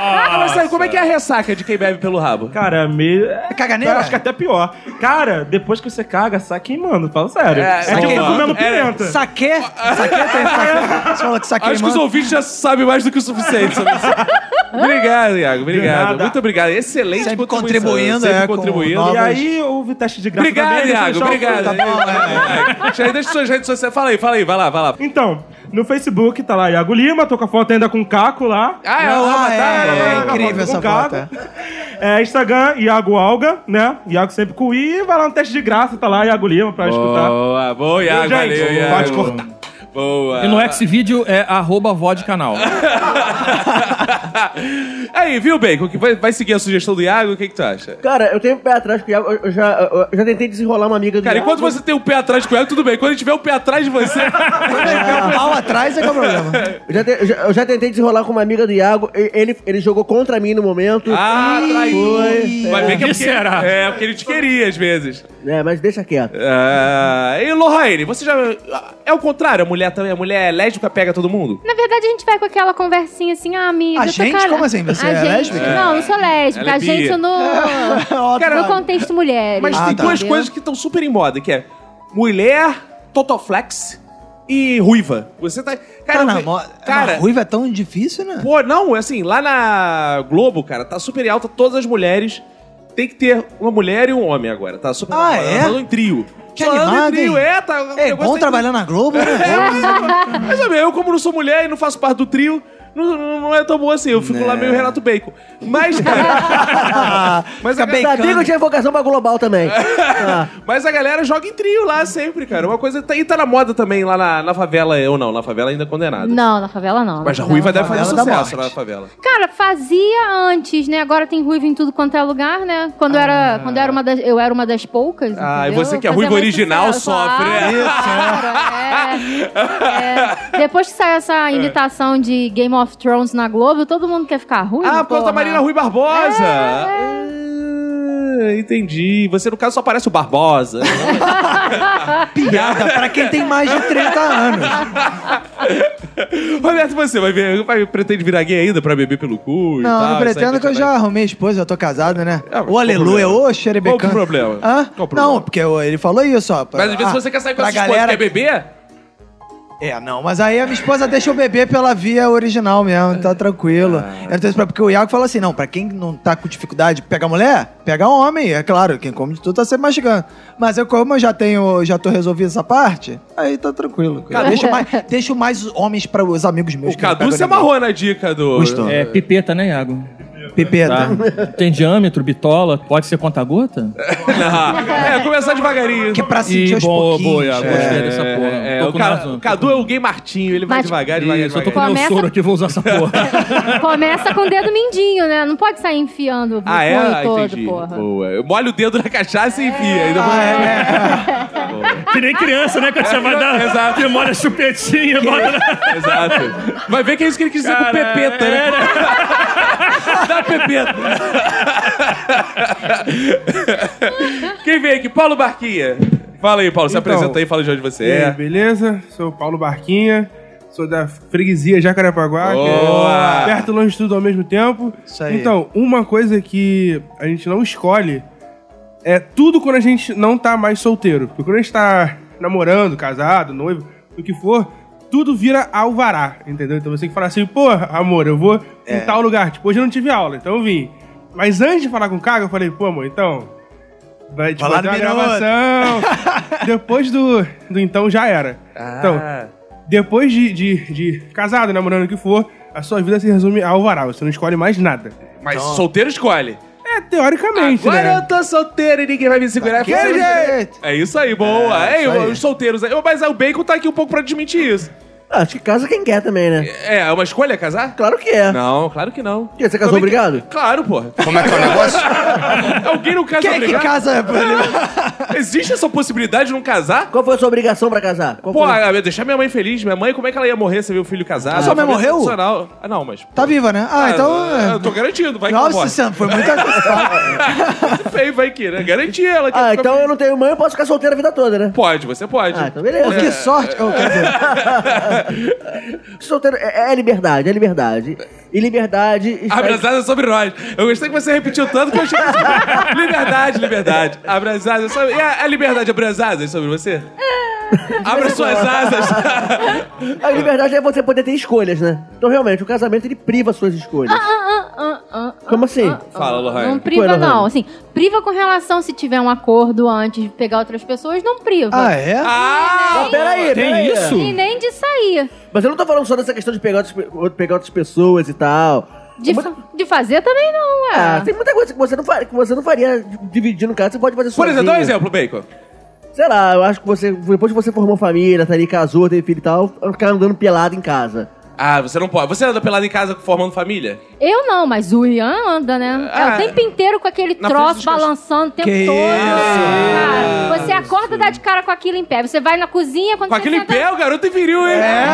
Speaker 1: Ah, mas sério, como é que é a ressaca de quem bebe pelo rabo?
Speaker 6: Cara, me...
Speaker 1: Né,
Speaker 2: caganeira?
Speaker 6: Eu acho que é até pior. Cara, depois que você caga, saque mano. Fala sério.
Speaker 1: É,
Speaker 6: É, tipo
Speaker 1: saquei,
Speaker 6: você
Speaker 1: mano.
Speaker 6: comendo
Speaker 1: É,
Speaker 6: pimenta.
Speaker 2: Saquê? Saquê tem saquê. Você falou que saquê,
Speaker 1: ah, Acho que os
Speaker 2: mano.
Speaker 1: ouvintes já sabem mais do que o suficiente sobre isso. obrigado, Iago. Obrigado.
Speaker 6: nada.
Speaker 1: Muito obrigado. Excelente
Speaker 2: Sempre
Speaker 1: contribuição.
Speaker 2: contribuindo,
Speaker 1: Sempre
Speaker 2: é, com
Speaker 1: contribuindo.
Speaker 2: novas-
Speaker 6: E aí houve teste de graça
Speaker 1: Obrigado,
Speaker 6: também,
Speaker 1: Iago.
Speaker 6: deixa eu deixar
Speaker 1: Obrigado.
Speaker 6: o-
Speaker 2: Tá bom, é,
Speaker 1: Deixa aí, deixa suas redes sociais. Fala aí, fala aí. Vai lá, vai lá.
Speaker 6: Então, no Facebook tá lá Iago Lima, tô com a foto ainda com o Caco lá.
Speaker 1: Ah, é,
Speaker 2: Não,
Speaker 1: o
Speaker 2: ah,
Speaker 1: avatar.
Speaker 2: é,
Speaker 1: né?
Speaker 2: é incrível essa foto. é.
Speaker 6: É, Instagram, Iago Alga, né? Iago sempre com I. Vai lá no teste de graça, tá lá Iago Lima pra escutar.
Speaker 1: Boa, boa, Iago.
Speaker 6: Gente,
Speaker 1: Valeu, Iago.
Speaker 6: pode cortar.
Speaker 1: Boa.
Speaker 5: E no Xvideo é arroba vodcanal.
Speaker 1: Aí, viu, Bacon? Que vai, vai seguir a sugestão do Iago? O que, que tu acha?
Speaker 4: Cara, eu tenho um pé atrás com o Iago, eu eu já, eu eu já tentei desenrolar uma amiga do
Speaker 1: Cara,
Speaker 4: Iago.
Speaker 1: enquanto você tem o pé atrás com o Iago, tudo bem. Quando ele tiver o pé atrás de você.
Speaker 2: É, Mal atrás é que é o problema.
Speaker 4: Eu já, te- eu já- eu já tentei desenrolar com uma amiga do Iago, e- ele, ele jogou contra mim no momento.
Speaker 1: ah, traidor. Vai ver que é porque,
Speaker 5: será?
Speaker 1: É, porque ele te queria às vezes.
Speaker 4: É, mas deixa quieto.
Speaker 1: Ah, e Lohane, você já. É o contrário, a mulher também. A mulher é lésbica pega todo mundo?
Speaker 3: Na verdade, a gente vai com aquela conversinha assim, ah, amiga.
Speaker 2: A
Speaker 3: eu tô
Speaker 2: gente?
Speaker 3: cara-
Speaker 2: Como assim? Você
Speaker 3: a
Speaker 2: é
Speaker 3: gente...
Speaker 2: lésbica?
Speaker 3: Não, não sou lésbica.
Speaker 1: Ela é
Speaker 3: a gente
Speaker 1: bi.
Speaker 3: no...
Speaker 2: Óbvio.
Speaker 3: no contexto mulheres.
Speaker 1: Mas
Speaker 2: Ah,
Speaker 1: tem
Speaker 2: tá.
Speaker 1: duas
Speaker 3: entendeu?
Speaker 1: coisas que estão super em moda, que é mulher, Totoflex e ruiva. Você tá. Cara,
Speaker 2: Tá na
Speaker 1: eu-
Speaker 2: moda.
Speaker 1: Cara,
Speaker 2: Mas ruiva é tão difícil, né?
Speaker 1: Pô, não, assim, lá na Globo, cara, tá super em alta todas as mulheres Tem que ter uma mulher e um homem agora, tá? Super
Speaker 2: Ah, é?
Speaker 1: Em trio.
Speaker 2: Que
Speaker 1: Só andam
Speaker 2: animado,
Speaker 1: em trio,
Speaker 2: hein?
Speaker 1: é, tá? o
Speaker 2: É
Speaker 1: negócio
Speaker 2: bom
Speaker 1: tá-
Speaker 2: trabalhar na Globo, né?
Speaker 1: É, mas sabe, eu como não sou mulher e não faço parte do trio, não, não- não é tão bom assim. Eu fico
Speaker 2: Né.
Speaker 1: lá meio Renato Bacon. Mas, cara... mas, a
Speaker 2: Fica
Speaker 1: galera,
Speaker 4: Ainda bem que eu tinha vocação pra global também. Ah,
Speaker 1: mas a galera joga em trio lá sempre, cara. Uma coisa... Tá, e tá na moda também lá na, na favela, ou não, na favela ainda é condenado.
Speaker 3: Não, na favela não.
Speaker 1: Mas a
Speaker 3: na
Speaker 1: Ruiva deve fazer
Speaker 2: favela da
Speaker 1: sucesso lá
Speaker 2: morte.
Speaker 1: na favela.
Speaker 3: Cara, fazia antes, né? Agora tem ruiva em tudo quanto é lugar, né? Quando, eu era, quando eu, era uma das, eu era uma das poucas.
Speaker 1: Ah, e
Speaker 3: entendeu?
Speaker 1: você que é
Speaker 3: Eu fazia
Speaker 1: ruiva
Speaker 3: mais
Speaker 1: original
Speaker 3: sucesso.
Speaker 1: sofre,
Speaker 3: Claro,
Speaker 1: né?
Speaker 3: claro, é. É. Depois que saiu essa imitação de Game of Thrones na Globo, todo mundo quer ficar ruim.
Speaker 1: Ah, por causa da Marina Rui Barbosa!
Speaker 2: É.
Speaker 1: Ah, Entendi. Você, no caso, só parece o Barbosa.
Speaker 2: Piada pra quem tem mais de 30 anos.
Speaker 1: Roberto, você vai ver, vai, pretende virar gay ainda pra beber pelo cu e
Speaker 2: Não,
Speaker 1: tal?
Speaker 2: não
Speaker 1: e sair
Speaker 2: pretendo que eu
Speaker 1: com
Speaker 2: já arrumei esposa, eu tô casado, né?
Speaker 1: Ah, tá mas
Speaker 2: Ô,
Speaker 1: qual
Speaker 2: aleluia,
Speaker 1: problema?
Speaker 2: ô, xerebecão.
Speaker 1: Qual o problema?
Speaker 2: Hã?
Speaker 1: Qual o problema?
Speaker 2: Não, porque ô, ele falou isso, ó. pra-
Speaker 1: Mas às vezes
Speaker 2: ah,
Speaker 1: você quer sair com
Speaker 2: pra
Speaker 1: essa esposa quer
Speaker 2: galera-
Speaker 1: beber?
Speaker 2: É, não, mas aí a minha esposa deixa eu beber pela via original mesmo, tá tranquilo. Eu não tenho esse problema, porque o Iago fala assim, não, pra quem não tá com dificuldade de pegar mulher, pega homem, é claro, quem come de tudo tá sempre mastigando. Mas eu, como eu já tenho, já tô resolvido essa parte, aí tá tranquilo. Eu
Speaker 1: Cadu-
Speaker 2: Deixo mais, deixo mais homens para os amigos meus.
Speaker 1: O
Speaker 2: que não
Speaker 1: Cadu
Speaker 2: pegam
Speaker 1: se
Speaker 2: ninguém.
Speaker 1: amarrou na dica do...
Speaker 2: Gostou.
Speaker 5: É pipeta, né, Iago?
Speaker 2: Pipeta.
Speaker 5: Tá. Tem diâmetro, bitola, pode ser conta-gota?
Speaker 1: Não. É, começar devagarinho.
Speaker 2: Que é pra sentir aos
Speaker 5: boa,
Speaker 2: pouquinhos. é.
Speaker 5: boa, Iago, gostei dessa porra.
Speaker 1: É,
Speaker 5: Tô
Speaker 1: o,
Speaker 5: com
Speaker 1: Ca-
Speaker 5: razão.
Speaker 1: o Cadu é o gay martinho, ele vai
Speaker 3: Mas-
Speaker 1: devagar, devagar,
Speaker 5: Isso, eu tô
Speaker 1: devagar.
Speaker 5: com meu
Speaker 3: Começa-
Speaker 5: soro aqui, vou usar essa porra.
Speaker 3: Começa com o dedo mindinho, né? Não pode sair enfiando o
Speaker 1: Ah, é?
Speaker 3: punho
Speaker 1: Ah,
Speaker 3: todo,
Speaker 1: entendi.
Speaker 3: porra.
Speaker 1: Boa. Eu molho o dedo na cachaça e enfia. Ainda vou-
Speaker 2: Ah, é, é.
Speaker 8: Que nem criança, né? Quando você vai dar.
Speaker 1: Exato.
Speaker 8: Que molha a chupetinha, bota na.
Speaker 1: Exato. Vai ver que é isso que ele quis dizer com
Speaker 8: Cara,
Speaker 1: pepeta, né? Dá pepeta. Quem vem aqui? Paulo Barquinha. Fala aí, Paulo. Se
Speaker 9: Então.
Speaker 1: apresenta aí, fala de onde você
Speaker 9: E aí,
Speaker 1: é.
Speaker 9: beleza? Sou o Paulo Barquinha, sou da freguesia Jacarepaguá, que
Speaker 1: Boa!
Speaker 9: é perto e longe de tudo ao mesmo tempo.
Speaker 2: Isso aí.
Speaker 9: Então, uma coisa que a gente não escolhe é tudo quando a gente não tá mais solteiro. Porque quando a gente tá namorando, casado, noivo, o que for, tudo vira alvará, entendeu? Então você tem que falar assim, pô, amor, eu vou
Speaker 1: É.
Speaker 9: em tal lugar. Tipo, hoje eu não tive aula, então eu vim. Mas antes de falar com o cara, eu falei, pô, amor, então... Vai te
Speaker 2: Vai lá
Speaker 9: fazer
Speaker 2: no
Speaker 9: uma
Speaker 2: minuto.
Speaker 9: gravação. Depois do, do então já era. Então,
Speaker 10: Ah.
Speaker 9: depois de, de, de casado, namorando o que for, a sua vida se resume a alvará. Você não escolhe mais nada.
Speaker 1: Mas
Speaker 5: então.
Speaker 1: solteiro escolhe.
Speaker 9: É, teoricamente,
Speaker 1: Agora
Speaker 9: né?
Speaker 1: eu tô solteiro e ninguém vai me segurar.
Speaker 2: Daquele
Speaker 1: Aquele
Speaker 2: jeito.
Speaker 1: jeito. É isso aí, boa. É,
Speaker 2: isso aí.
Speaker 1: os solteiros. aí. Mas é, o Bacon tá aqui um pouco pra desmentir isso.
Speaker 4: Ah, Acho que casa quem quer também, né?
Speaker 1: É, é uma escolha casar?
Speaker 4: Claro que é.
Speaker 1: Não, claro que não.
Speaker 4: Quê? Você casou
Speaker 1: Como é que-
Speaker 4: obrigado?
Speaker 1: Claro, porra.
Speaker 10: Como é que é o negócio?
Speaker 1: Alguém não casa
Speaker 2: Quem é que
Speaker 1: obrigado?
Speaker 2: casa?
Speaker 1: Existe essa possibilidade de não casar?
Speaker 4: Qual foi a sua obrigação pra casar? Qual
Speaker 1: Pô,
Speaker 4: foi?
Speaker 1: ah, deixar minha mãe feliz. Minha mãe, como é que ela ia morrer se ver o filho casado?
Speaker 2: Ah, sua mãe
Speaker 1: Uma família
Speaker 2: morreu?
Speaker 1: tradicional. Ah, não, mas...
Speaker 2: Tá viva, né? Ah,
Speaker 1: Ah, eu
Speaker 2: então.
Speaker 1: tô garantindo, vai que ela
Speaker 2: Nossa,
Speaker 1: morre.
Speaker 2: Sam, foi muito antecipado.
Speaker 1: Feio, vai que, né? Garantir ela. que
Speaker 4: Ah,
Speaker 1: fica-
Speaker 4: então eu não tenho mãe, eu posso ficar solteiro a vida toda, né?
Speaker 1: Pode, você pode. É.
Speaker 4: Ah, então beleza.
Speaker 2: Pô, que sorte. Oh, quer dizer,
Speaker 4: Solteiro é, é liberdade, é liberdade. E liberdade. está-
Speaker 1: Abraçada sobre nós. Eu gostei que você repetiu tanto que eu achei que... Liberdade, liberdade. Abraçada sobre... E a, a liberdade abraçada é sobre você? Abra suas asas.
Speaker 4: A liberdade é você poder ter escolhas, né? Então, realmente, o casamento ele priva suas escolhas.
Speaker 3: Ah, ah, ah, ah,
Speaker 4: Como assim?
Speaker 1: Fala, Lohane.
Speaker 3: Não priva,
Speaker 4: Lohane?
Speaker 3: não. Assim, priva com relação se tiver um acordo antes de pegar outras pessoas, não priva.
Speaker 2: ah, é?
Speaker 1: Ah!
Speaker 4: Mas peraí, peraí.
Speaker 3: E nem de sair.
Speaker 4: Mas eu não tô falando só dessa questão de pegar outras, pe- pegar outras pessoas e tal.
Speaker 3: De,
Speaker 4: Mas-
Speaker 3: fa- de fazer também não, é. ué.
Speaker 4: Ah, tem muita coisa que você não faria, que você não faria dividindo casa, você pode fazer
Speaker 1: Por
Speaker 4: sozinho.
Speaker 1: exemplo, dá um exemplo, Bacon.
Speaker 4: Sei lá, eu acho que você, depois que você formou família, tá ali, casou, teve filho e tal, ficar andando pelado em casa.
Speaker 1: Ah, você não pode. Você anda pelado em casa formando família?
Speaker 3: Eu não, mas o Ian anda, né? é
Speaker 1: Ah,
Speaker 3: o tempo inteiro com aquele
Speaker 1: na frente
Speaker 3: troço
Speaker 1: dos
Speaker 3: balançando o tempo
Speaker 2: Que
Speaker 3: todo. assim,
Speaker 1: isso?
Speaker 3: Cara, você acorda e dá de cara com aquilo em pé. Você vai na cozinha quando
Speaker 1: Com
Speaker 3: você
Speaker 1: aquele em
Speaker 3: senta-
Speaker 1: pé, o garoto é viril, hein? É.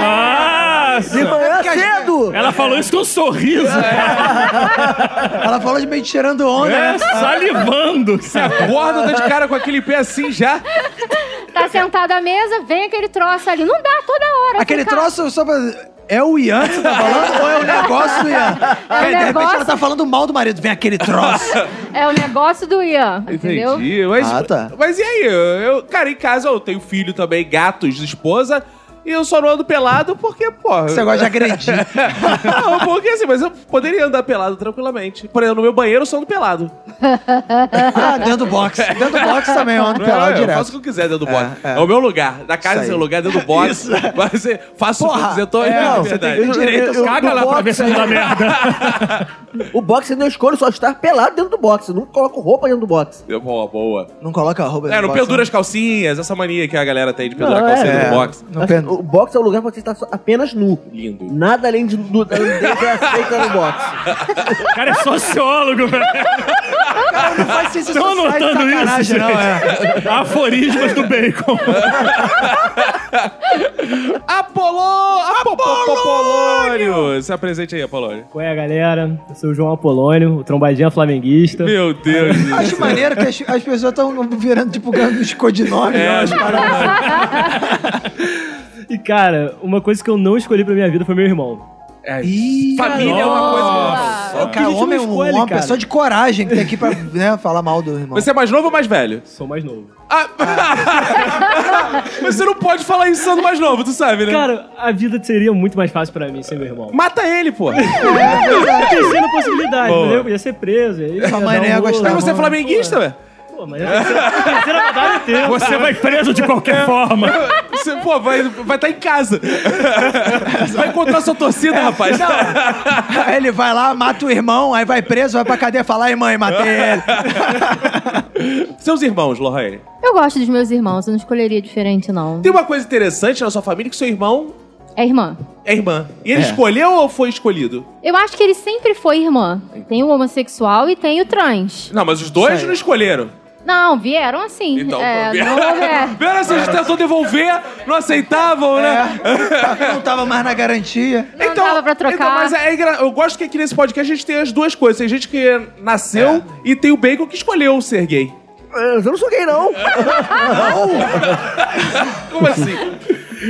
Speaker 8: Nossa!
Speaker 4: De manhã cedo!
Speaker 8: Ela falou isso com um sorriso.
Speaker 2: Ela falou de meio que tirando onda, né?
Speaker 8: É, salivando.
Speaker 1: Você acorda, tá de cara com aquele em pé assim já.
Speaker 3: Tá sentado à mesa, vem aquele troço ali. Não dá toda hora.
Speaker 2: Aquele
Speaker 3: Fica-
Speaker 2: troço só pra. É o Ian que você tá falando ou é o negócio do Ian? Cara, de repente
Speaker 3: negócio.
Speaker 2: ela tá falando mal do marido. Vem aquele troço.
Speaker 3: É o negócio do Ian, entendeu?
Speaker 1: Entendi. Mas,
Speaker 2: Ah, tá.
Speaker 1: mas e aí? Eu, cara, em casa eu tenho filho também, gatos, esposa. E eu só não ando pelado porque, porra.
Speaker 2: Você gosta de agredir.
Speaker 1: Não, porque assim, mas eu poderia andar pelado tranquilamente. Por exemplo, no meu banheiro eu só ando pelado.
Speaker 2: ah, dentro do box. Dentro do box também, eu ando
Speaker 1: Não,
Speaker 2: Ah, pelado
Speaker 1: eu
Speaker 2: direto.
Speaker 1: faço o que eu quiser dentro do box. É,
Speaker 2: é.
Speaker 1: o meu lugar. Na casa
Speaker 2: Isso
Speaker 1: é
Speaker 2: aí.
Speaker 1: seu lugar, dentro do box. Mas é, faço o que eu
Speaker 2: Porra,
Speaker 1: quiser, eu tô
Speaker 2: é,
Speaker 1: é,
Speaker 2: não,
Speaker 4: você
Speaker 1: verdade.
Speaker 4: tem- eu- eu- eu-
Speaker 5: Caga
Speaker 4: do
Speaker 5: lá pra
Speaker 4: boxe-
Speaker 5: ver se não dá merda.
Speaker 4: O boxe não escolhe só estar pelado dentro do boxe. Eu Não coloco roupa dentro do boxe.
Speaker 1: Eu- Boa, boa.
Speaker 2: Não coloca a roupa
Speaker 1: É,
Speaker 2: dentro
Speaker 1: não
Speaker 2: do box, né?
Speaker 1: pendura as calcinhas, essa mania que a galera tem de pendurar
Speaker 4: Não,
Speaker 1: calcinha
Speaker 4: é,
Speaker 1: dentro do
Speaker 2: é.
Speaker 1: box.
Speaker 2: Não
Speaker 4: Acho que
Speaker 2: pendo-
Speaker 4: O boxe é o lugar pra você estar só- apenas nu.
Speaker 1: Lindo.
Speaker 4: Nada além de nu além de dentro é aceito no boxe.
Speaker 8: O cara é sociólogo, velho.
Speaker 2: Não faz isso,
Speaker 8: Estão
Speaker 2: isso faz
Speaker 8: anotando isso,
Speaker 2: sacanagem,
Speaker 8: gente.
Speaker 2: não, é.
Speaker 8: Aforismos do bacon.
Speaker 1: Apolô! Apolônio! Se apresente aí, Apolônio.
Speaker 10: Qual é, galera? Eu sou o João Apolônio, o trombadinha flamenguista.
Speaker 1: Meu Deus.
Speaker 2: Acho maneiro que as, as pessoas estão virando, tipo, ganhando os codinomes. né, as paradas.
Speaker 10: E, cara, uma coisa que eu não escolhi pra minha vida foi meu irmão.
Speaker 2: Ih,
Speaker 1: Família é uma coisa.
Speaker 3: Ah,
Speaker 2: cara,
Speaker 10: que a gente
Speaker 2: homem é
Speaker 10: não
Speaker 2: um-
Speaker 10: escolhe,
Speaker 2: uma
Speaker 10: cara.
Speaker 2: pessoa de coragem que tá aqui pra né, falar mal do irmão.
Speaker 1: Você é mais novo ou mais velho?
Speaker 10: Sou mais novo.
Speaker 1: Ah. Você não pode falar isso sendo mais novo, tu sabe, né?
Speaker 10: Cara, a vida seria muito mais fácil pra mim sem meu irmão.
Speaker 1: Mata ele, pô. Mas
Speaker 10: Tá terceira possibilidade,
Speaker 1: Boa.
Speaker 10: entendeu? Eu ia ser preso. Aí ia
Speaker 2: Sua É, mãe
Speaker 10: dar
Speaker 2: nem ia
Speaker 10: rolo.
Speaker 2: gostar.
Speaker 1: você é flamenguista, velho?
Speaker 10: Pô, mas a terceira- a terceira rodada é tempo.
Speaker 8: Você vai preso de qualquer forma.
Speaker 1: É. Você, pô, vai estar vai tá em casa. Vai encontrar sua torcida, rapaz.
Speaker 2: Aí ele vai lá, mata o irmão, aí vai preso, vai pra cadeia falar, ai mãe, matei ele.
Speaker 1: Seus irmãos, Lorraine.
Speaker 3: Eu gosto dos meus irmãos, eu não escolheria diferente, não.
Speaker 1: Tem uma coisa interessante na sua família que seu irmão
Speaker 3: É irmã.
Speaker 1: é irmã. E ele escolheu ou foi escolhido?
Speaker 3: Eu acho que ele sempre foi irmã. Tem o homossexual e tem o trans.
Speaker 1: Não, mas os dois não escolheram.
Speaker 3: Não, vieram assim.
Speaker 1: Então,
Speaker 3: é,
Speaker 1: pô,
Speaker 3: não houve-
Speaker 1: Pera, né, se a gente tentou devolver, não aceitavam, né?
Speaker 2: É. Não tava mais na garantia.
Speaker 3: Não dava pra trocar.
Speaker 1: Então, mas é, engra- eu gosto que aqui nesse podcast a gente tem as duas coisas. Tem gente que
Speaker 2: É.
Speaker 1: nasceu e tem o bacon que escolheu ser gay.
Speaker 4: Eu não sou gay, não.
Speaker 1: Como assim?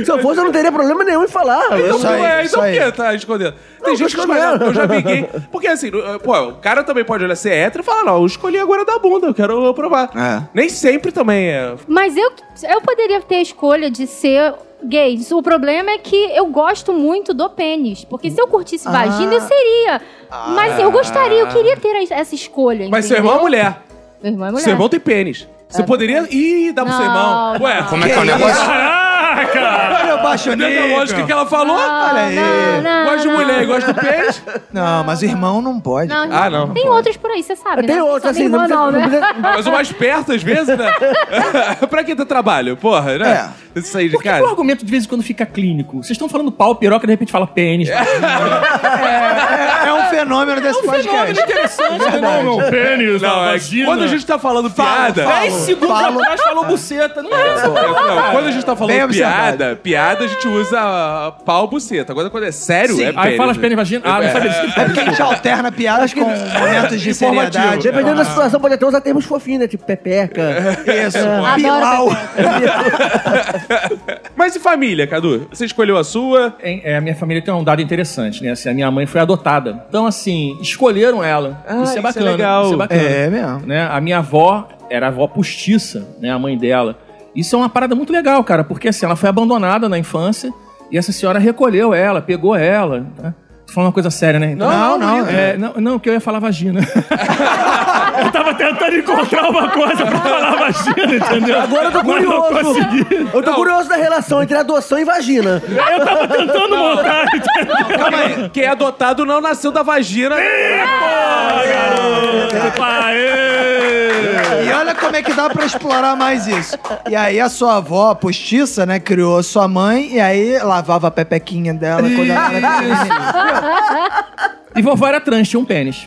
Speaker 4: Se eu fosse, eu não teria problema nenhum em falar. Eu-
Speaker 2: É Isso aí,
Speaker 1: Ué,
Speaker 2: isso
Speaker 1: então o
Speaker 2: aí.
Speaker 1: que tá escondendo? Tem
Speaker 4: Não,
Speaker 1: gente que
Speaker 4: tô
Speaker 1: escolhe,
Speaker 4: escondendo.
Speaker 1: eu já vi gay. Porque assim, no- pô, o cara também pode olhar ser hétero e falar, não, eu escolhi agora da bunda, eu quero provar.
Speaker 2: É.
Speaker 1: Nem sempre também é.
Speaker 3: Mas eu, eu poderia ter a escolha de ser gay. O problema é que eu gosto muito do pênis. Porque se eu
Speaker 4: Ah.
Speaker 3: curtisse vagina, eu seria. Mas eu gostaria, eu queria ter a- essa escolha.
Speaker 1: Mas seu
Speaker 3: entendeu?
Speaker 1: irmão é mulher.
Speaker 3: Meu irmão é mulher.
Speaker 1: Seu irmão tem pênis. Você poderia. Ih, dá pro seu
Speaker 3: Não,
Speaker 1: irmão. Ué,
Speaker 3: não.
Speaker 1: como é que é o negócio? Caraca!
Speaker 2: Olha, eu baixo
Speaker 1: Entendeu a lógica que ela falou?
Speaker 2: Olha aí.
Speaker 3: Não, não,
Speaker 1: Gosta de
Speaker 3: não.
Speaker 1: mulher e gosta do pênis?
Speaker 2: Não, mas o irmão não pode.
Speaker 3: Não,
Speaker 1: Ah, não.
Speaker 3: Tem outros por aí, você sabe, né?
Speaker 4: Tem
Speaker 3: Não
Speaker 4: outro,
Speaker 3: sou
Speaker 4: assim,
Speaker 3: minha
Speaker 4: não
Speaker 3: irmã, não,
Speaker 4: precisa, não
Speaker 3: né?
Speaker 4: precisa-
Speaker 1: Ah, Mas o mais perto, às vezes, né? pra quem tem trabalho, porra, né? Isso aí de
Speaker 5: Por que, que
Speaker 1: casa.
Speaker 5: o argumento de vez em quando fica clínico? Vocês estão falando pau, piroca, de repente fala pênis.
Speaker 2: É, é um fenômeno desse podcast.
Speaker 5: interessante.
Speaker 8: Não, meu pênis,
Speaker 1: Não,
Speaker 8: na
Speaker 1: é que
Speaker 8: vagina.
Speaker 1: quando a gente tá falando piada.
Speaker 5: Dez segundos
Speaker 2: Falo.
Speaker 5: atrás falou buceta. Não é essa,
Speaker 1: É, não, quando a gente tá
Speaker 2: Bem
Speaker 1: falando
Speaker 2: observado.
Speaker 1: piada, piada a gente usa ah, pau buceta. Agora quando é sério, é
Speaker 5: Aí
Speaker 1: pênis.
Speaker 5: fala as pênis, vagina. Ah, não sabia disso.
Speaker 2: É porque a gente alterna piadas com momentos de seriedade. Ah.
Speaker 4: Dependendo da situação, pode até usar termos fofinhos, né? Tipo pepeca. É.
Speaker 2: Isso,
Speaker 3: Adoro
Speaker 2: Pilau.
Speaker 1: Mas e família, Cadu? Você escolheu a sua?
Speaker 5: Hein, é, a minha família tem um dado interessante, né? Assim, a minha mãe foi adotada. Então, assim, escolheram ela.
Speaker 2: Ah,
Speaker 5: isso
Speaker 1: isso
Speaker 5: é
Speaker 1: é
Speaker 5: bacana.
Speaker 1: legal.
Speaker 5: Isso é bacana.
Speaker 2: É mesmo.
Speaker 5: né? A minha avó era a avó postiça, né? A mãe dela. Isso é uma parada muito legal, cara, porque assim, ela foi abandonada na infância e essa senhora recolheu ela, pegou ela. Tá? Tô falando uma coisa séria, né? Então,
Speaker 2: Não, não, não.
Speaker 5: É, não, não, que eu ia falar vagina.
Speaker 8: Eu tava tentando encontrar uma coisa pra falar a vagina, entendeu?
Speaker 4: Agora eu tô
Speaker 8: Mas não
Speaker 4: curioso.
Speaker 8: consegui.
Speaker 4: Eu tô curioso da relação entre adoção e vagina.
Speaker 8: Eu tava tentando montar.
Speaker 1: Calma aí. Quem é adotado não nasceu da vagina.
Speaker 8: Aê!
Speaker 2: E olha como é que dá pra explorar mais isso. E aí a sua avó, a postiça, né, criou a sua mãe e aí lavava a pepequinha dela quando ela era pequenininha.
Speaker 5: e vovó era trans, tinha um pênis.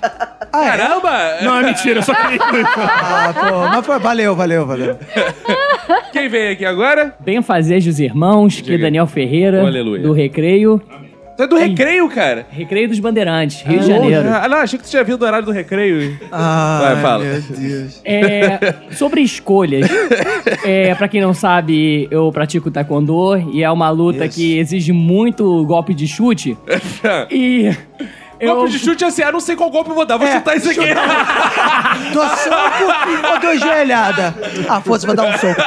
Speaker 1: Caramba!
Speaker 8: Não, é mentira, eu só queria.
Speaker 2: Ah, pô, mas foi, valeu, valeu, valeu.
Speaker 1: Quem veio aqui agora?
Speaker 10: Bem fazer dos irmãos, que Daniel Ferreira,
Speaker 1: Aleluia.
Speaker 10: do Recreio.
Speaker 1: Tu é do recreio, cara.
Speaker 10: Recreio dos Bandeirantes, Rio de
Speaker 1: Ah, não, achei que tu tinha vindo do horário do recreio.
Speaker 2: Ah,
Speaker 1: Vai, fala.
Speaker 2: meu Deus.
Speaker 10: É, sobre escolhas, é, para quem não sabe, eu pratico taekwondo e é uma luta que exige muito golpe de chute. E
Speaker 1: Golpe de chute é assim, ah, não sei qual golpe eu vou dar, vou chutar isso aqui.
Speaker 2: Tô um soco ou dou joelhada? Ah, fosse, vou dar um soco.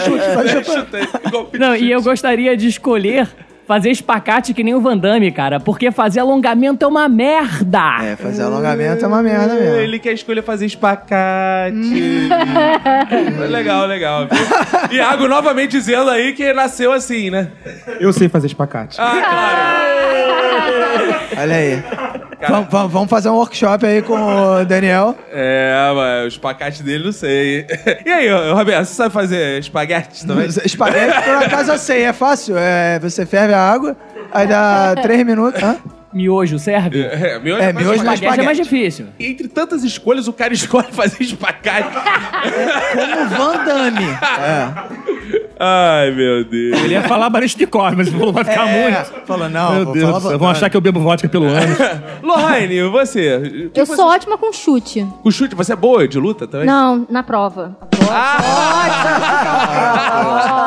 Speaker 2: Chute, só chute.
Speaker 10: Não, e eu gostaria de escolher fazer espacate que nem o Van Damme, cara, porque fazer alongamento é uma merda.
Speaker 2: É, fazer alongamento é uma merda mesmo.
Speaker 1: Ele quer escolher fazer
Speaker 10: Hum.
Speaker 1: espacate. legal, legal. viu? Iago novamente dizendo aí que nasceu assim, né?
Speaker 6: Eu sei fazer espacate.
Speaker 1: Ah, claro.
Speaker 2: Olha aí. Vamos, vamos- vamos fazer um workshop aí com o Daniel.
Speaker 1: É, mas o espacate dele não sei. E aí, ô, Roberto, você sabe fazer espaguete também?
Speaker 2: Espaguete, por acaso eu sei, é fácil. É, você ferve a água, aí dá três minutos. Hã?
Speaker 10: Miojo serve?
Speaker 1: É, miojo
Speaker 2: É,
Speaker 1: faz
Speaker 2: miojo não é
Speaker 1: espaguete.
Speaker 10: Espaguete é mais
Speaker 2: espaguete.
Speaker 10: difícil.
Speaker 1: Entre tantas escolhas, o cara escolhe fazer espacate.
Speaker 2: Como Van Damme. É.
Speaker 1: Ai, meu Deus.
Speaker 8: Ele ia falar barista de cor, mas falou, vai ficar
Speaker 2: É,
Speaker 8: muito.
Speaker 2: falou, não,
Speaker 8: Meu
Speaker 2: vou
Speaker 8: Deus,
Speaker 2: falar
Speaker 8: do céu,
Speaker 2: Van
Speaker 8: vão
Speaker 2: Damme.
Speaker 8: achar que eu bebo vodka pelo ano.
Speaker 1: Lohane, você?
Speaker 4: Tipo
Speaker 3: Eu
Speaker 4: assim-
Speaker 3: sou ótima com chute.
Speaker 1: O chute, você é boa de luta também?
Speaker 3: Não, na prova. Ótima.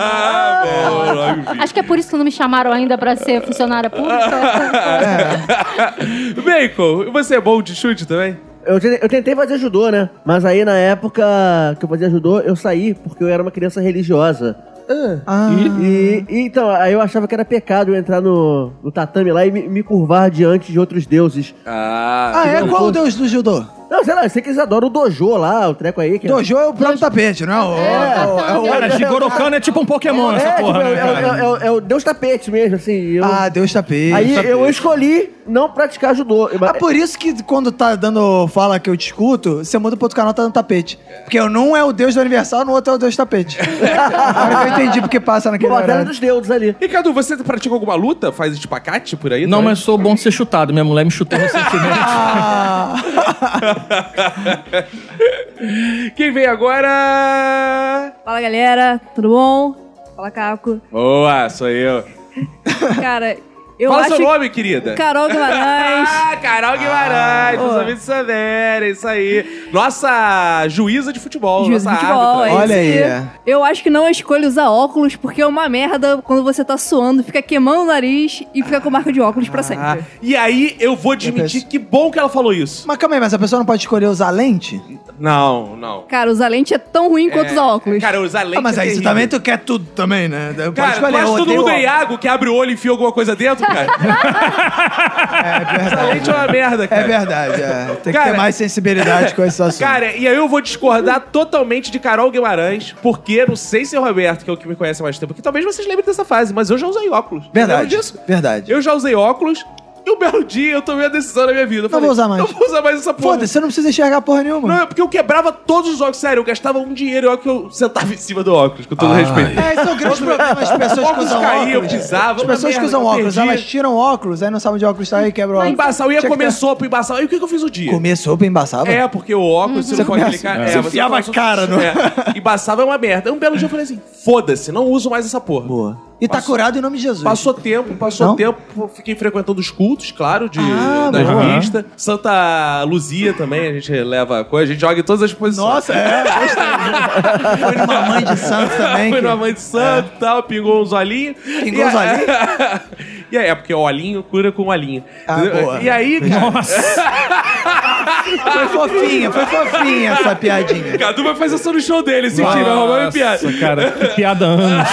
Speaker 1: Ah, bom, logo vi.
Speaker 3: Acho que é por isso que não me chamaram ainda pra ser funcionária pública.
Speaker 1: Bacon, você é bom de chute também?
Speaker 4: Eu tentei, eu tentei fazer judô, né? Mas aí, na época que eu fazia judô, eu saí porque eu era uma criança religiosa.
Speaker 2: Ah.
Speaker 4: E, e- então, aí eu achava que era pecado eu entrar no, no tatame lá e me, me curvar diante de outros deuses.
Speaker 1: Ah,
Speaker 2: Ah, é? Qual o deus do judô?
Speaker 4: Não, sei lá, eu sei que eles adoram o dojo lá, o treco aí. Que
Speaker 2: Dojo é o próprio tapete, não é? O- é o-
Speaker 8: Cara, Jigoro Kano é tipo um Pokémon
Speaker 4: É,
Speaker 8: essa
Speaker 4: tipo,
Speaker 8: porra,
Speaker 4: é,
Speaker 8: né,
Speaker 4: é-
Speaker 8: cara?
Speaker 4: é- é o- é o deus tapete mesmo, assim. eu-
Speaker 2: Ah, deus tapete.
Speaker 4: aí eu escolhi não praticar judô.
Speaker 2: Ah, por isso que quando tá dando fala que eu te escuto, você muda pro outro canal, tá dando tapete. Porque eu não é o deus do aniversário, no outro é o deus tapete. Agora que eu entendi porque passa naquele
Speaker 4: Pô, a tela
Speaker 2: horário.
Speaker 4: dos deuses ali.
Speaker 1: E Cadu, você pratica alguma luta? Faz espacate por aí?
Speaker 5: Não,
Speaker 1: também?
Speaker 5: mas sou bom de ser chutado. Minha mulher me chutou recentemente.
Speaker 2: Ah,
Speaker 1: Quem vem agora?
Speaker 11: Fala galera, tudo bom? Fala Caco.
Speaker 1: Boa, sou eu.
Speaker 11: Cara, eu
Speaker 1: Fala
Speaker 11: acho
Speaker 1: seu nome, querida.
Speaker 11: que Carol Guimarães. Ah,
Speaker 1: Ah, Carol Guimarães, meus
Speaker 11: Boa.
Speaker 1: amigos saberem, isso aí. Nossa juíza de futebol,
Speaker 11: Juíza
Speaker 1: nossa
Speaker 11: de futebol,
Speaker 1: árbitra.
Speaker 11: é
Speaker 2: Olha aí.
Speaker 11: isso Eu acho que não escolho usar óculos, porque é uma merda quando você tá suando, fica queimando o nariz e fica com marca de óculos pra
Speaker 1: Ah,
Speaker 11: tá sempre.
Speaker 1: e aí, eu vou admitir que bom que ela falou isso.
Speaker 2: mas calma aí, mas a pessoa não pode escolher usar lente?
Speaker 1: Não, não.
Speaker 11: Cara, usar lente é tão ruim quanto usar óculos.
Speaker 1: Cara, usar lente
Speaker 2: Ah, mas
Speaker 1: é
Speaker 2: aí você
Speaker 1: terrível.
Speaker 2: também tu quer tudo também, né? Pode
Speaker 1: Cara,
Speaker 2: escolher,
Speaker 1: quase
Speaker 2: eu
Speaker 1: todo
Speaker 2: odeio
Speaker 1: mundo é
Speaker 2: óculos.
Speaker 1: Iago que abre o olho e enfia alguma coisa dentro, cara.
Speaker 2: É
Speaker 1: Essa
Speaker 2: verdade.
Speaker 1: lente é uma merda,
Speaker 2: É
Speaker 1: cara.
Speaker 2: verdade, é. Tem que
Speaker 1: Cara-
Speaker 2: ter mais sensibilidade com esse assunto.
Speaker 1: Cara, e aí eu vou discordar totalmente de Carol Guimarães, porque não sei se é o Roberto, que é o que me conhece há mais tempo, que talvez vocês lembrem dessa fase, mas eu já usei óculos.
Speaker 2: verdade.
Speaker 1: Lembra disso?
Speaker 2: Verdade.
Speaker 1: Eu já usei óculos e um belo dia eu tomei a decisão na minha vida. Eu
Speaker 2: Não vou usar mais.
Speaker 1: Não vou usar mais essa porra.
Speaker 2: Foda-se, você não precisa enxergar porra nenhuma.
Speaker 1: Não, é porque eu quebrava todos os óculos. Sério, eu gastava um dinheiro e olha que eu sentava em cima do óculos, com todo respeito.
Speaker 2: É, esse é o grande problema. As pessoas que
Speaker 1: óculos
Speaker 2: usam
Speaker 1: caía, eu
Speaker 2: óculos.
Speaker 1: pisava.
Speaker 2: As
Speaker 1: uma
Speaker 2: pessoas que
Speaker 1: merda,
Speaker 2: usam
Speaker 1: eu
Speaker 2: óculos,
Speaker 1: perdi.
Speaker 2: elas tiram óculos, aí não sabem de óculos tá e quebra o
Speaker 1: O
Speaker 2: óculos.
Speaker 1: embaçou ia
Speaker 2: Tinha que
Speaker 1: começou pro embaçar. E o que, que eu fiz o
Speaker 2: ter-
Speaker 1: dia?
Speaker 2: Começou bem embaçado.
Speaker 1: É, porque o óculos você não pode
Speaker 2: assim.
Speaker 1: clicar. É,
Speaker 5: Você
Speaker 1: você
Speaker 5: enfiava
Speaker 1: começa-
Speaker 5: a cara no-
Speaker 1: É. E embaçava é uma merda. Aí um belo dia eu falei assim: foda-se, não uso mais essa porra.
Speaker 2: Boa. E tá curado em nome de Jesus.
Speaker 1: Passou tempo, passou
Speaker 2: Não?
Speaker 1: tempo, fiquei frequentando os cultos, claro, de,
Speaker 2: Ah,
Speaker 1: das
Speaker 2: boa.
Speaker 1: vistas. Santa Luzia também, a gente leva coisa, a gente joga em todas as posições.
Speaker 2: Nossa, é. gostei. Foi numa mãe de santo
Speaker 1: Foi
Speaker 2: também. que- é.
Speaker 1: numa mãe de santo e tal, pingou uns olhinhos.
Speaker 2: Pingou
Speaker 1: E
Speaker 2: uns
Speaker 1: a-
Speaker 2: olhinhos?
Speaker 1: e aí, é porque o olhinho cura com o olhinho.
Speaker 2: Ah,
Speaker 1: Entendeu?
Speaker 2: boa.
Speaker 1: E aí,
Speaker 2: Foi fofinha, foi fofinha essa piadinha.
Speaker 1: Cadu vai fazer isso no show dele, esse tiro, arrumando piada.
Speaker 8: Nossa, cara, que piada anos.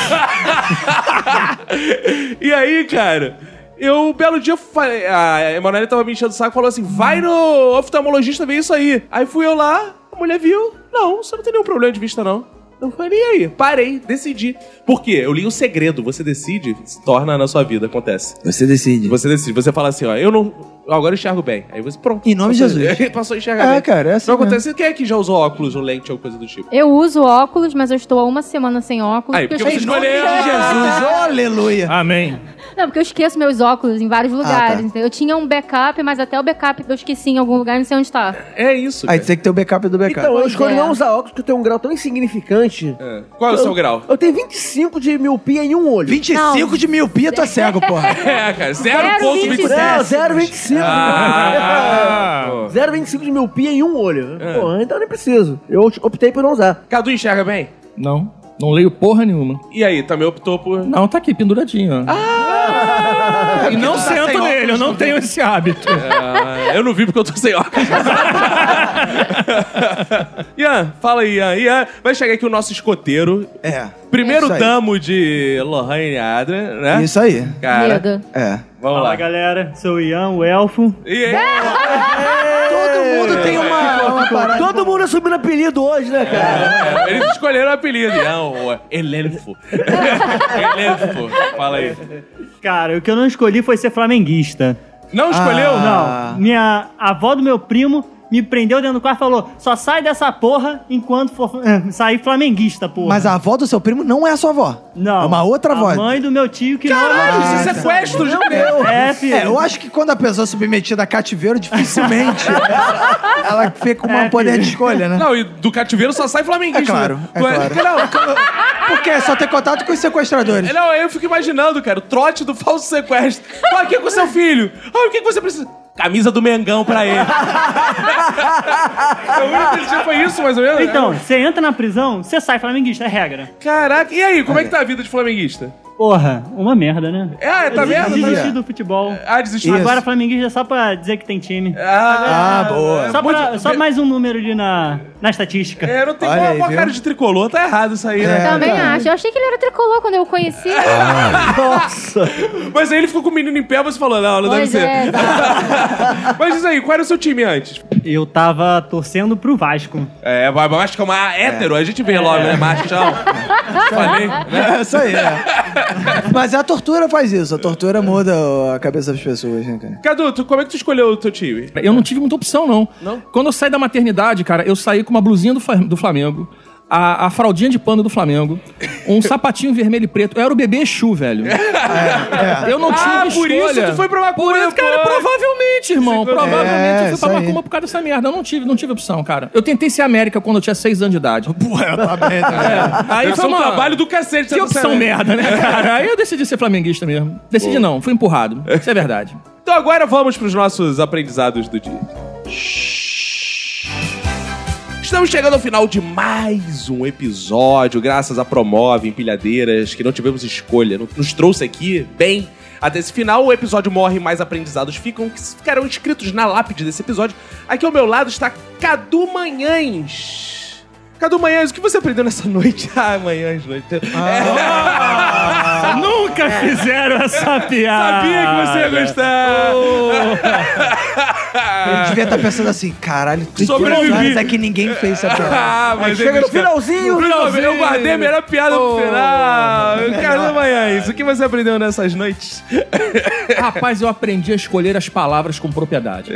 Speaker 1: E aí, cara, eu um belo dia falei. A Emanuele tava me enchendo o saco e falou assim: vai no oftalmologista ver isso aí. Aí fui eu lá, a mulher viu. Não, você não tem nenhum problema de vista, não. Eu falei, e aí? Parei, decidi. Por quê? Eu li um segredo. Você decide, se torna na sua vida, acontece.
Speaker 2: Você decide.
Speaker 1: Você decide, você fala assim, ó, eu não. Agora eu enxergo bem. Aí você, pronto.
Speaker 2: Em nome de
Speaker 1: Passou-
Speaker 2: Jesus.
Speaker 1: Passou a enxergar
Speaker 2: É,
Speaker 1: bem.
Speaker 2: cara, é assim
Speaker 1: Não acontece. Quem é que já usou óculos ou lente ou coisa do tipo?
Speaker 3: Eu uso óculos, mas eu estou há uma semana sem óculos.
Speaker 1: Aí, porque
Speaker 3: eu
Speaker 1: você
Speaker 3: esqueço-
Speaker 1: escolheu. né,
Speaker 2: Em nome de é Jesus, aleluia.
Speaker 8: Amém.
Speaker 3: Não, porque eu esqueço meus óculos em
Speaker 4: Ah,
Speaker 3: vários lugares.
Speaker 2: tá.
Speaker 3: entendeu? Eu tinha um backup, mas até o backup eu esqueci em algum lugar, não sei onde tá. está.
Speaker 1: É isso.
Speaker 2: Aí
Speaker 1: cara.
Speaker 2: tem que ter o backup do backup.
Speaker 4: Então, eu
Speaker 3: Pois
Speaker 4: escolho
Speaker 3: é.
Speaker 4: não usar óculos porque eu tenho um grau tão insignificante.
Speaker 1: É. Qual é o seu grau?
Speaker 4: Eu tenho 25 de miopia em um olho.
Speaker 2: 25 de miopia, tu é cego, porra.
Speaker 1: É, cara, 0.25.
Speaker 3: 0,25.
Speaker 4: Não, 0,25.
Speaker 1: Ah, pô.
Speaker 4: 0,25 de miopia em um olho. Pô, então eu nem preciso. Eu optei por não usar.
Speaker 1: Cadu enxerga bem?
Speaker 5: Não, não leio porra nenhuma.
Speaker 1: E aí, também optou por. Ah.
Speaker 5: Não, tá aqui, penduradinho. ó.
Speaker 8: E não
Speaker 1: Porque tu tá
Speaker 8: sento
Speaker 1: sem
Speaker 8: nele, eu não tenho esse hábito.
Speaker 1: Ah, eu não vi porque eu tô sem óculos. Ian, fala aí, Ian. Ian, vai chegar aqui o nosso escoteiro.
Speaker 2: É.
Speaker 1: Primeiro
Speaker 2: Isso aí.
Speaker 1: damo de Lorraine Adra, né?
Speaker 2: Isso aí.
Speaker 1: Cara,
Speaker 2: É.
Speaker 1: vamos
Speaker 12: Fala
Speaker 1: lá. é,
Speaker 12: galera, sou o Ian, o elfo.
Speaker 4: Todo mundo tem uma, Todo mundo assumindo apelido hoje, né, cara?
Speaker 1: É, eles escolheram o apelido, Ian, o Elenfo. Elenfo, fala aí.
Speaker 12: Cara, o que eu não escolhi foi ser flamenguista.
Speaker 1: Não escolheu? Ah.
Speaker 12: Não. Minha avó do meu primo me prendeu dentro do quarto e falou: só sai dessa porra enquanto for eh, sair flamenguista, porra.
Speaker 2: Mas a avó do seu primo não é a sua avó.
Speaker 12: Não.
Speaker 2: É uma outra
Speaker 12: a
Speaker 2: avó.
Speaker 12: mãe do meu tio que
Speaker 2: Caralho,
Speaker 12: não
Speaker 2: isso é
Speaker 1: sequestro,
Speaker 12: Meu
Speaker 2: Eu-
Speaker 12: É, filho.
Speaker 2: eu acho que quando a pessoa é submetida a cativeiro, dificilmente ela fica com um poder de escolha, né?
Speaker 1: Não, e do cativeiro só sai flamenguista.
Speaker 2: É claro,
Speaker 1: né?
Speaker 2: é
Speaker 1: Tu
Speaker 2: claro.
Speaker 1: Não,
Speaker 2: Por quê? Só ter contato com os sequestradores.
Speaker 1: Não, eu fico imaginando, cara, o trote do falso sequestro. Tô aqui com seu filho. Ah, o que que você precisa? Camisa do Mengão pra ele. É o único que ele tinha foi isso, mais ou menos?
Speaker 12: Então, você entra na prisão, você sai flamenguista, é regra.
Speaker 1: Caraca, e aí, como é que tá a vida de flamenguista?
Speaker 12: Porra, uma merda, né?
Speaker 1: Ah, tá
Speaker 12: Eu
Speaker 1: vendo?
Speaker 12: Desisti
Speaker 1: Tá-
Speaker 12: do futebol.
Speaker 1: Ah, desistiu.
Speaker 12: Agora flamenguista é só pra dizer que tem time.
Speaker 1: Ah, boa.
Speaker 12: Só, pra-
Speaker 1: Muito-
Speaker 12: só mais um número ali na, na estatística.
Speaker 1: É, não tem Olha uma- aí, uma viu? cara de tricolor, tá errado isso aí,
Speaker 2: É.
Speaker 1: né?
Speaker 3: Também acho. Eu achei que ele era tricolor quando eu o conheci.
Speaker 1: Ah,
Speaker 4: É.
Speaker 1: Nossa! Mas aí ele ficou com o menino em pé, você falou, não, não
Speaker 3: Pois
Speaker 1: deve
Speaker 3: é,
Speaker 1: ser. Tá Mas diz aí, qual era o seu time antes?
Speaker 12: Eu tava torcendo pro Vasco.
Speaker 1: É, mas mas que é uma hétero, a gente vê logo, né? Machão. Falei. né?
Speaker 2: É, isso aí, é. Mas a tortura faz isso. A tortura muda o- a cabeça das pessoas, né, cara?
Speaker 1: Cadu, tu- como é que tu escolheu o teu time?
Speaker 5: Eu não tive muita opção, não.
Speaker 1: Não?
Speaker 5: Quando eu saí da maternidade, cara, eu saí com uma blusinha do, Fa- do Flamengo, a, a fraldinha de pano do Flamengo, um sapatinho vermelho e preto. Eu era o bebê Exu, velho. Eu não tive
Speaker 1: Ah,
Speaker 5: escolha.
Speaker 1: por isso tu foi pra Macumba,
Speaker 5: Por isso, cara,
Speaker 1: pô.
Speaker 5: provavelmente, irmão.
Speaker 1: Segura-
Speaker 5: Provavelmente
Speaker 1: É,
Speaker 5: eu fui
Speaker 1: isso
Speaker 5: pra
Speaker 1: aí.
Speaker 5: Macumba por causa dessa merda. Eu não tive, não tive opção, cara. Eu tentei ser América quando eu tinha seis anos de idade. Porra,
Speaker 1: tá bem, tá bem. Deve
Speaker 5: Aí
Speaker 1: ser
Speaker 5: foi
Speaker 1: um
Speaker 5: uma...
Speaker 1: trabalho do cacete, você tá
Speaker 5: Que
Speaker 1: não
Speaker 5: opção
Speaker 1: sabe.
Speaker 5: merda, né, cara? Aí eu decidi ser flamenguista mesmo. Decidi
Speaker 1: Boa.
Speaker 5: não, fui empurrado. Isso é verdade.
Speaker 1: Então agora vamos pros nossos aprendizados do dia. Estamos chegando ao final de mais um episódio, graças a Promove, Empilhadeiras, que não tivemos escolha, no- nos trouxe aqui bem. Até esse final, o episódio morre, mais aprendizados ficam, que ficarão escritos na lápide desse episódio. Aqui ao meu lado está Cadu Manhães. Cadu Manhães, o que você aprendeu nessa noite? Ah, Manhães, noite.
Speaker 8: Nunca fizeram essa
Speaker 2: Ah,
Speaker 8: piada.
Speaker 1: É. Sabia que você ia
Speaker 2: é
Speaker 1: gostar.
Speaker 2: Ele devia estar pensando assim, caralho, tem
Speaker 1: Sobrevivi.
Speaker 2: três horas é que ninguém fez essa piada.
Speaker 1: Ah, mas
Speaker 2: Aí É chega
Speaker 1: ele-
Speaker 2: no finalzinho,
Speaker 1: No finalzinho, Eu guardei a melhor piada pro final. Cara, amanhã é isso. O que você aprendeu nessas noites?
Speaker 5: Rapaz, eu aprendi a escolher as palavras com propriedade.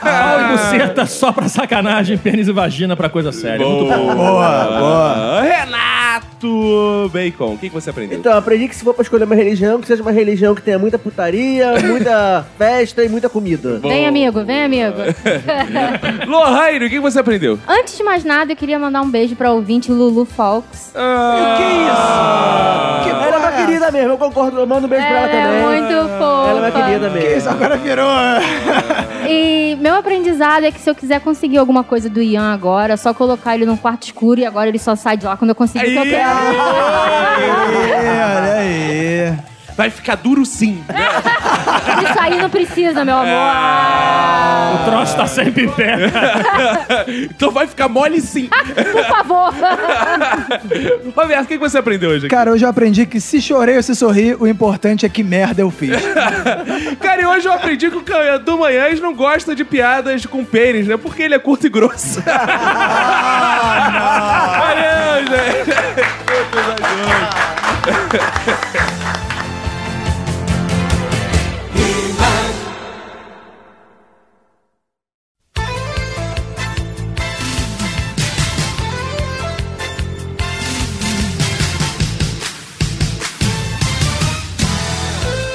Speaker 5: Pau e buceta só pra sacanagem, pênis e vagina pra coisa séria. Muito bom.
Speaker 1: boa. Renato Bacon, o que que você aprendeu?
Speaker 4: Então, aprendi que se for pra escolher uma religião, que seja uma religião que tenha muita putaria, muita festa e muita comida.
Speaker 3: Vem, amigo, vem, amigo.
Speaker 2: Então-
Speaker 1: Lohane, o que que você aprendeu?
Speaker 3: Antes de mais nada, eu queria mandar um beijo pra ouvinte Lulu Fox.
Speaker 4: Que Ah. ela é uma querida mesmo, eu concordo. Eu mando um beijo pra ela
Speaker 3: Ela é
Speaker 4: também.
Speaker 3: muito fofa.
Speaker 4: Ela é uma querida mesmo.
Speaker 2: Isso agora virou.
Speaker 3: E meu aprendizado é que se eu quiser conseguir alguma coisa do Ian agora, é só colocar ele num quarto escuro e agora ele só sai de lá quando eu conseguir o que eu quero.
Speaker 2: olha aí.
Speaker 1: Vai ficar duro sim.
Speaker 3: Isso aí não precisa, meu amor.
Speaker 8: O troço tá sempre em pé.
Speaker 1: então vai ficar mole sim.
Speaker 3: Por favor.
Speaker 1: Roberto, o que que você aprendeu hoje? aqui?
Speaker 2: Cara, eu já aprendi que se chorei ou se sorri, o importante é que merda eu fiz.
Speaker 1: Cara, e hoje eu aprendi que o Cadu Manhães não gosta de piadas com pênis, né? Porque ele é curto e grosso. Valeu, gente.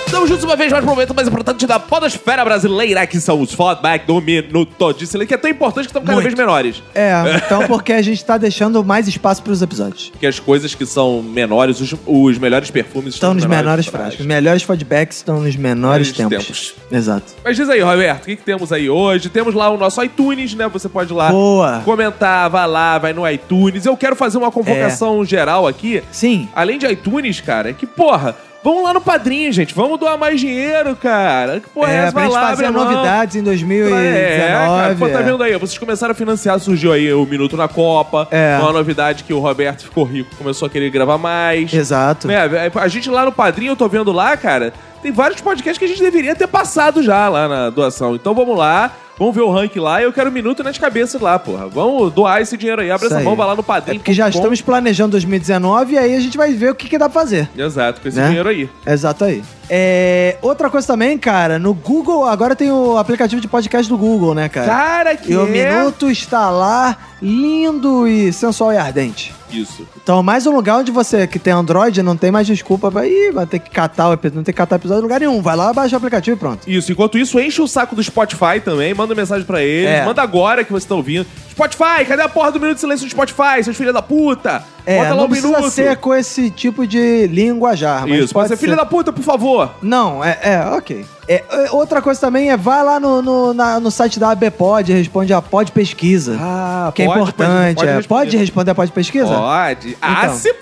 Speaker 1: Estamos juntos uma vez mais pro momento mais importante da podosfera brasileira, que são os feedback do Minuto de Silêncio, que é tão importante que estão cada vez menores.
Speaker 2: É, então porque a gente tá deixando mais espaço pros episódios.
Speaker 1: Que as coisas que são menores, os, os melhores perfumes
Speaker 2: Estão nos menores
Speaker 1: frascos.
Speaker 2: frascos. Melhores feedbacks estão nos menores tempos. Exato.
Speaker 1: Mas diz aí, Roberto, o que, que temos aí hoje? Temos lá o nosso iTunes, né? Você pode ir lá
Speaker 2: Boa.
Speaker 1: comentar, vai lá, vai no
Speaker 2: É.
Speaker 1: iTunes. Eu quero fazer uma convocação geral aqui.
Speaker 2: Sim.
Speaker 1: Além de iTunes, cara, é que, porra, Vamos lá no padrinho, gente. Vamos doar mais dinheiro, cara. Que porra é,
Speaker 2: É,
Speaker 1: essa?
Speaker 2: pra
Speaker 1: Vai
Speaker 2: gente
Speaker 1: lá, abre
Speaker 2: fazer
Speaker 1: a mão.
Speaker 2: novidades em 2019.
Speaker 1: É, cara, pô, tá
Speaker 2: é.
Speaker 1: vendo aí? Vocês começaram a financiar, surgiu aí o Minuto na Copa.
Speaker 2: É.
Speaker 1: Uma novidade que o Roberto ficou rico, começou a querer gravar mais.
Speaker 2: é. Exato.
Speaker 1: Né, A gente lá no Padrinho, eu tô vendo lá, cara, tem vários podcasts que a gente deveria ter passado já lá na doação. Então vamos lá, vamos ver o rank lá. Eu quero um minuto nas cabeças lá, porra. Vamos doar esse dinheiro aí. Abre
Speaker 2: Isso
Speaker 1: essa
Speaker 2: aí.
Speaker 1: mão, vai lá no Padrinho.
Speaker 2: É porque já estamos planejando 2019 e aí a gente vai ver o que, que dá pra fazer.
Speaker 1: Exato, com esse
Speaker 2: né?
Speaker 1: dinheiro aí.
Speaker 2: Exato aí. É, outra coisa também, cara, no Google, agora tem o aplicativo de podcast do Google, né, cara?
Speaker 1: Cara, que
Speaker 2: E o
Speaker 1: é?
Speaker 2: Minuto está lá, lindo e sensual e ardente.
Speaker 1: Isso.
Speaker 2: Então, mais um lugar onde você que tem Android não tem mais desculpa pra ir, vai ter que catar o episódio, não tem que catar episódio em lugar nenhum. Vai lá, baixa o aplicativo e pronto.
Speaker 1: Isso, enquanto isso, enche o saco do Spotify também, manda mensagem pra ele,
Speaker 2: É.
Speaker 1: manda agora que você tá ouvindo. Spotify, cadê a porra do Minuto de Silêncio do Spotify, seus filhos da puta?
Speaker 2: É,
Speaker 1: Bota lá
Speaker 2: não
Speaker 1: o
Speaker 2: precisa
Speaker 1: Minuto.
Speaker 2: ser com esse tipo de linguajar, mas
Speaker 1: Isso, pode ser filha da puta, por favor.
Speaker 2: Não, é, é ok. É, é, outra coisa também é, vai lá no, no, na- no site da ABPod, responde a Pod Pesquisa. Ah, Que é
Speaker 1: pode,
Speaker 2: importante.
Speaker 1: pode, pode responder.
Speaker 2: é. pode responder a Pod Pesquisa?
Speaker 1: Pode. Ah,
Speaker 2: Então.
Speaker 1: se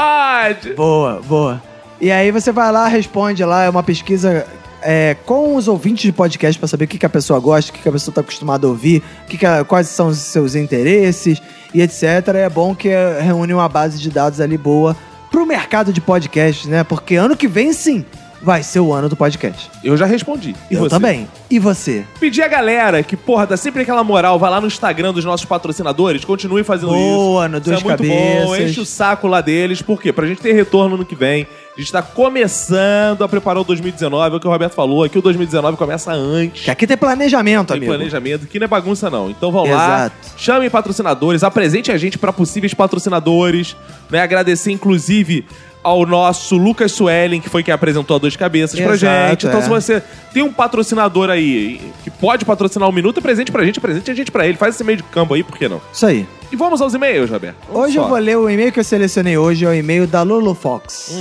Speaker 1: pode!
Speaker 2: Boa, boa. E aí você vai lá, responde lá, é uma pesquisa é, com os ouvintes de podcast pra saber o que, que a pessoa gosta, o que, que a pessoa tá acostumada a ouvir, o que que a- quais são os seus interesses e etc. É bom que é, reúne uma base de dados ali boa pro mercado de podcast, né? Porque ano que vem, sim, vai ser o ano do podcast.
Speaker 1: Eu já respondi. E
Speaker 2: Eu
Speaker 1: você?
Speaker 2: também. E você?
Speaker 1: Pedir a galera que, porra, dá sempre aquela moral, vai lá no Instagram dos nossos patrocinadores, continue fazendo
Speaker 2: Boa,
Speaker 1: isso.
Speaker 2: no
Speaker 1: Isso
Speaker 2: Duas
Speaker 1: é muito bom,
Speaker 2: Cabeças.
Speaker 1: enche o saco lá deles, por quê? Pra gente ter retorno no que vem. A gente tá começando a preparar o 2019, é o que o Roberto falou, aqui o 2019 começa antes.
Speaker 2: Que aqui tem planejamento,
Speaker 1: Tem
Speaker 2: amigo.
Speaker 1: planejamento, que não é bagunça não. Então vão lá,
Speaker 2: Exato.
Speaker 1: chamem patrocinadores, apresente a gente para possíveis patrocinadores, né? Agradecer inclusive ao nosso Lucas Suelen, que foi quem apresentou a Dois Cabeças pra
Speaker 2: Exato,
Speaker 1: gente. Então
Speaker 2: é.
Speaker 1: se você tem um patrocinador aí que pode patrocinar o Minuto, apresente pra gente, apresente a gente pra ele. Faz esse meio de campo aí, por que não?
Speaker 2: Isso aí.
Speaker 1: E vamos aos e-mails, Roberto. Vamos
Speaker 2: Hoje
Speaker 1: só.
Speaker 2: eu vou ler o e-mail que eu selecionei hoje, é o e-mail da Lulu Fox.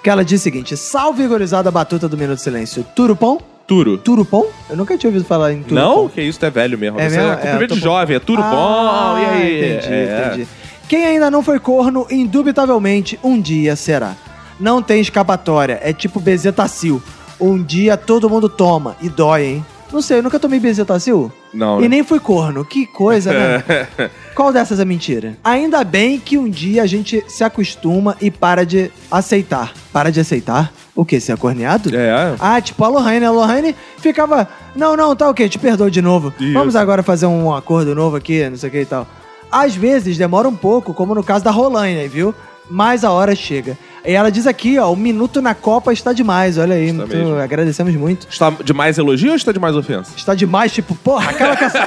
Speaker 2: Que ela diz o seguinte: salve gorizada batuta do Minuto de Silêncio. Turupom?
Speaker 1: Turo.
Speaker 2: Turupom? Eu nunca tinha ouvido falar em Turupom.
Speaker 1: Não? Que isso, tu é velho mesmo.
Speaker 2: É
Speaker 1: Você é
Speaker 2: mesmo? É,
Speaker 1: cumprimento
Speaker 2: tô
Speaker 1: de jovem, é tudo bom, e aí?
Speaker 2: Ah, Entendi,
Speaker 1: É.
Speaker 2: entendi. Quem ainda não foi corno, indubitavelmente, um dia será. Não tem escapatória, é tipo bezetacil. Um dia todo mundo toma, e dói, hein? Não sei, eu nunca tomei bezetacil.
Speaker 1: Não,
Speaker 2: E
Speaker 1: né?
Speaker 2: nem fui corno, que coisa, né? Qual dessas é mentira? Ainda bem que um dia a gente se acostuma e para de aceitar. Para de aceitar? O quê? Ser acorneado?
Speaker 1: É.
Speaker 2: Ah, tipo a Lohane. A Lohane ficava... Não, não, tá ok, te perdoa de novo. Vamos agora fazer um acordo novo aqui, não sei o que e tal. Às vezes demora um pouco, como no caso da Rolane, viu? Mas a hora chega. E ela diz aqui, ó, o minuto na Copa está demais, olha aí. muito-
Speaker 1: mesmo.
Speaker 2: agradecemos muito.
Speaker 1: Está de mais elogio ou está de mais ofensa?
Speaker 2: Está demais, tipo, porra, acaba com essa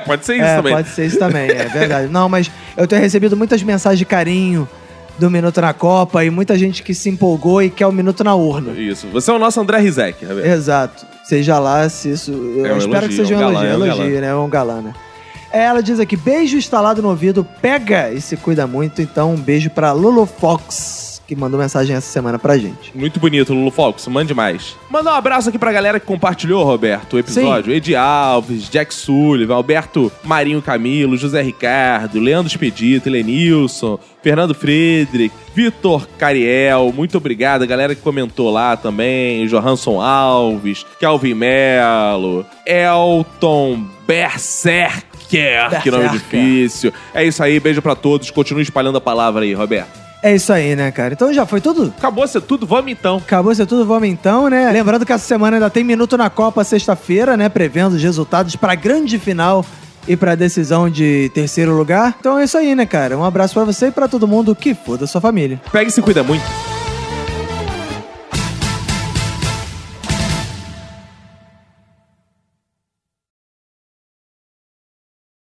Speaker 1: pode ser isso
Speaker 2: é,
Speaker 1: também.
Speaker 2: Pode ser isso também, é verdade. Não, mas eu tenho recebido muitas mensagens de carinho do Minuto na Copa e muita gente que se empolgou e quer o Minuto na urna.
Speaker 1: Isso. Você é o nosso André Rizek, Roberto.
Speaker 2: Exato. Seja lá se isso. Eu
Speaker 1: É um
Speaker 2: espero que
Speaker 1: elogio,
Speaker 2: seja
Speaker 1: é um
Speaker 2: um
Speaker 1: galã,
Speaker 2: elogio,
Speaker 1: é um
Speaker 2: elogio,
Speaker 1: galã.
Speaker 2: né? É um galã, né? Ela diz aqui: beijo instalado no ouvido, pega e se cuida muito. Então, um beijo pra Lulu Fox, que mandou mensagem essa semana pra gente.
Speaker 1: Muito bonito, Lulu Fox. Mande mais. Mandar um abraço aqui pra galera que compartilhou, Roberto, o episódio. Edi Alves, Jack Sullivan, Alberto Marinho Camilo, José Ricardo, Leandro Expedito, Helenilson, Fernando Friedrich, Vitor Cariel. Muito obrigado. A galera que comentou lá também. Johansson Alves, Calvin Melo, Elton Berserker. Que nome
Speaker 2: Berserker.
Speaker 1: difícil. É isso aí. Beijo pra todos. Continue espalhando a palavra aí, Roberto.
Speaker 2: É isso aí, né, cara? Então já foi tudo?
Speaker 1: Acabou ser tudo, vamos então.
Speaker 2: Acabou ser tudo, vamos então, né? Lembrando que essa semana ainda tem Minuto na Copa, sexta-feira, né? Prevendo os resultados pra grande final e pra decisão de terceiro lugar. Então é isso aí, né, cara? Um abraço pra você e pra todo mundo que for da sua família.
Speaker 1: Pega e se cuida muito.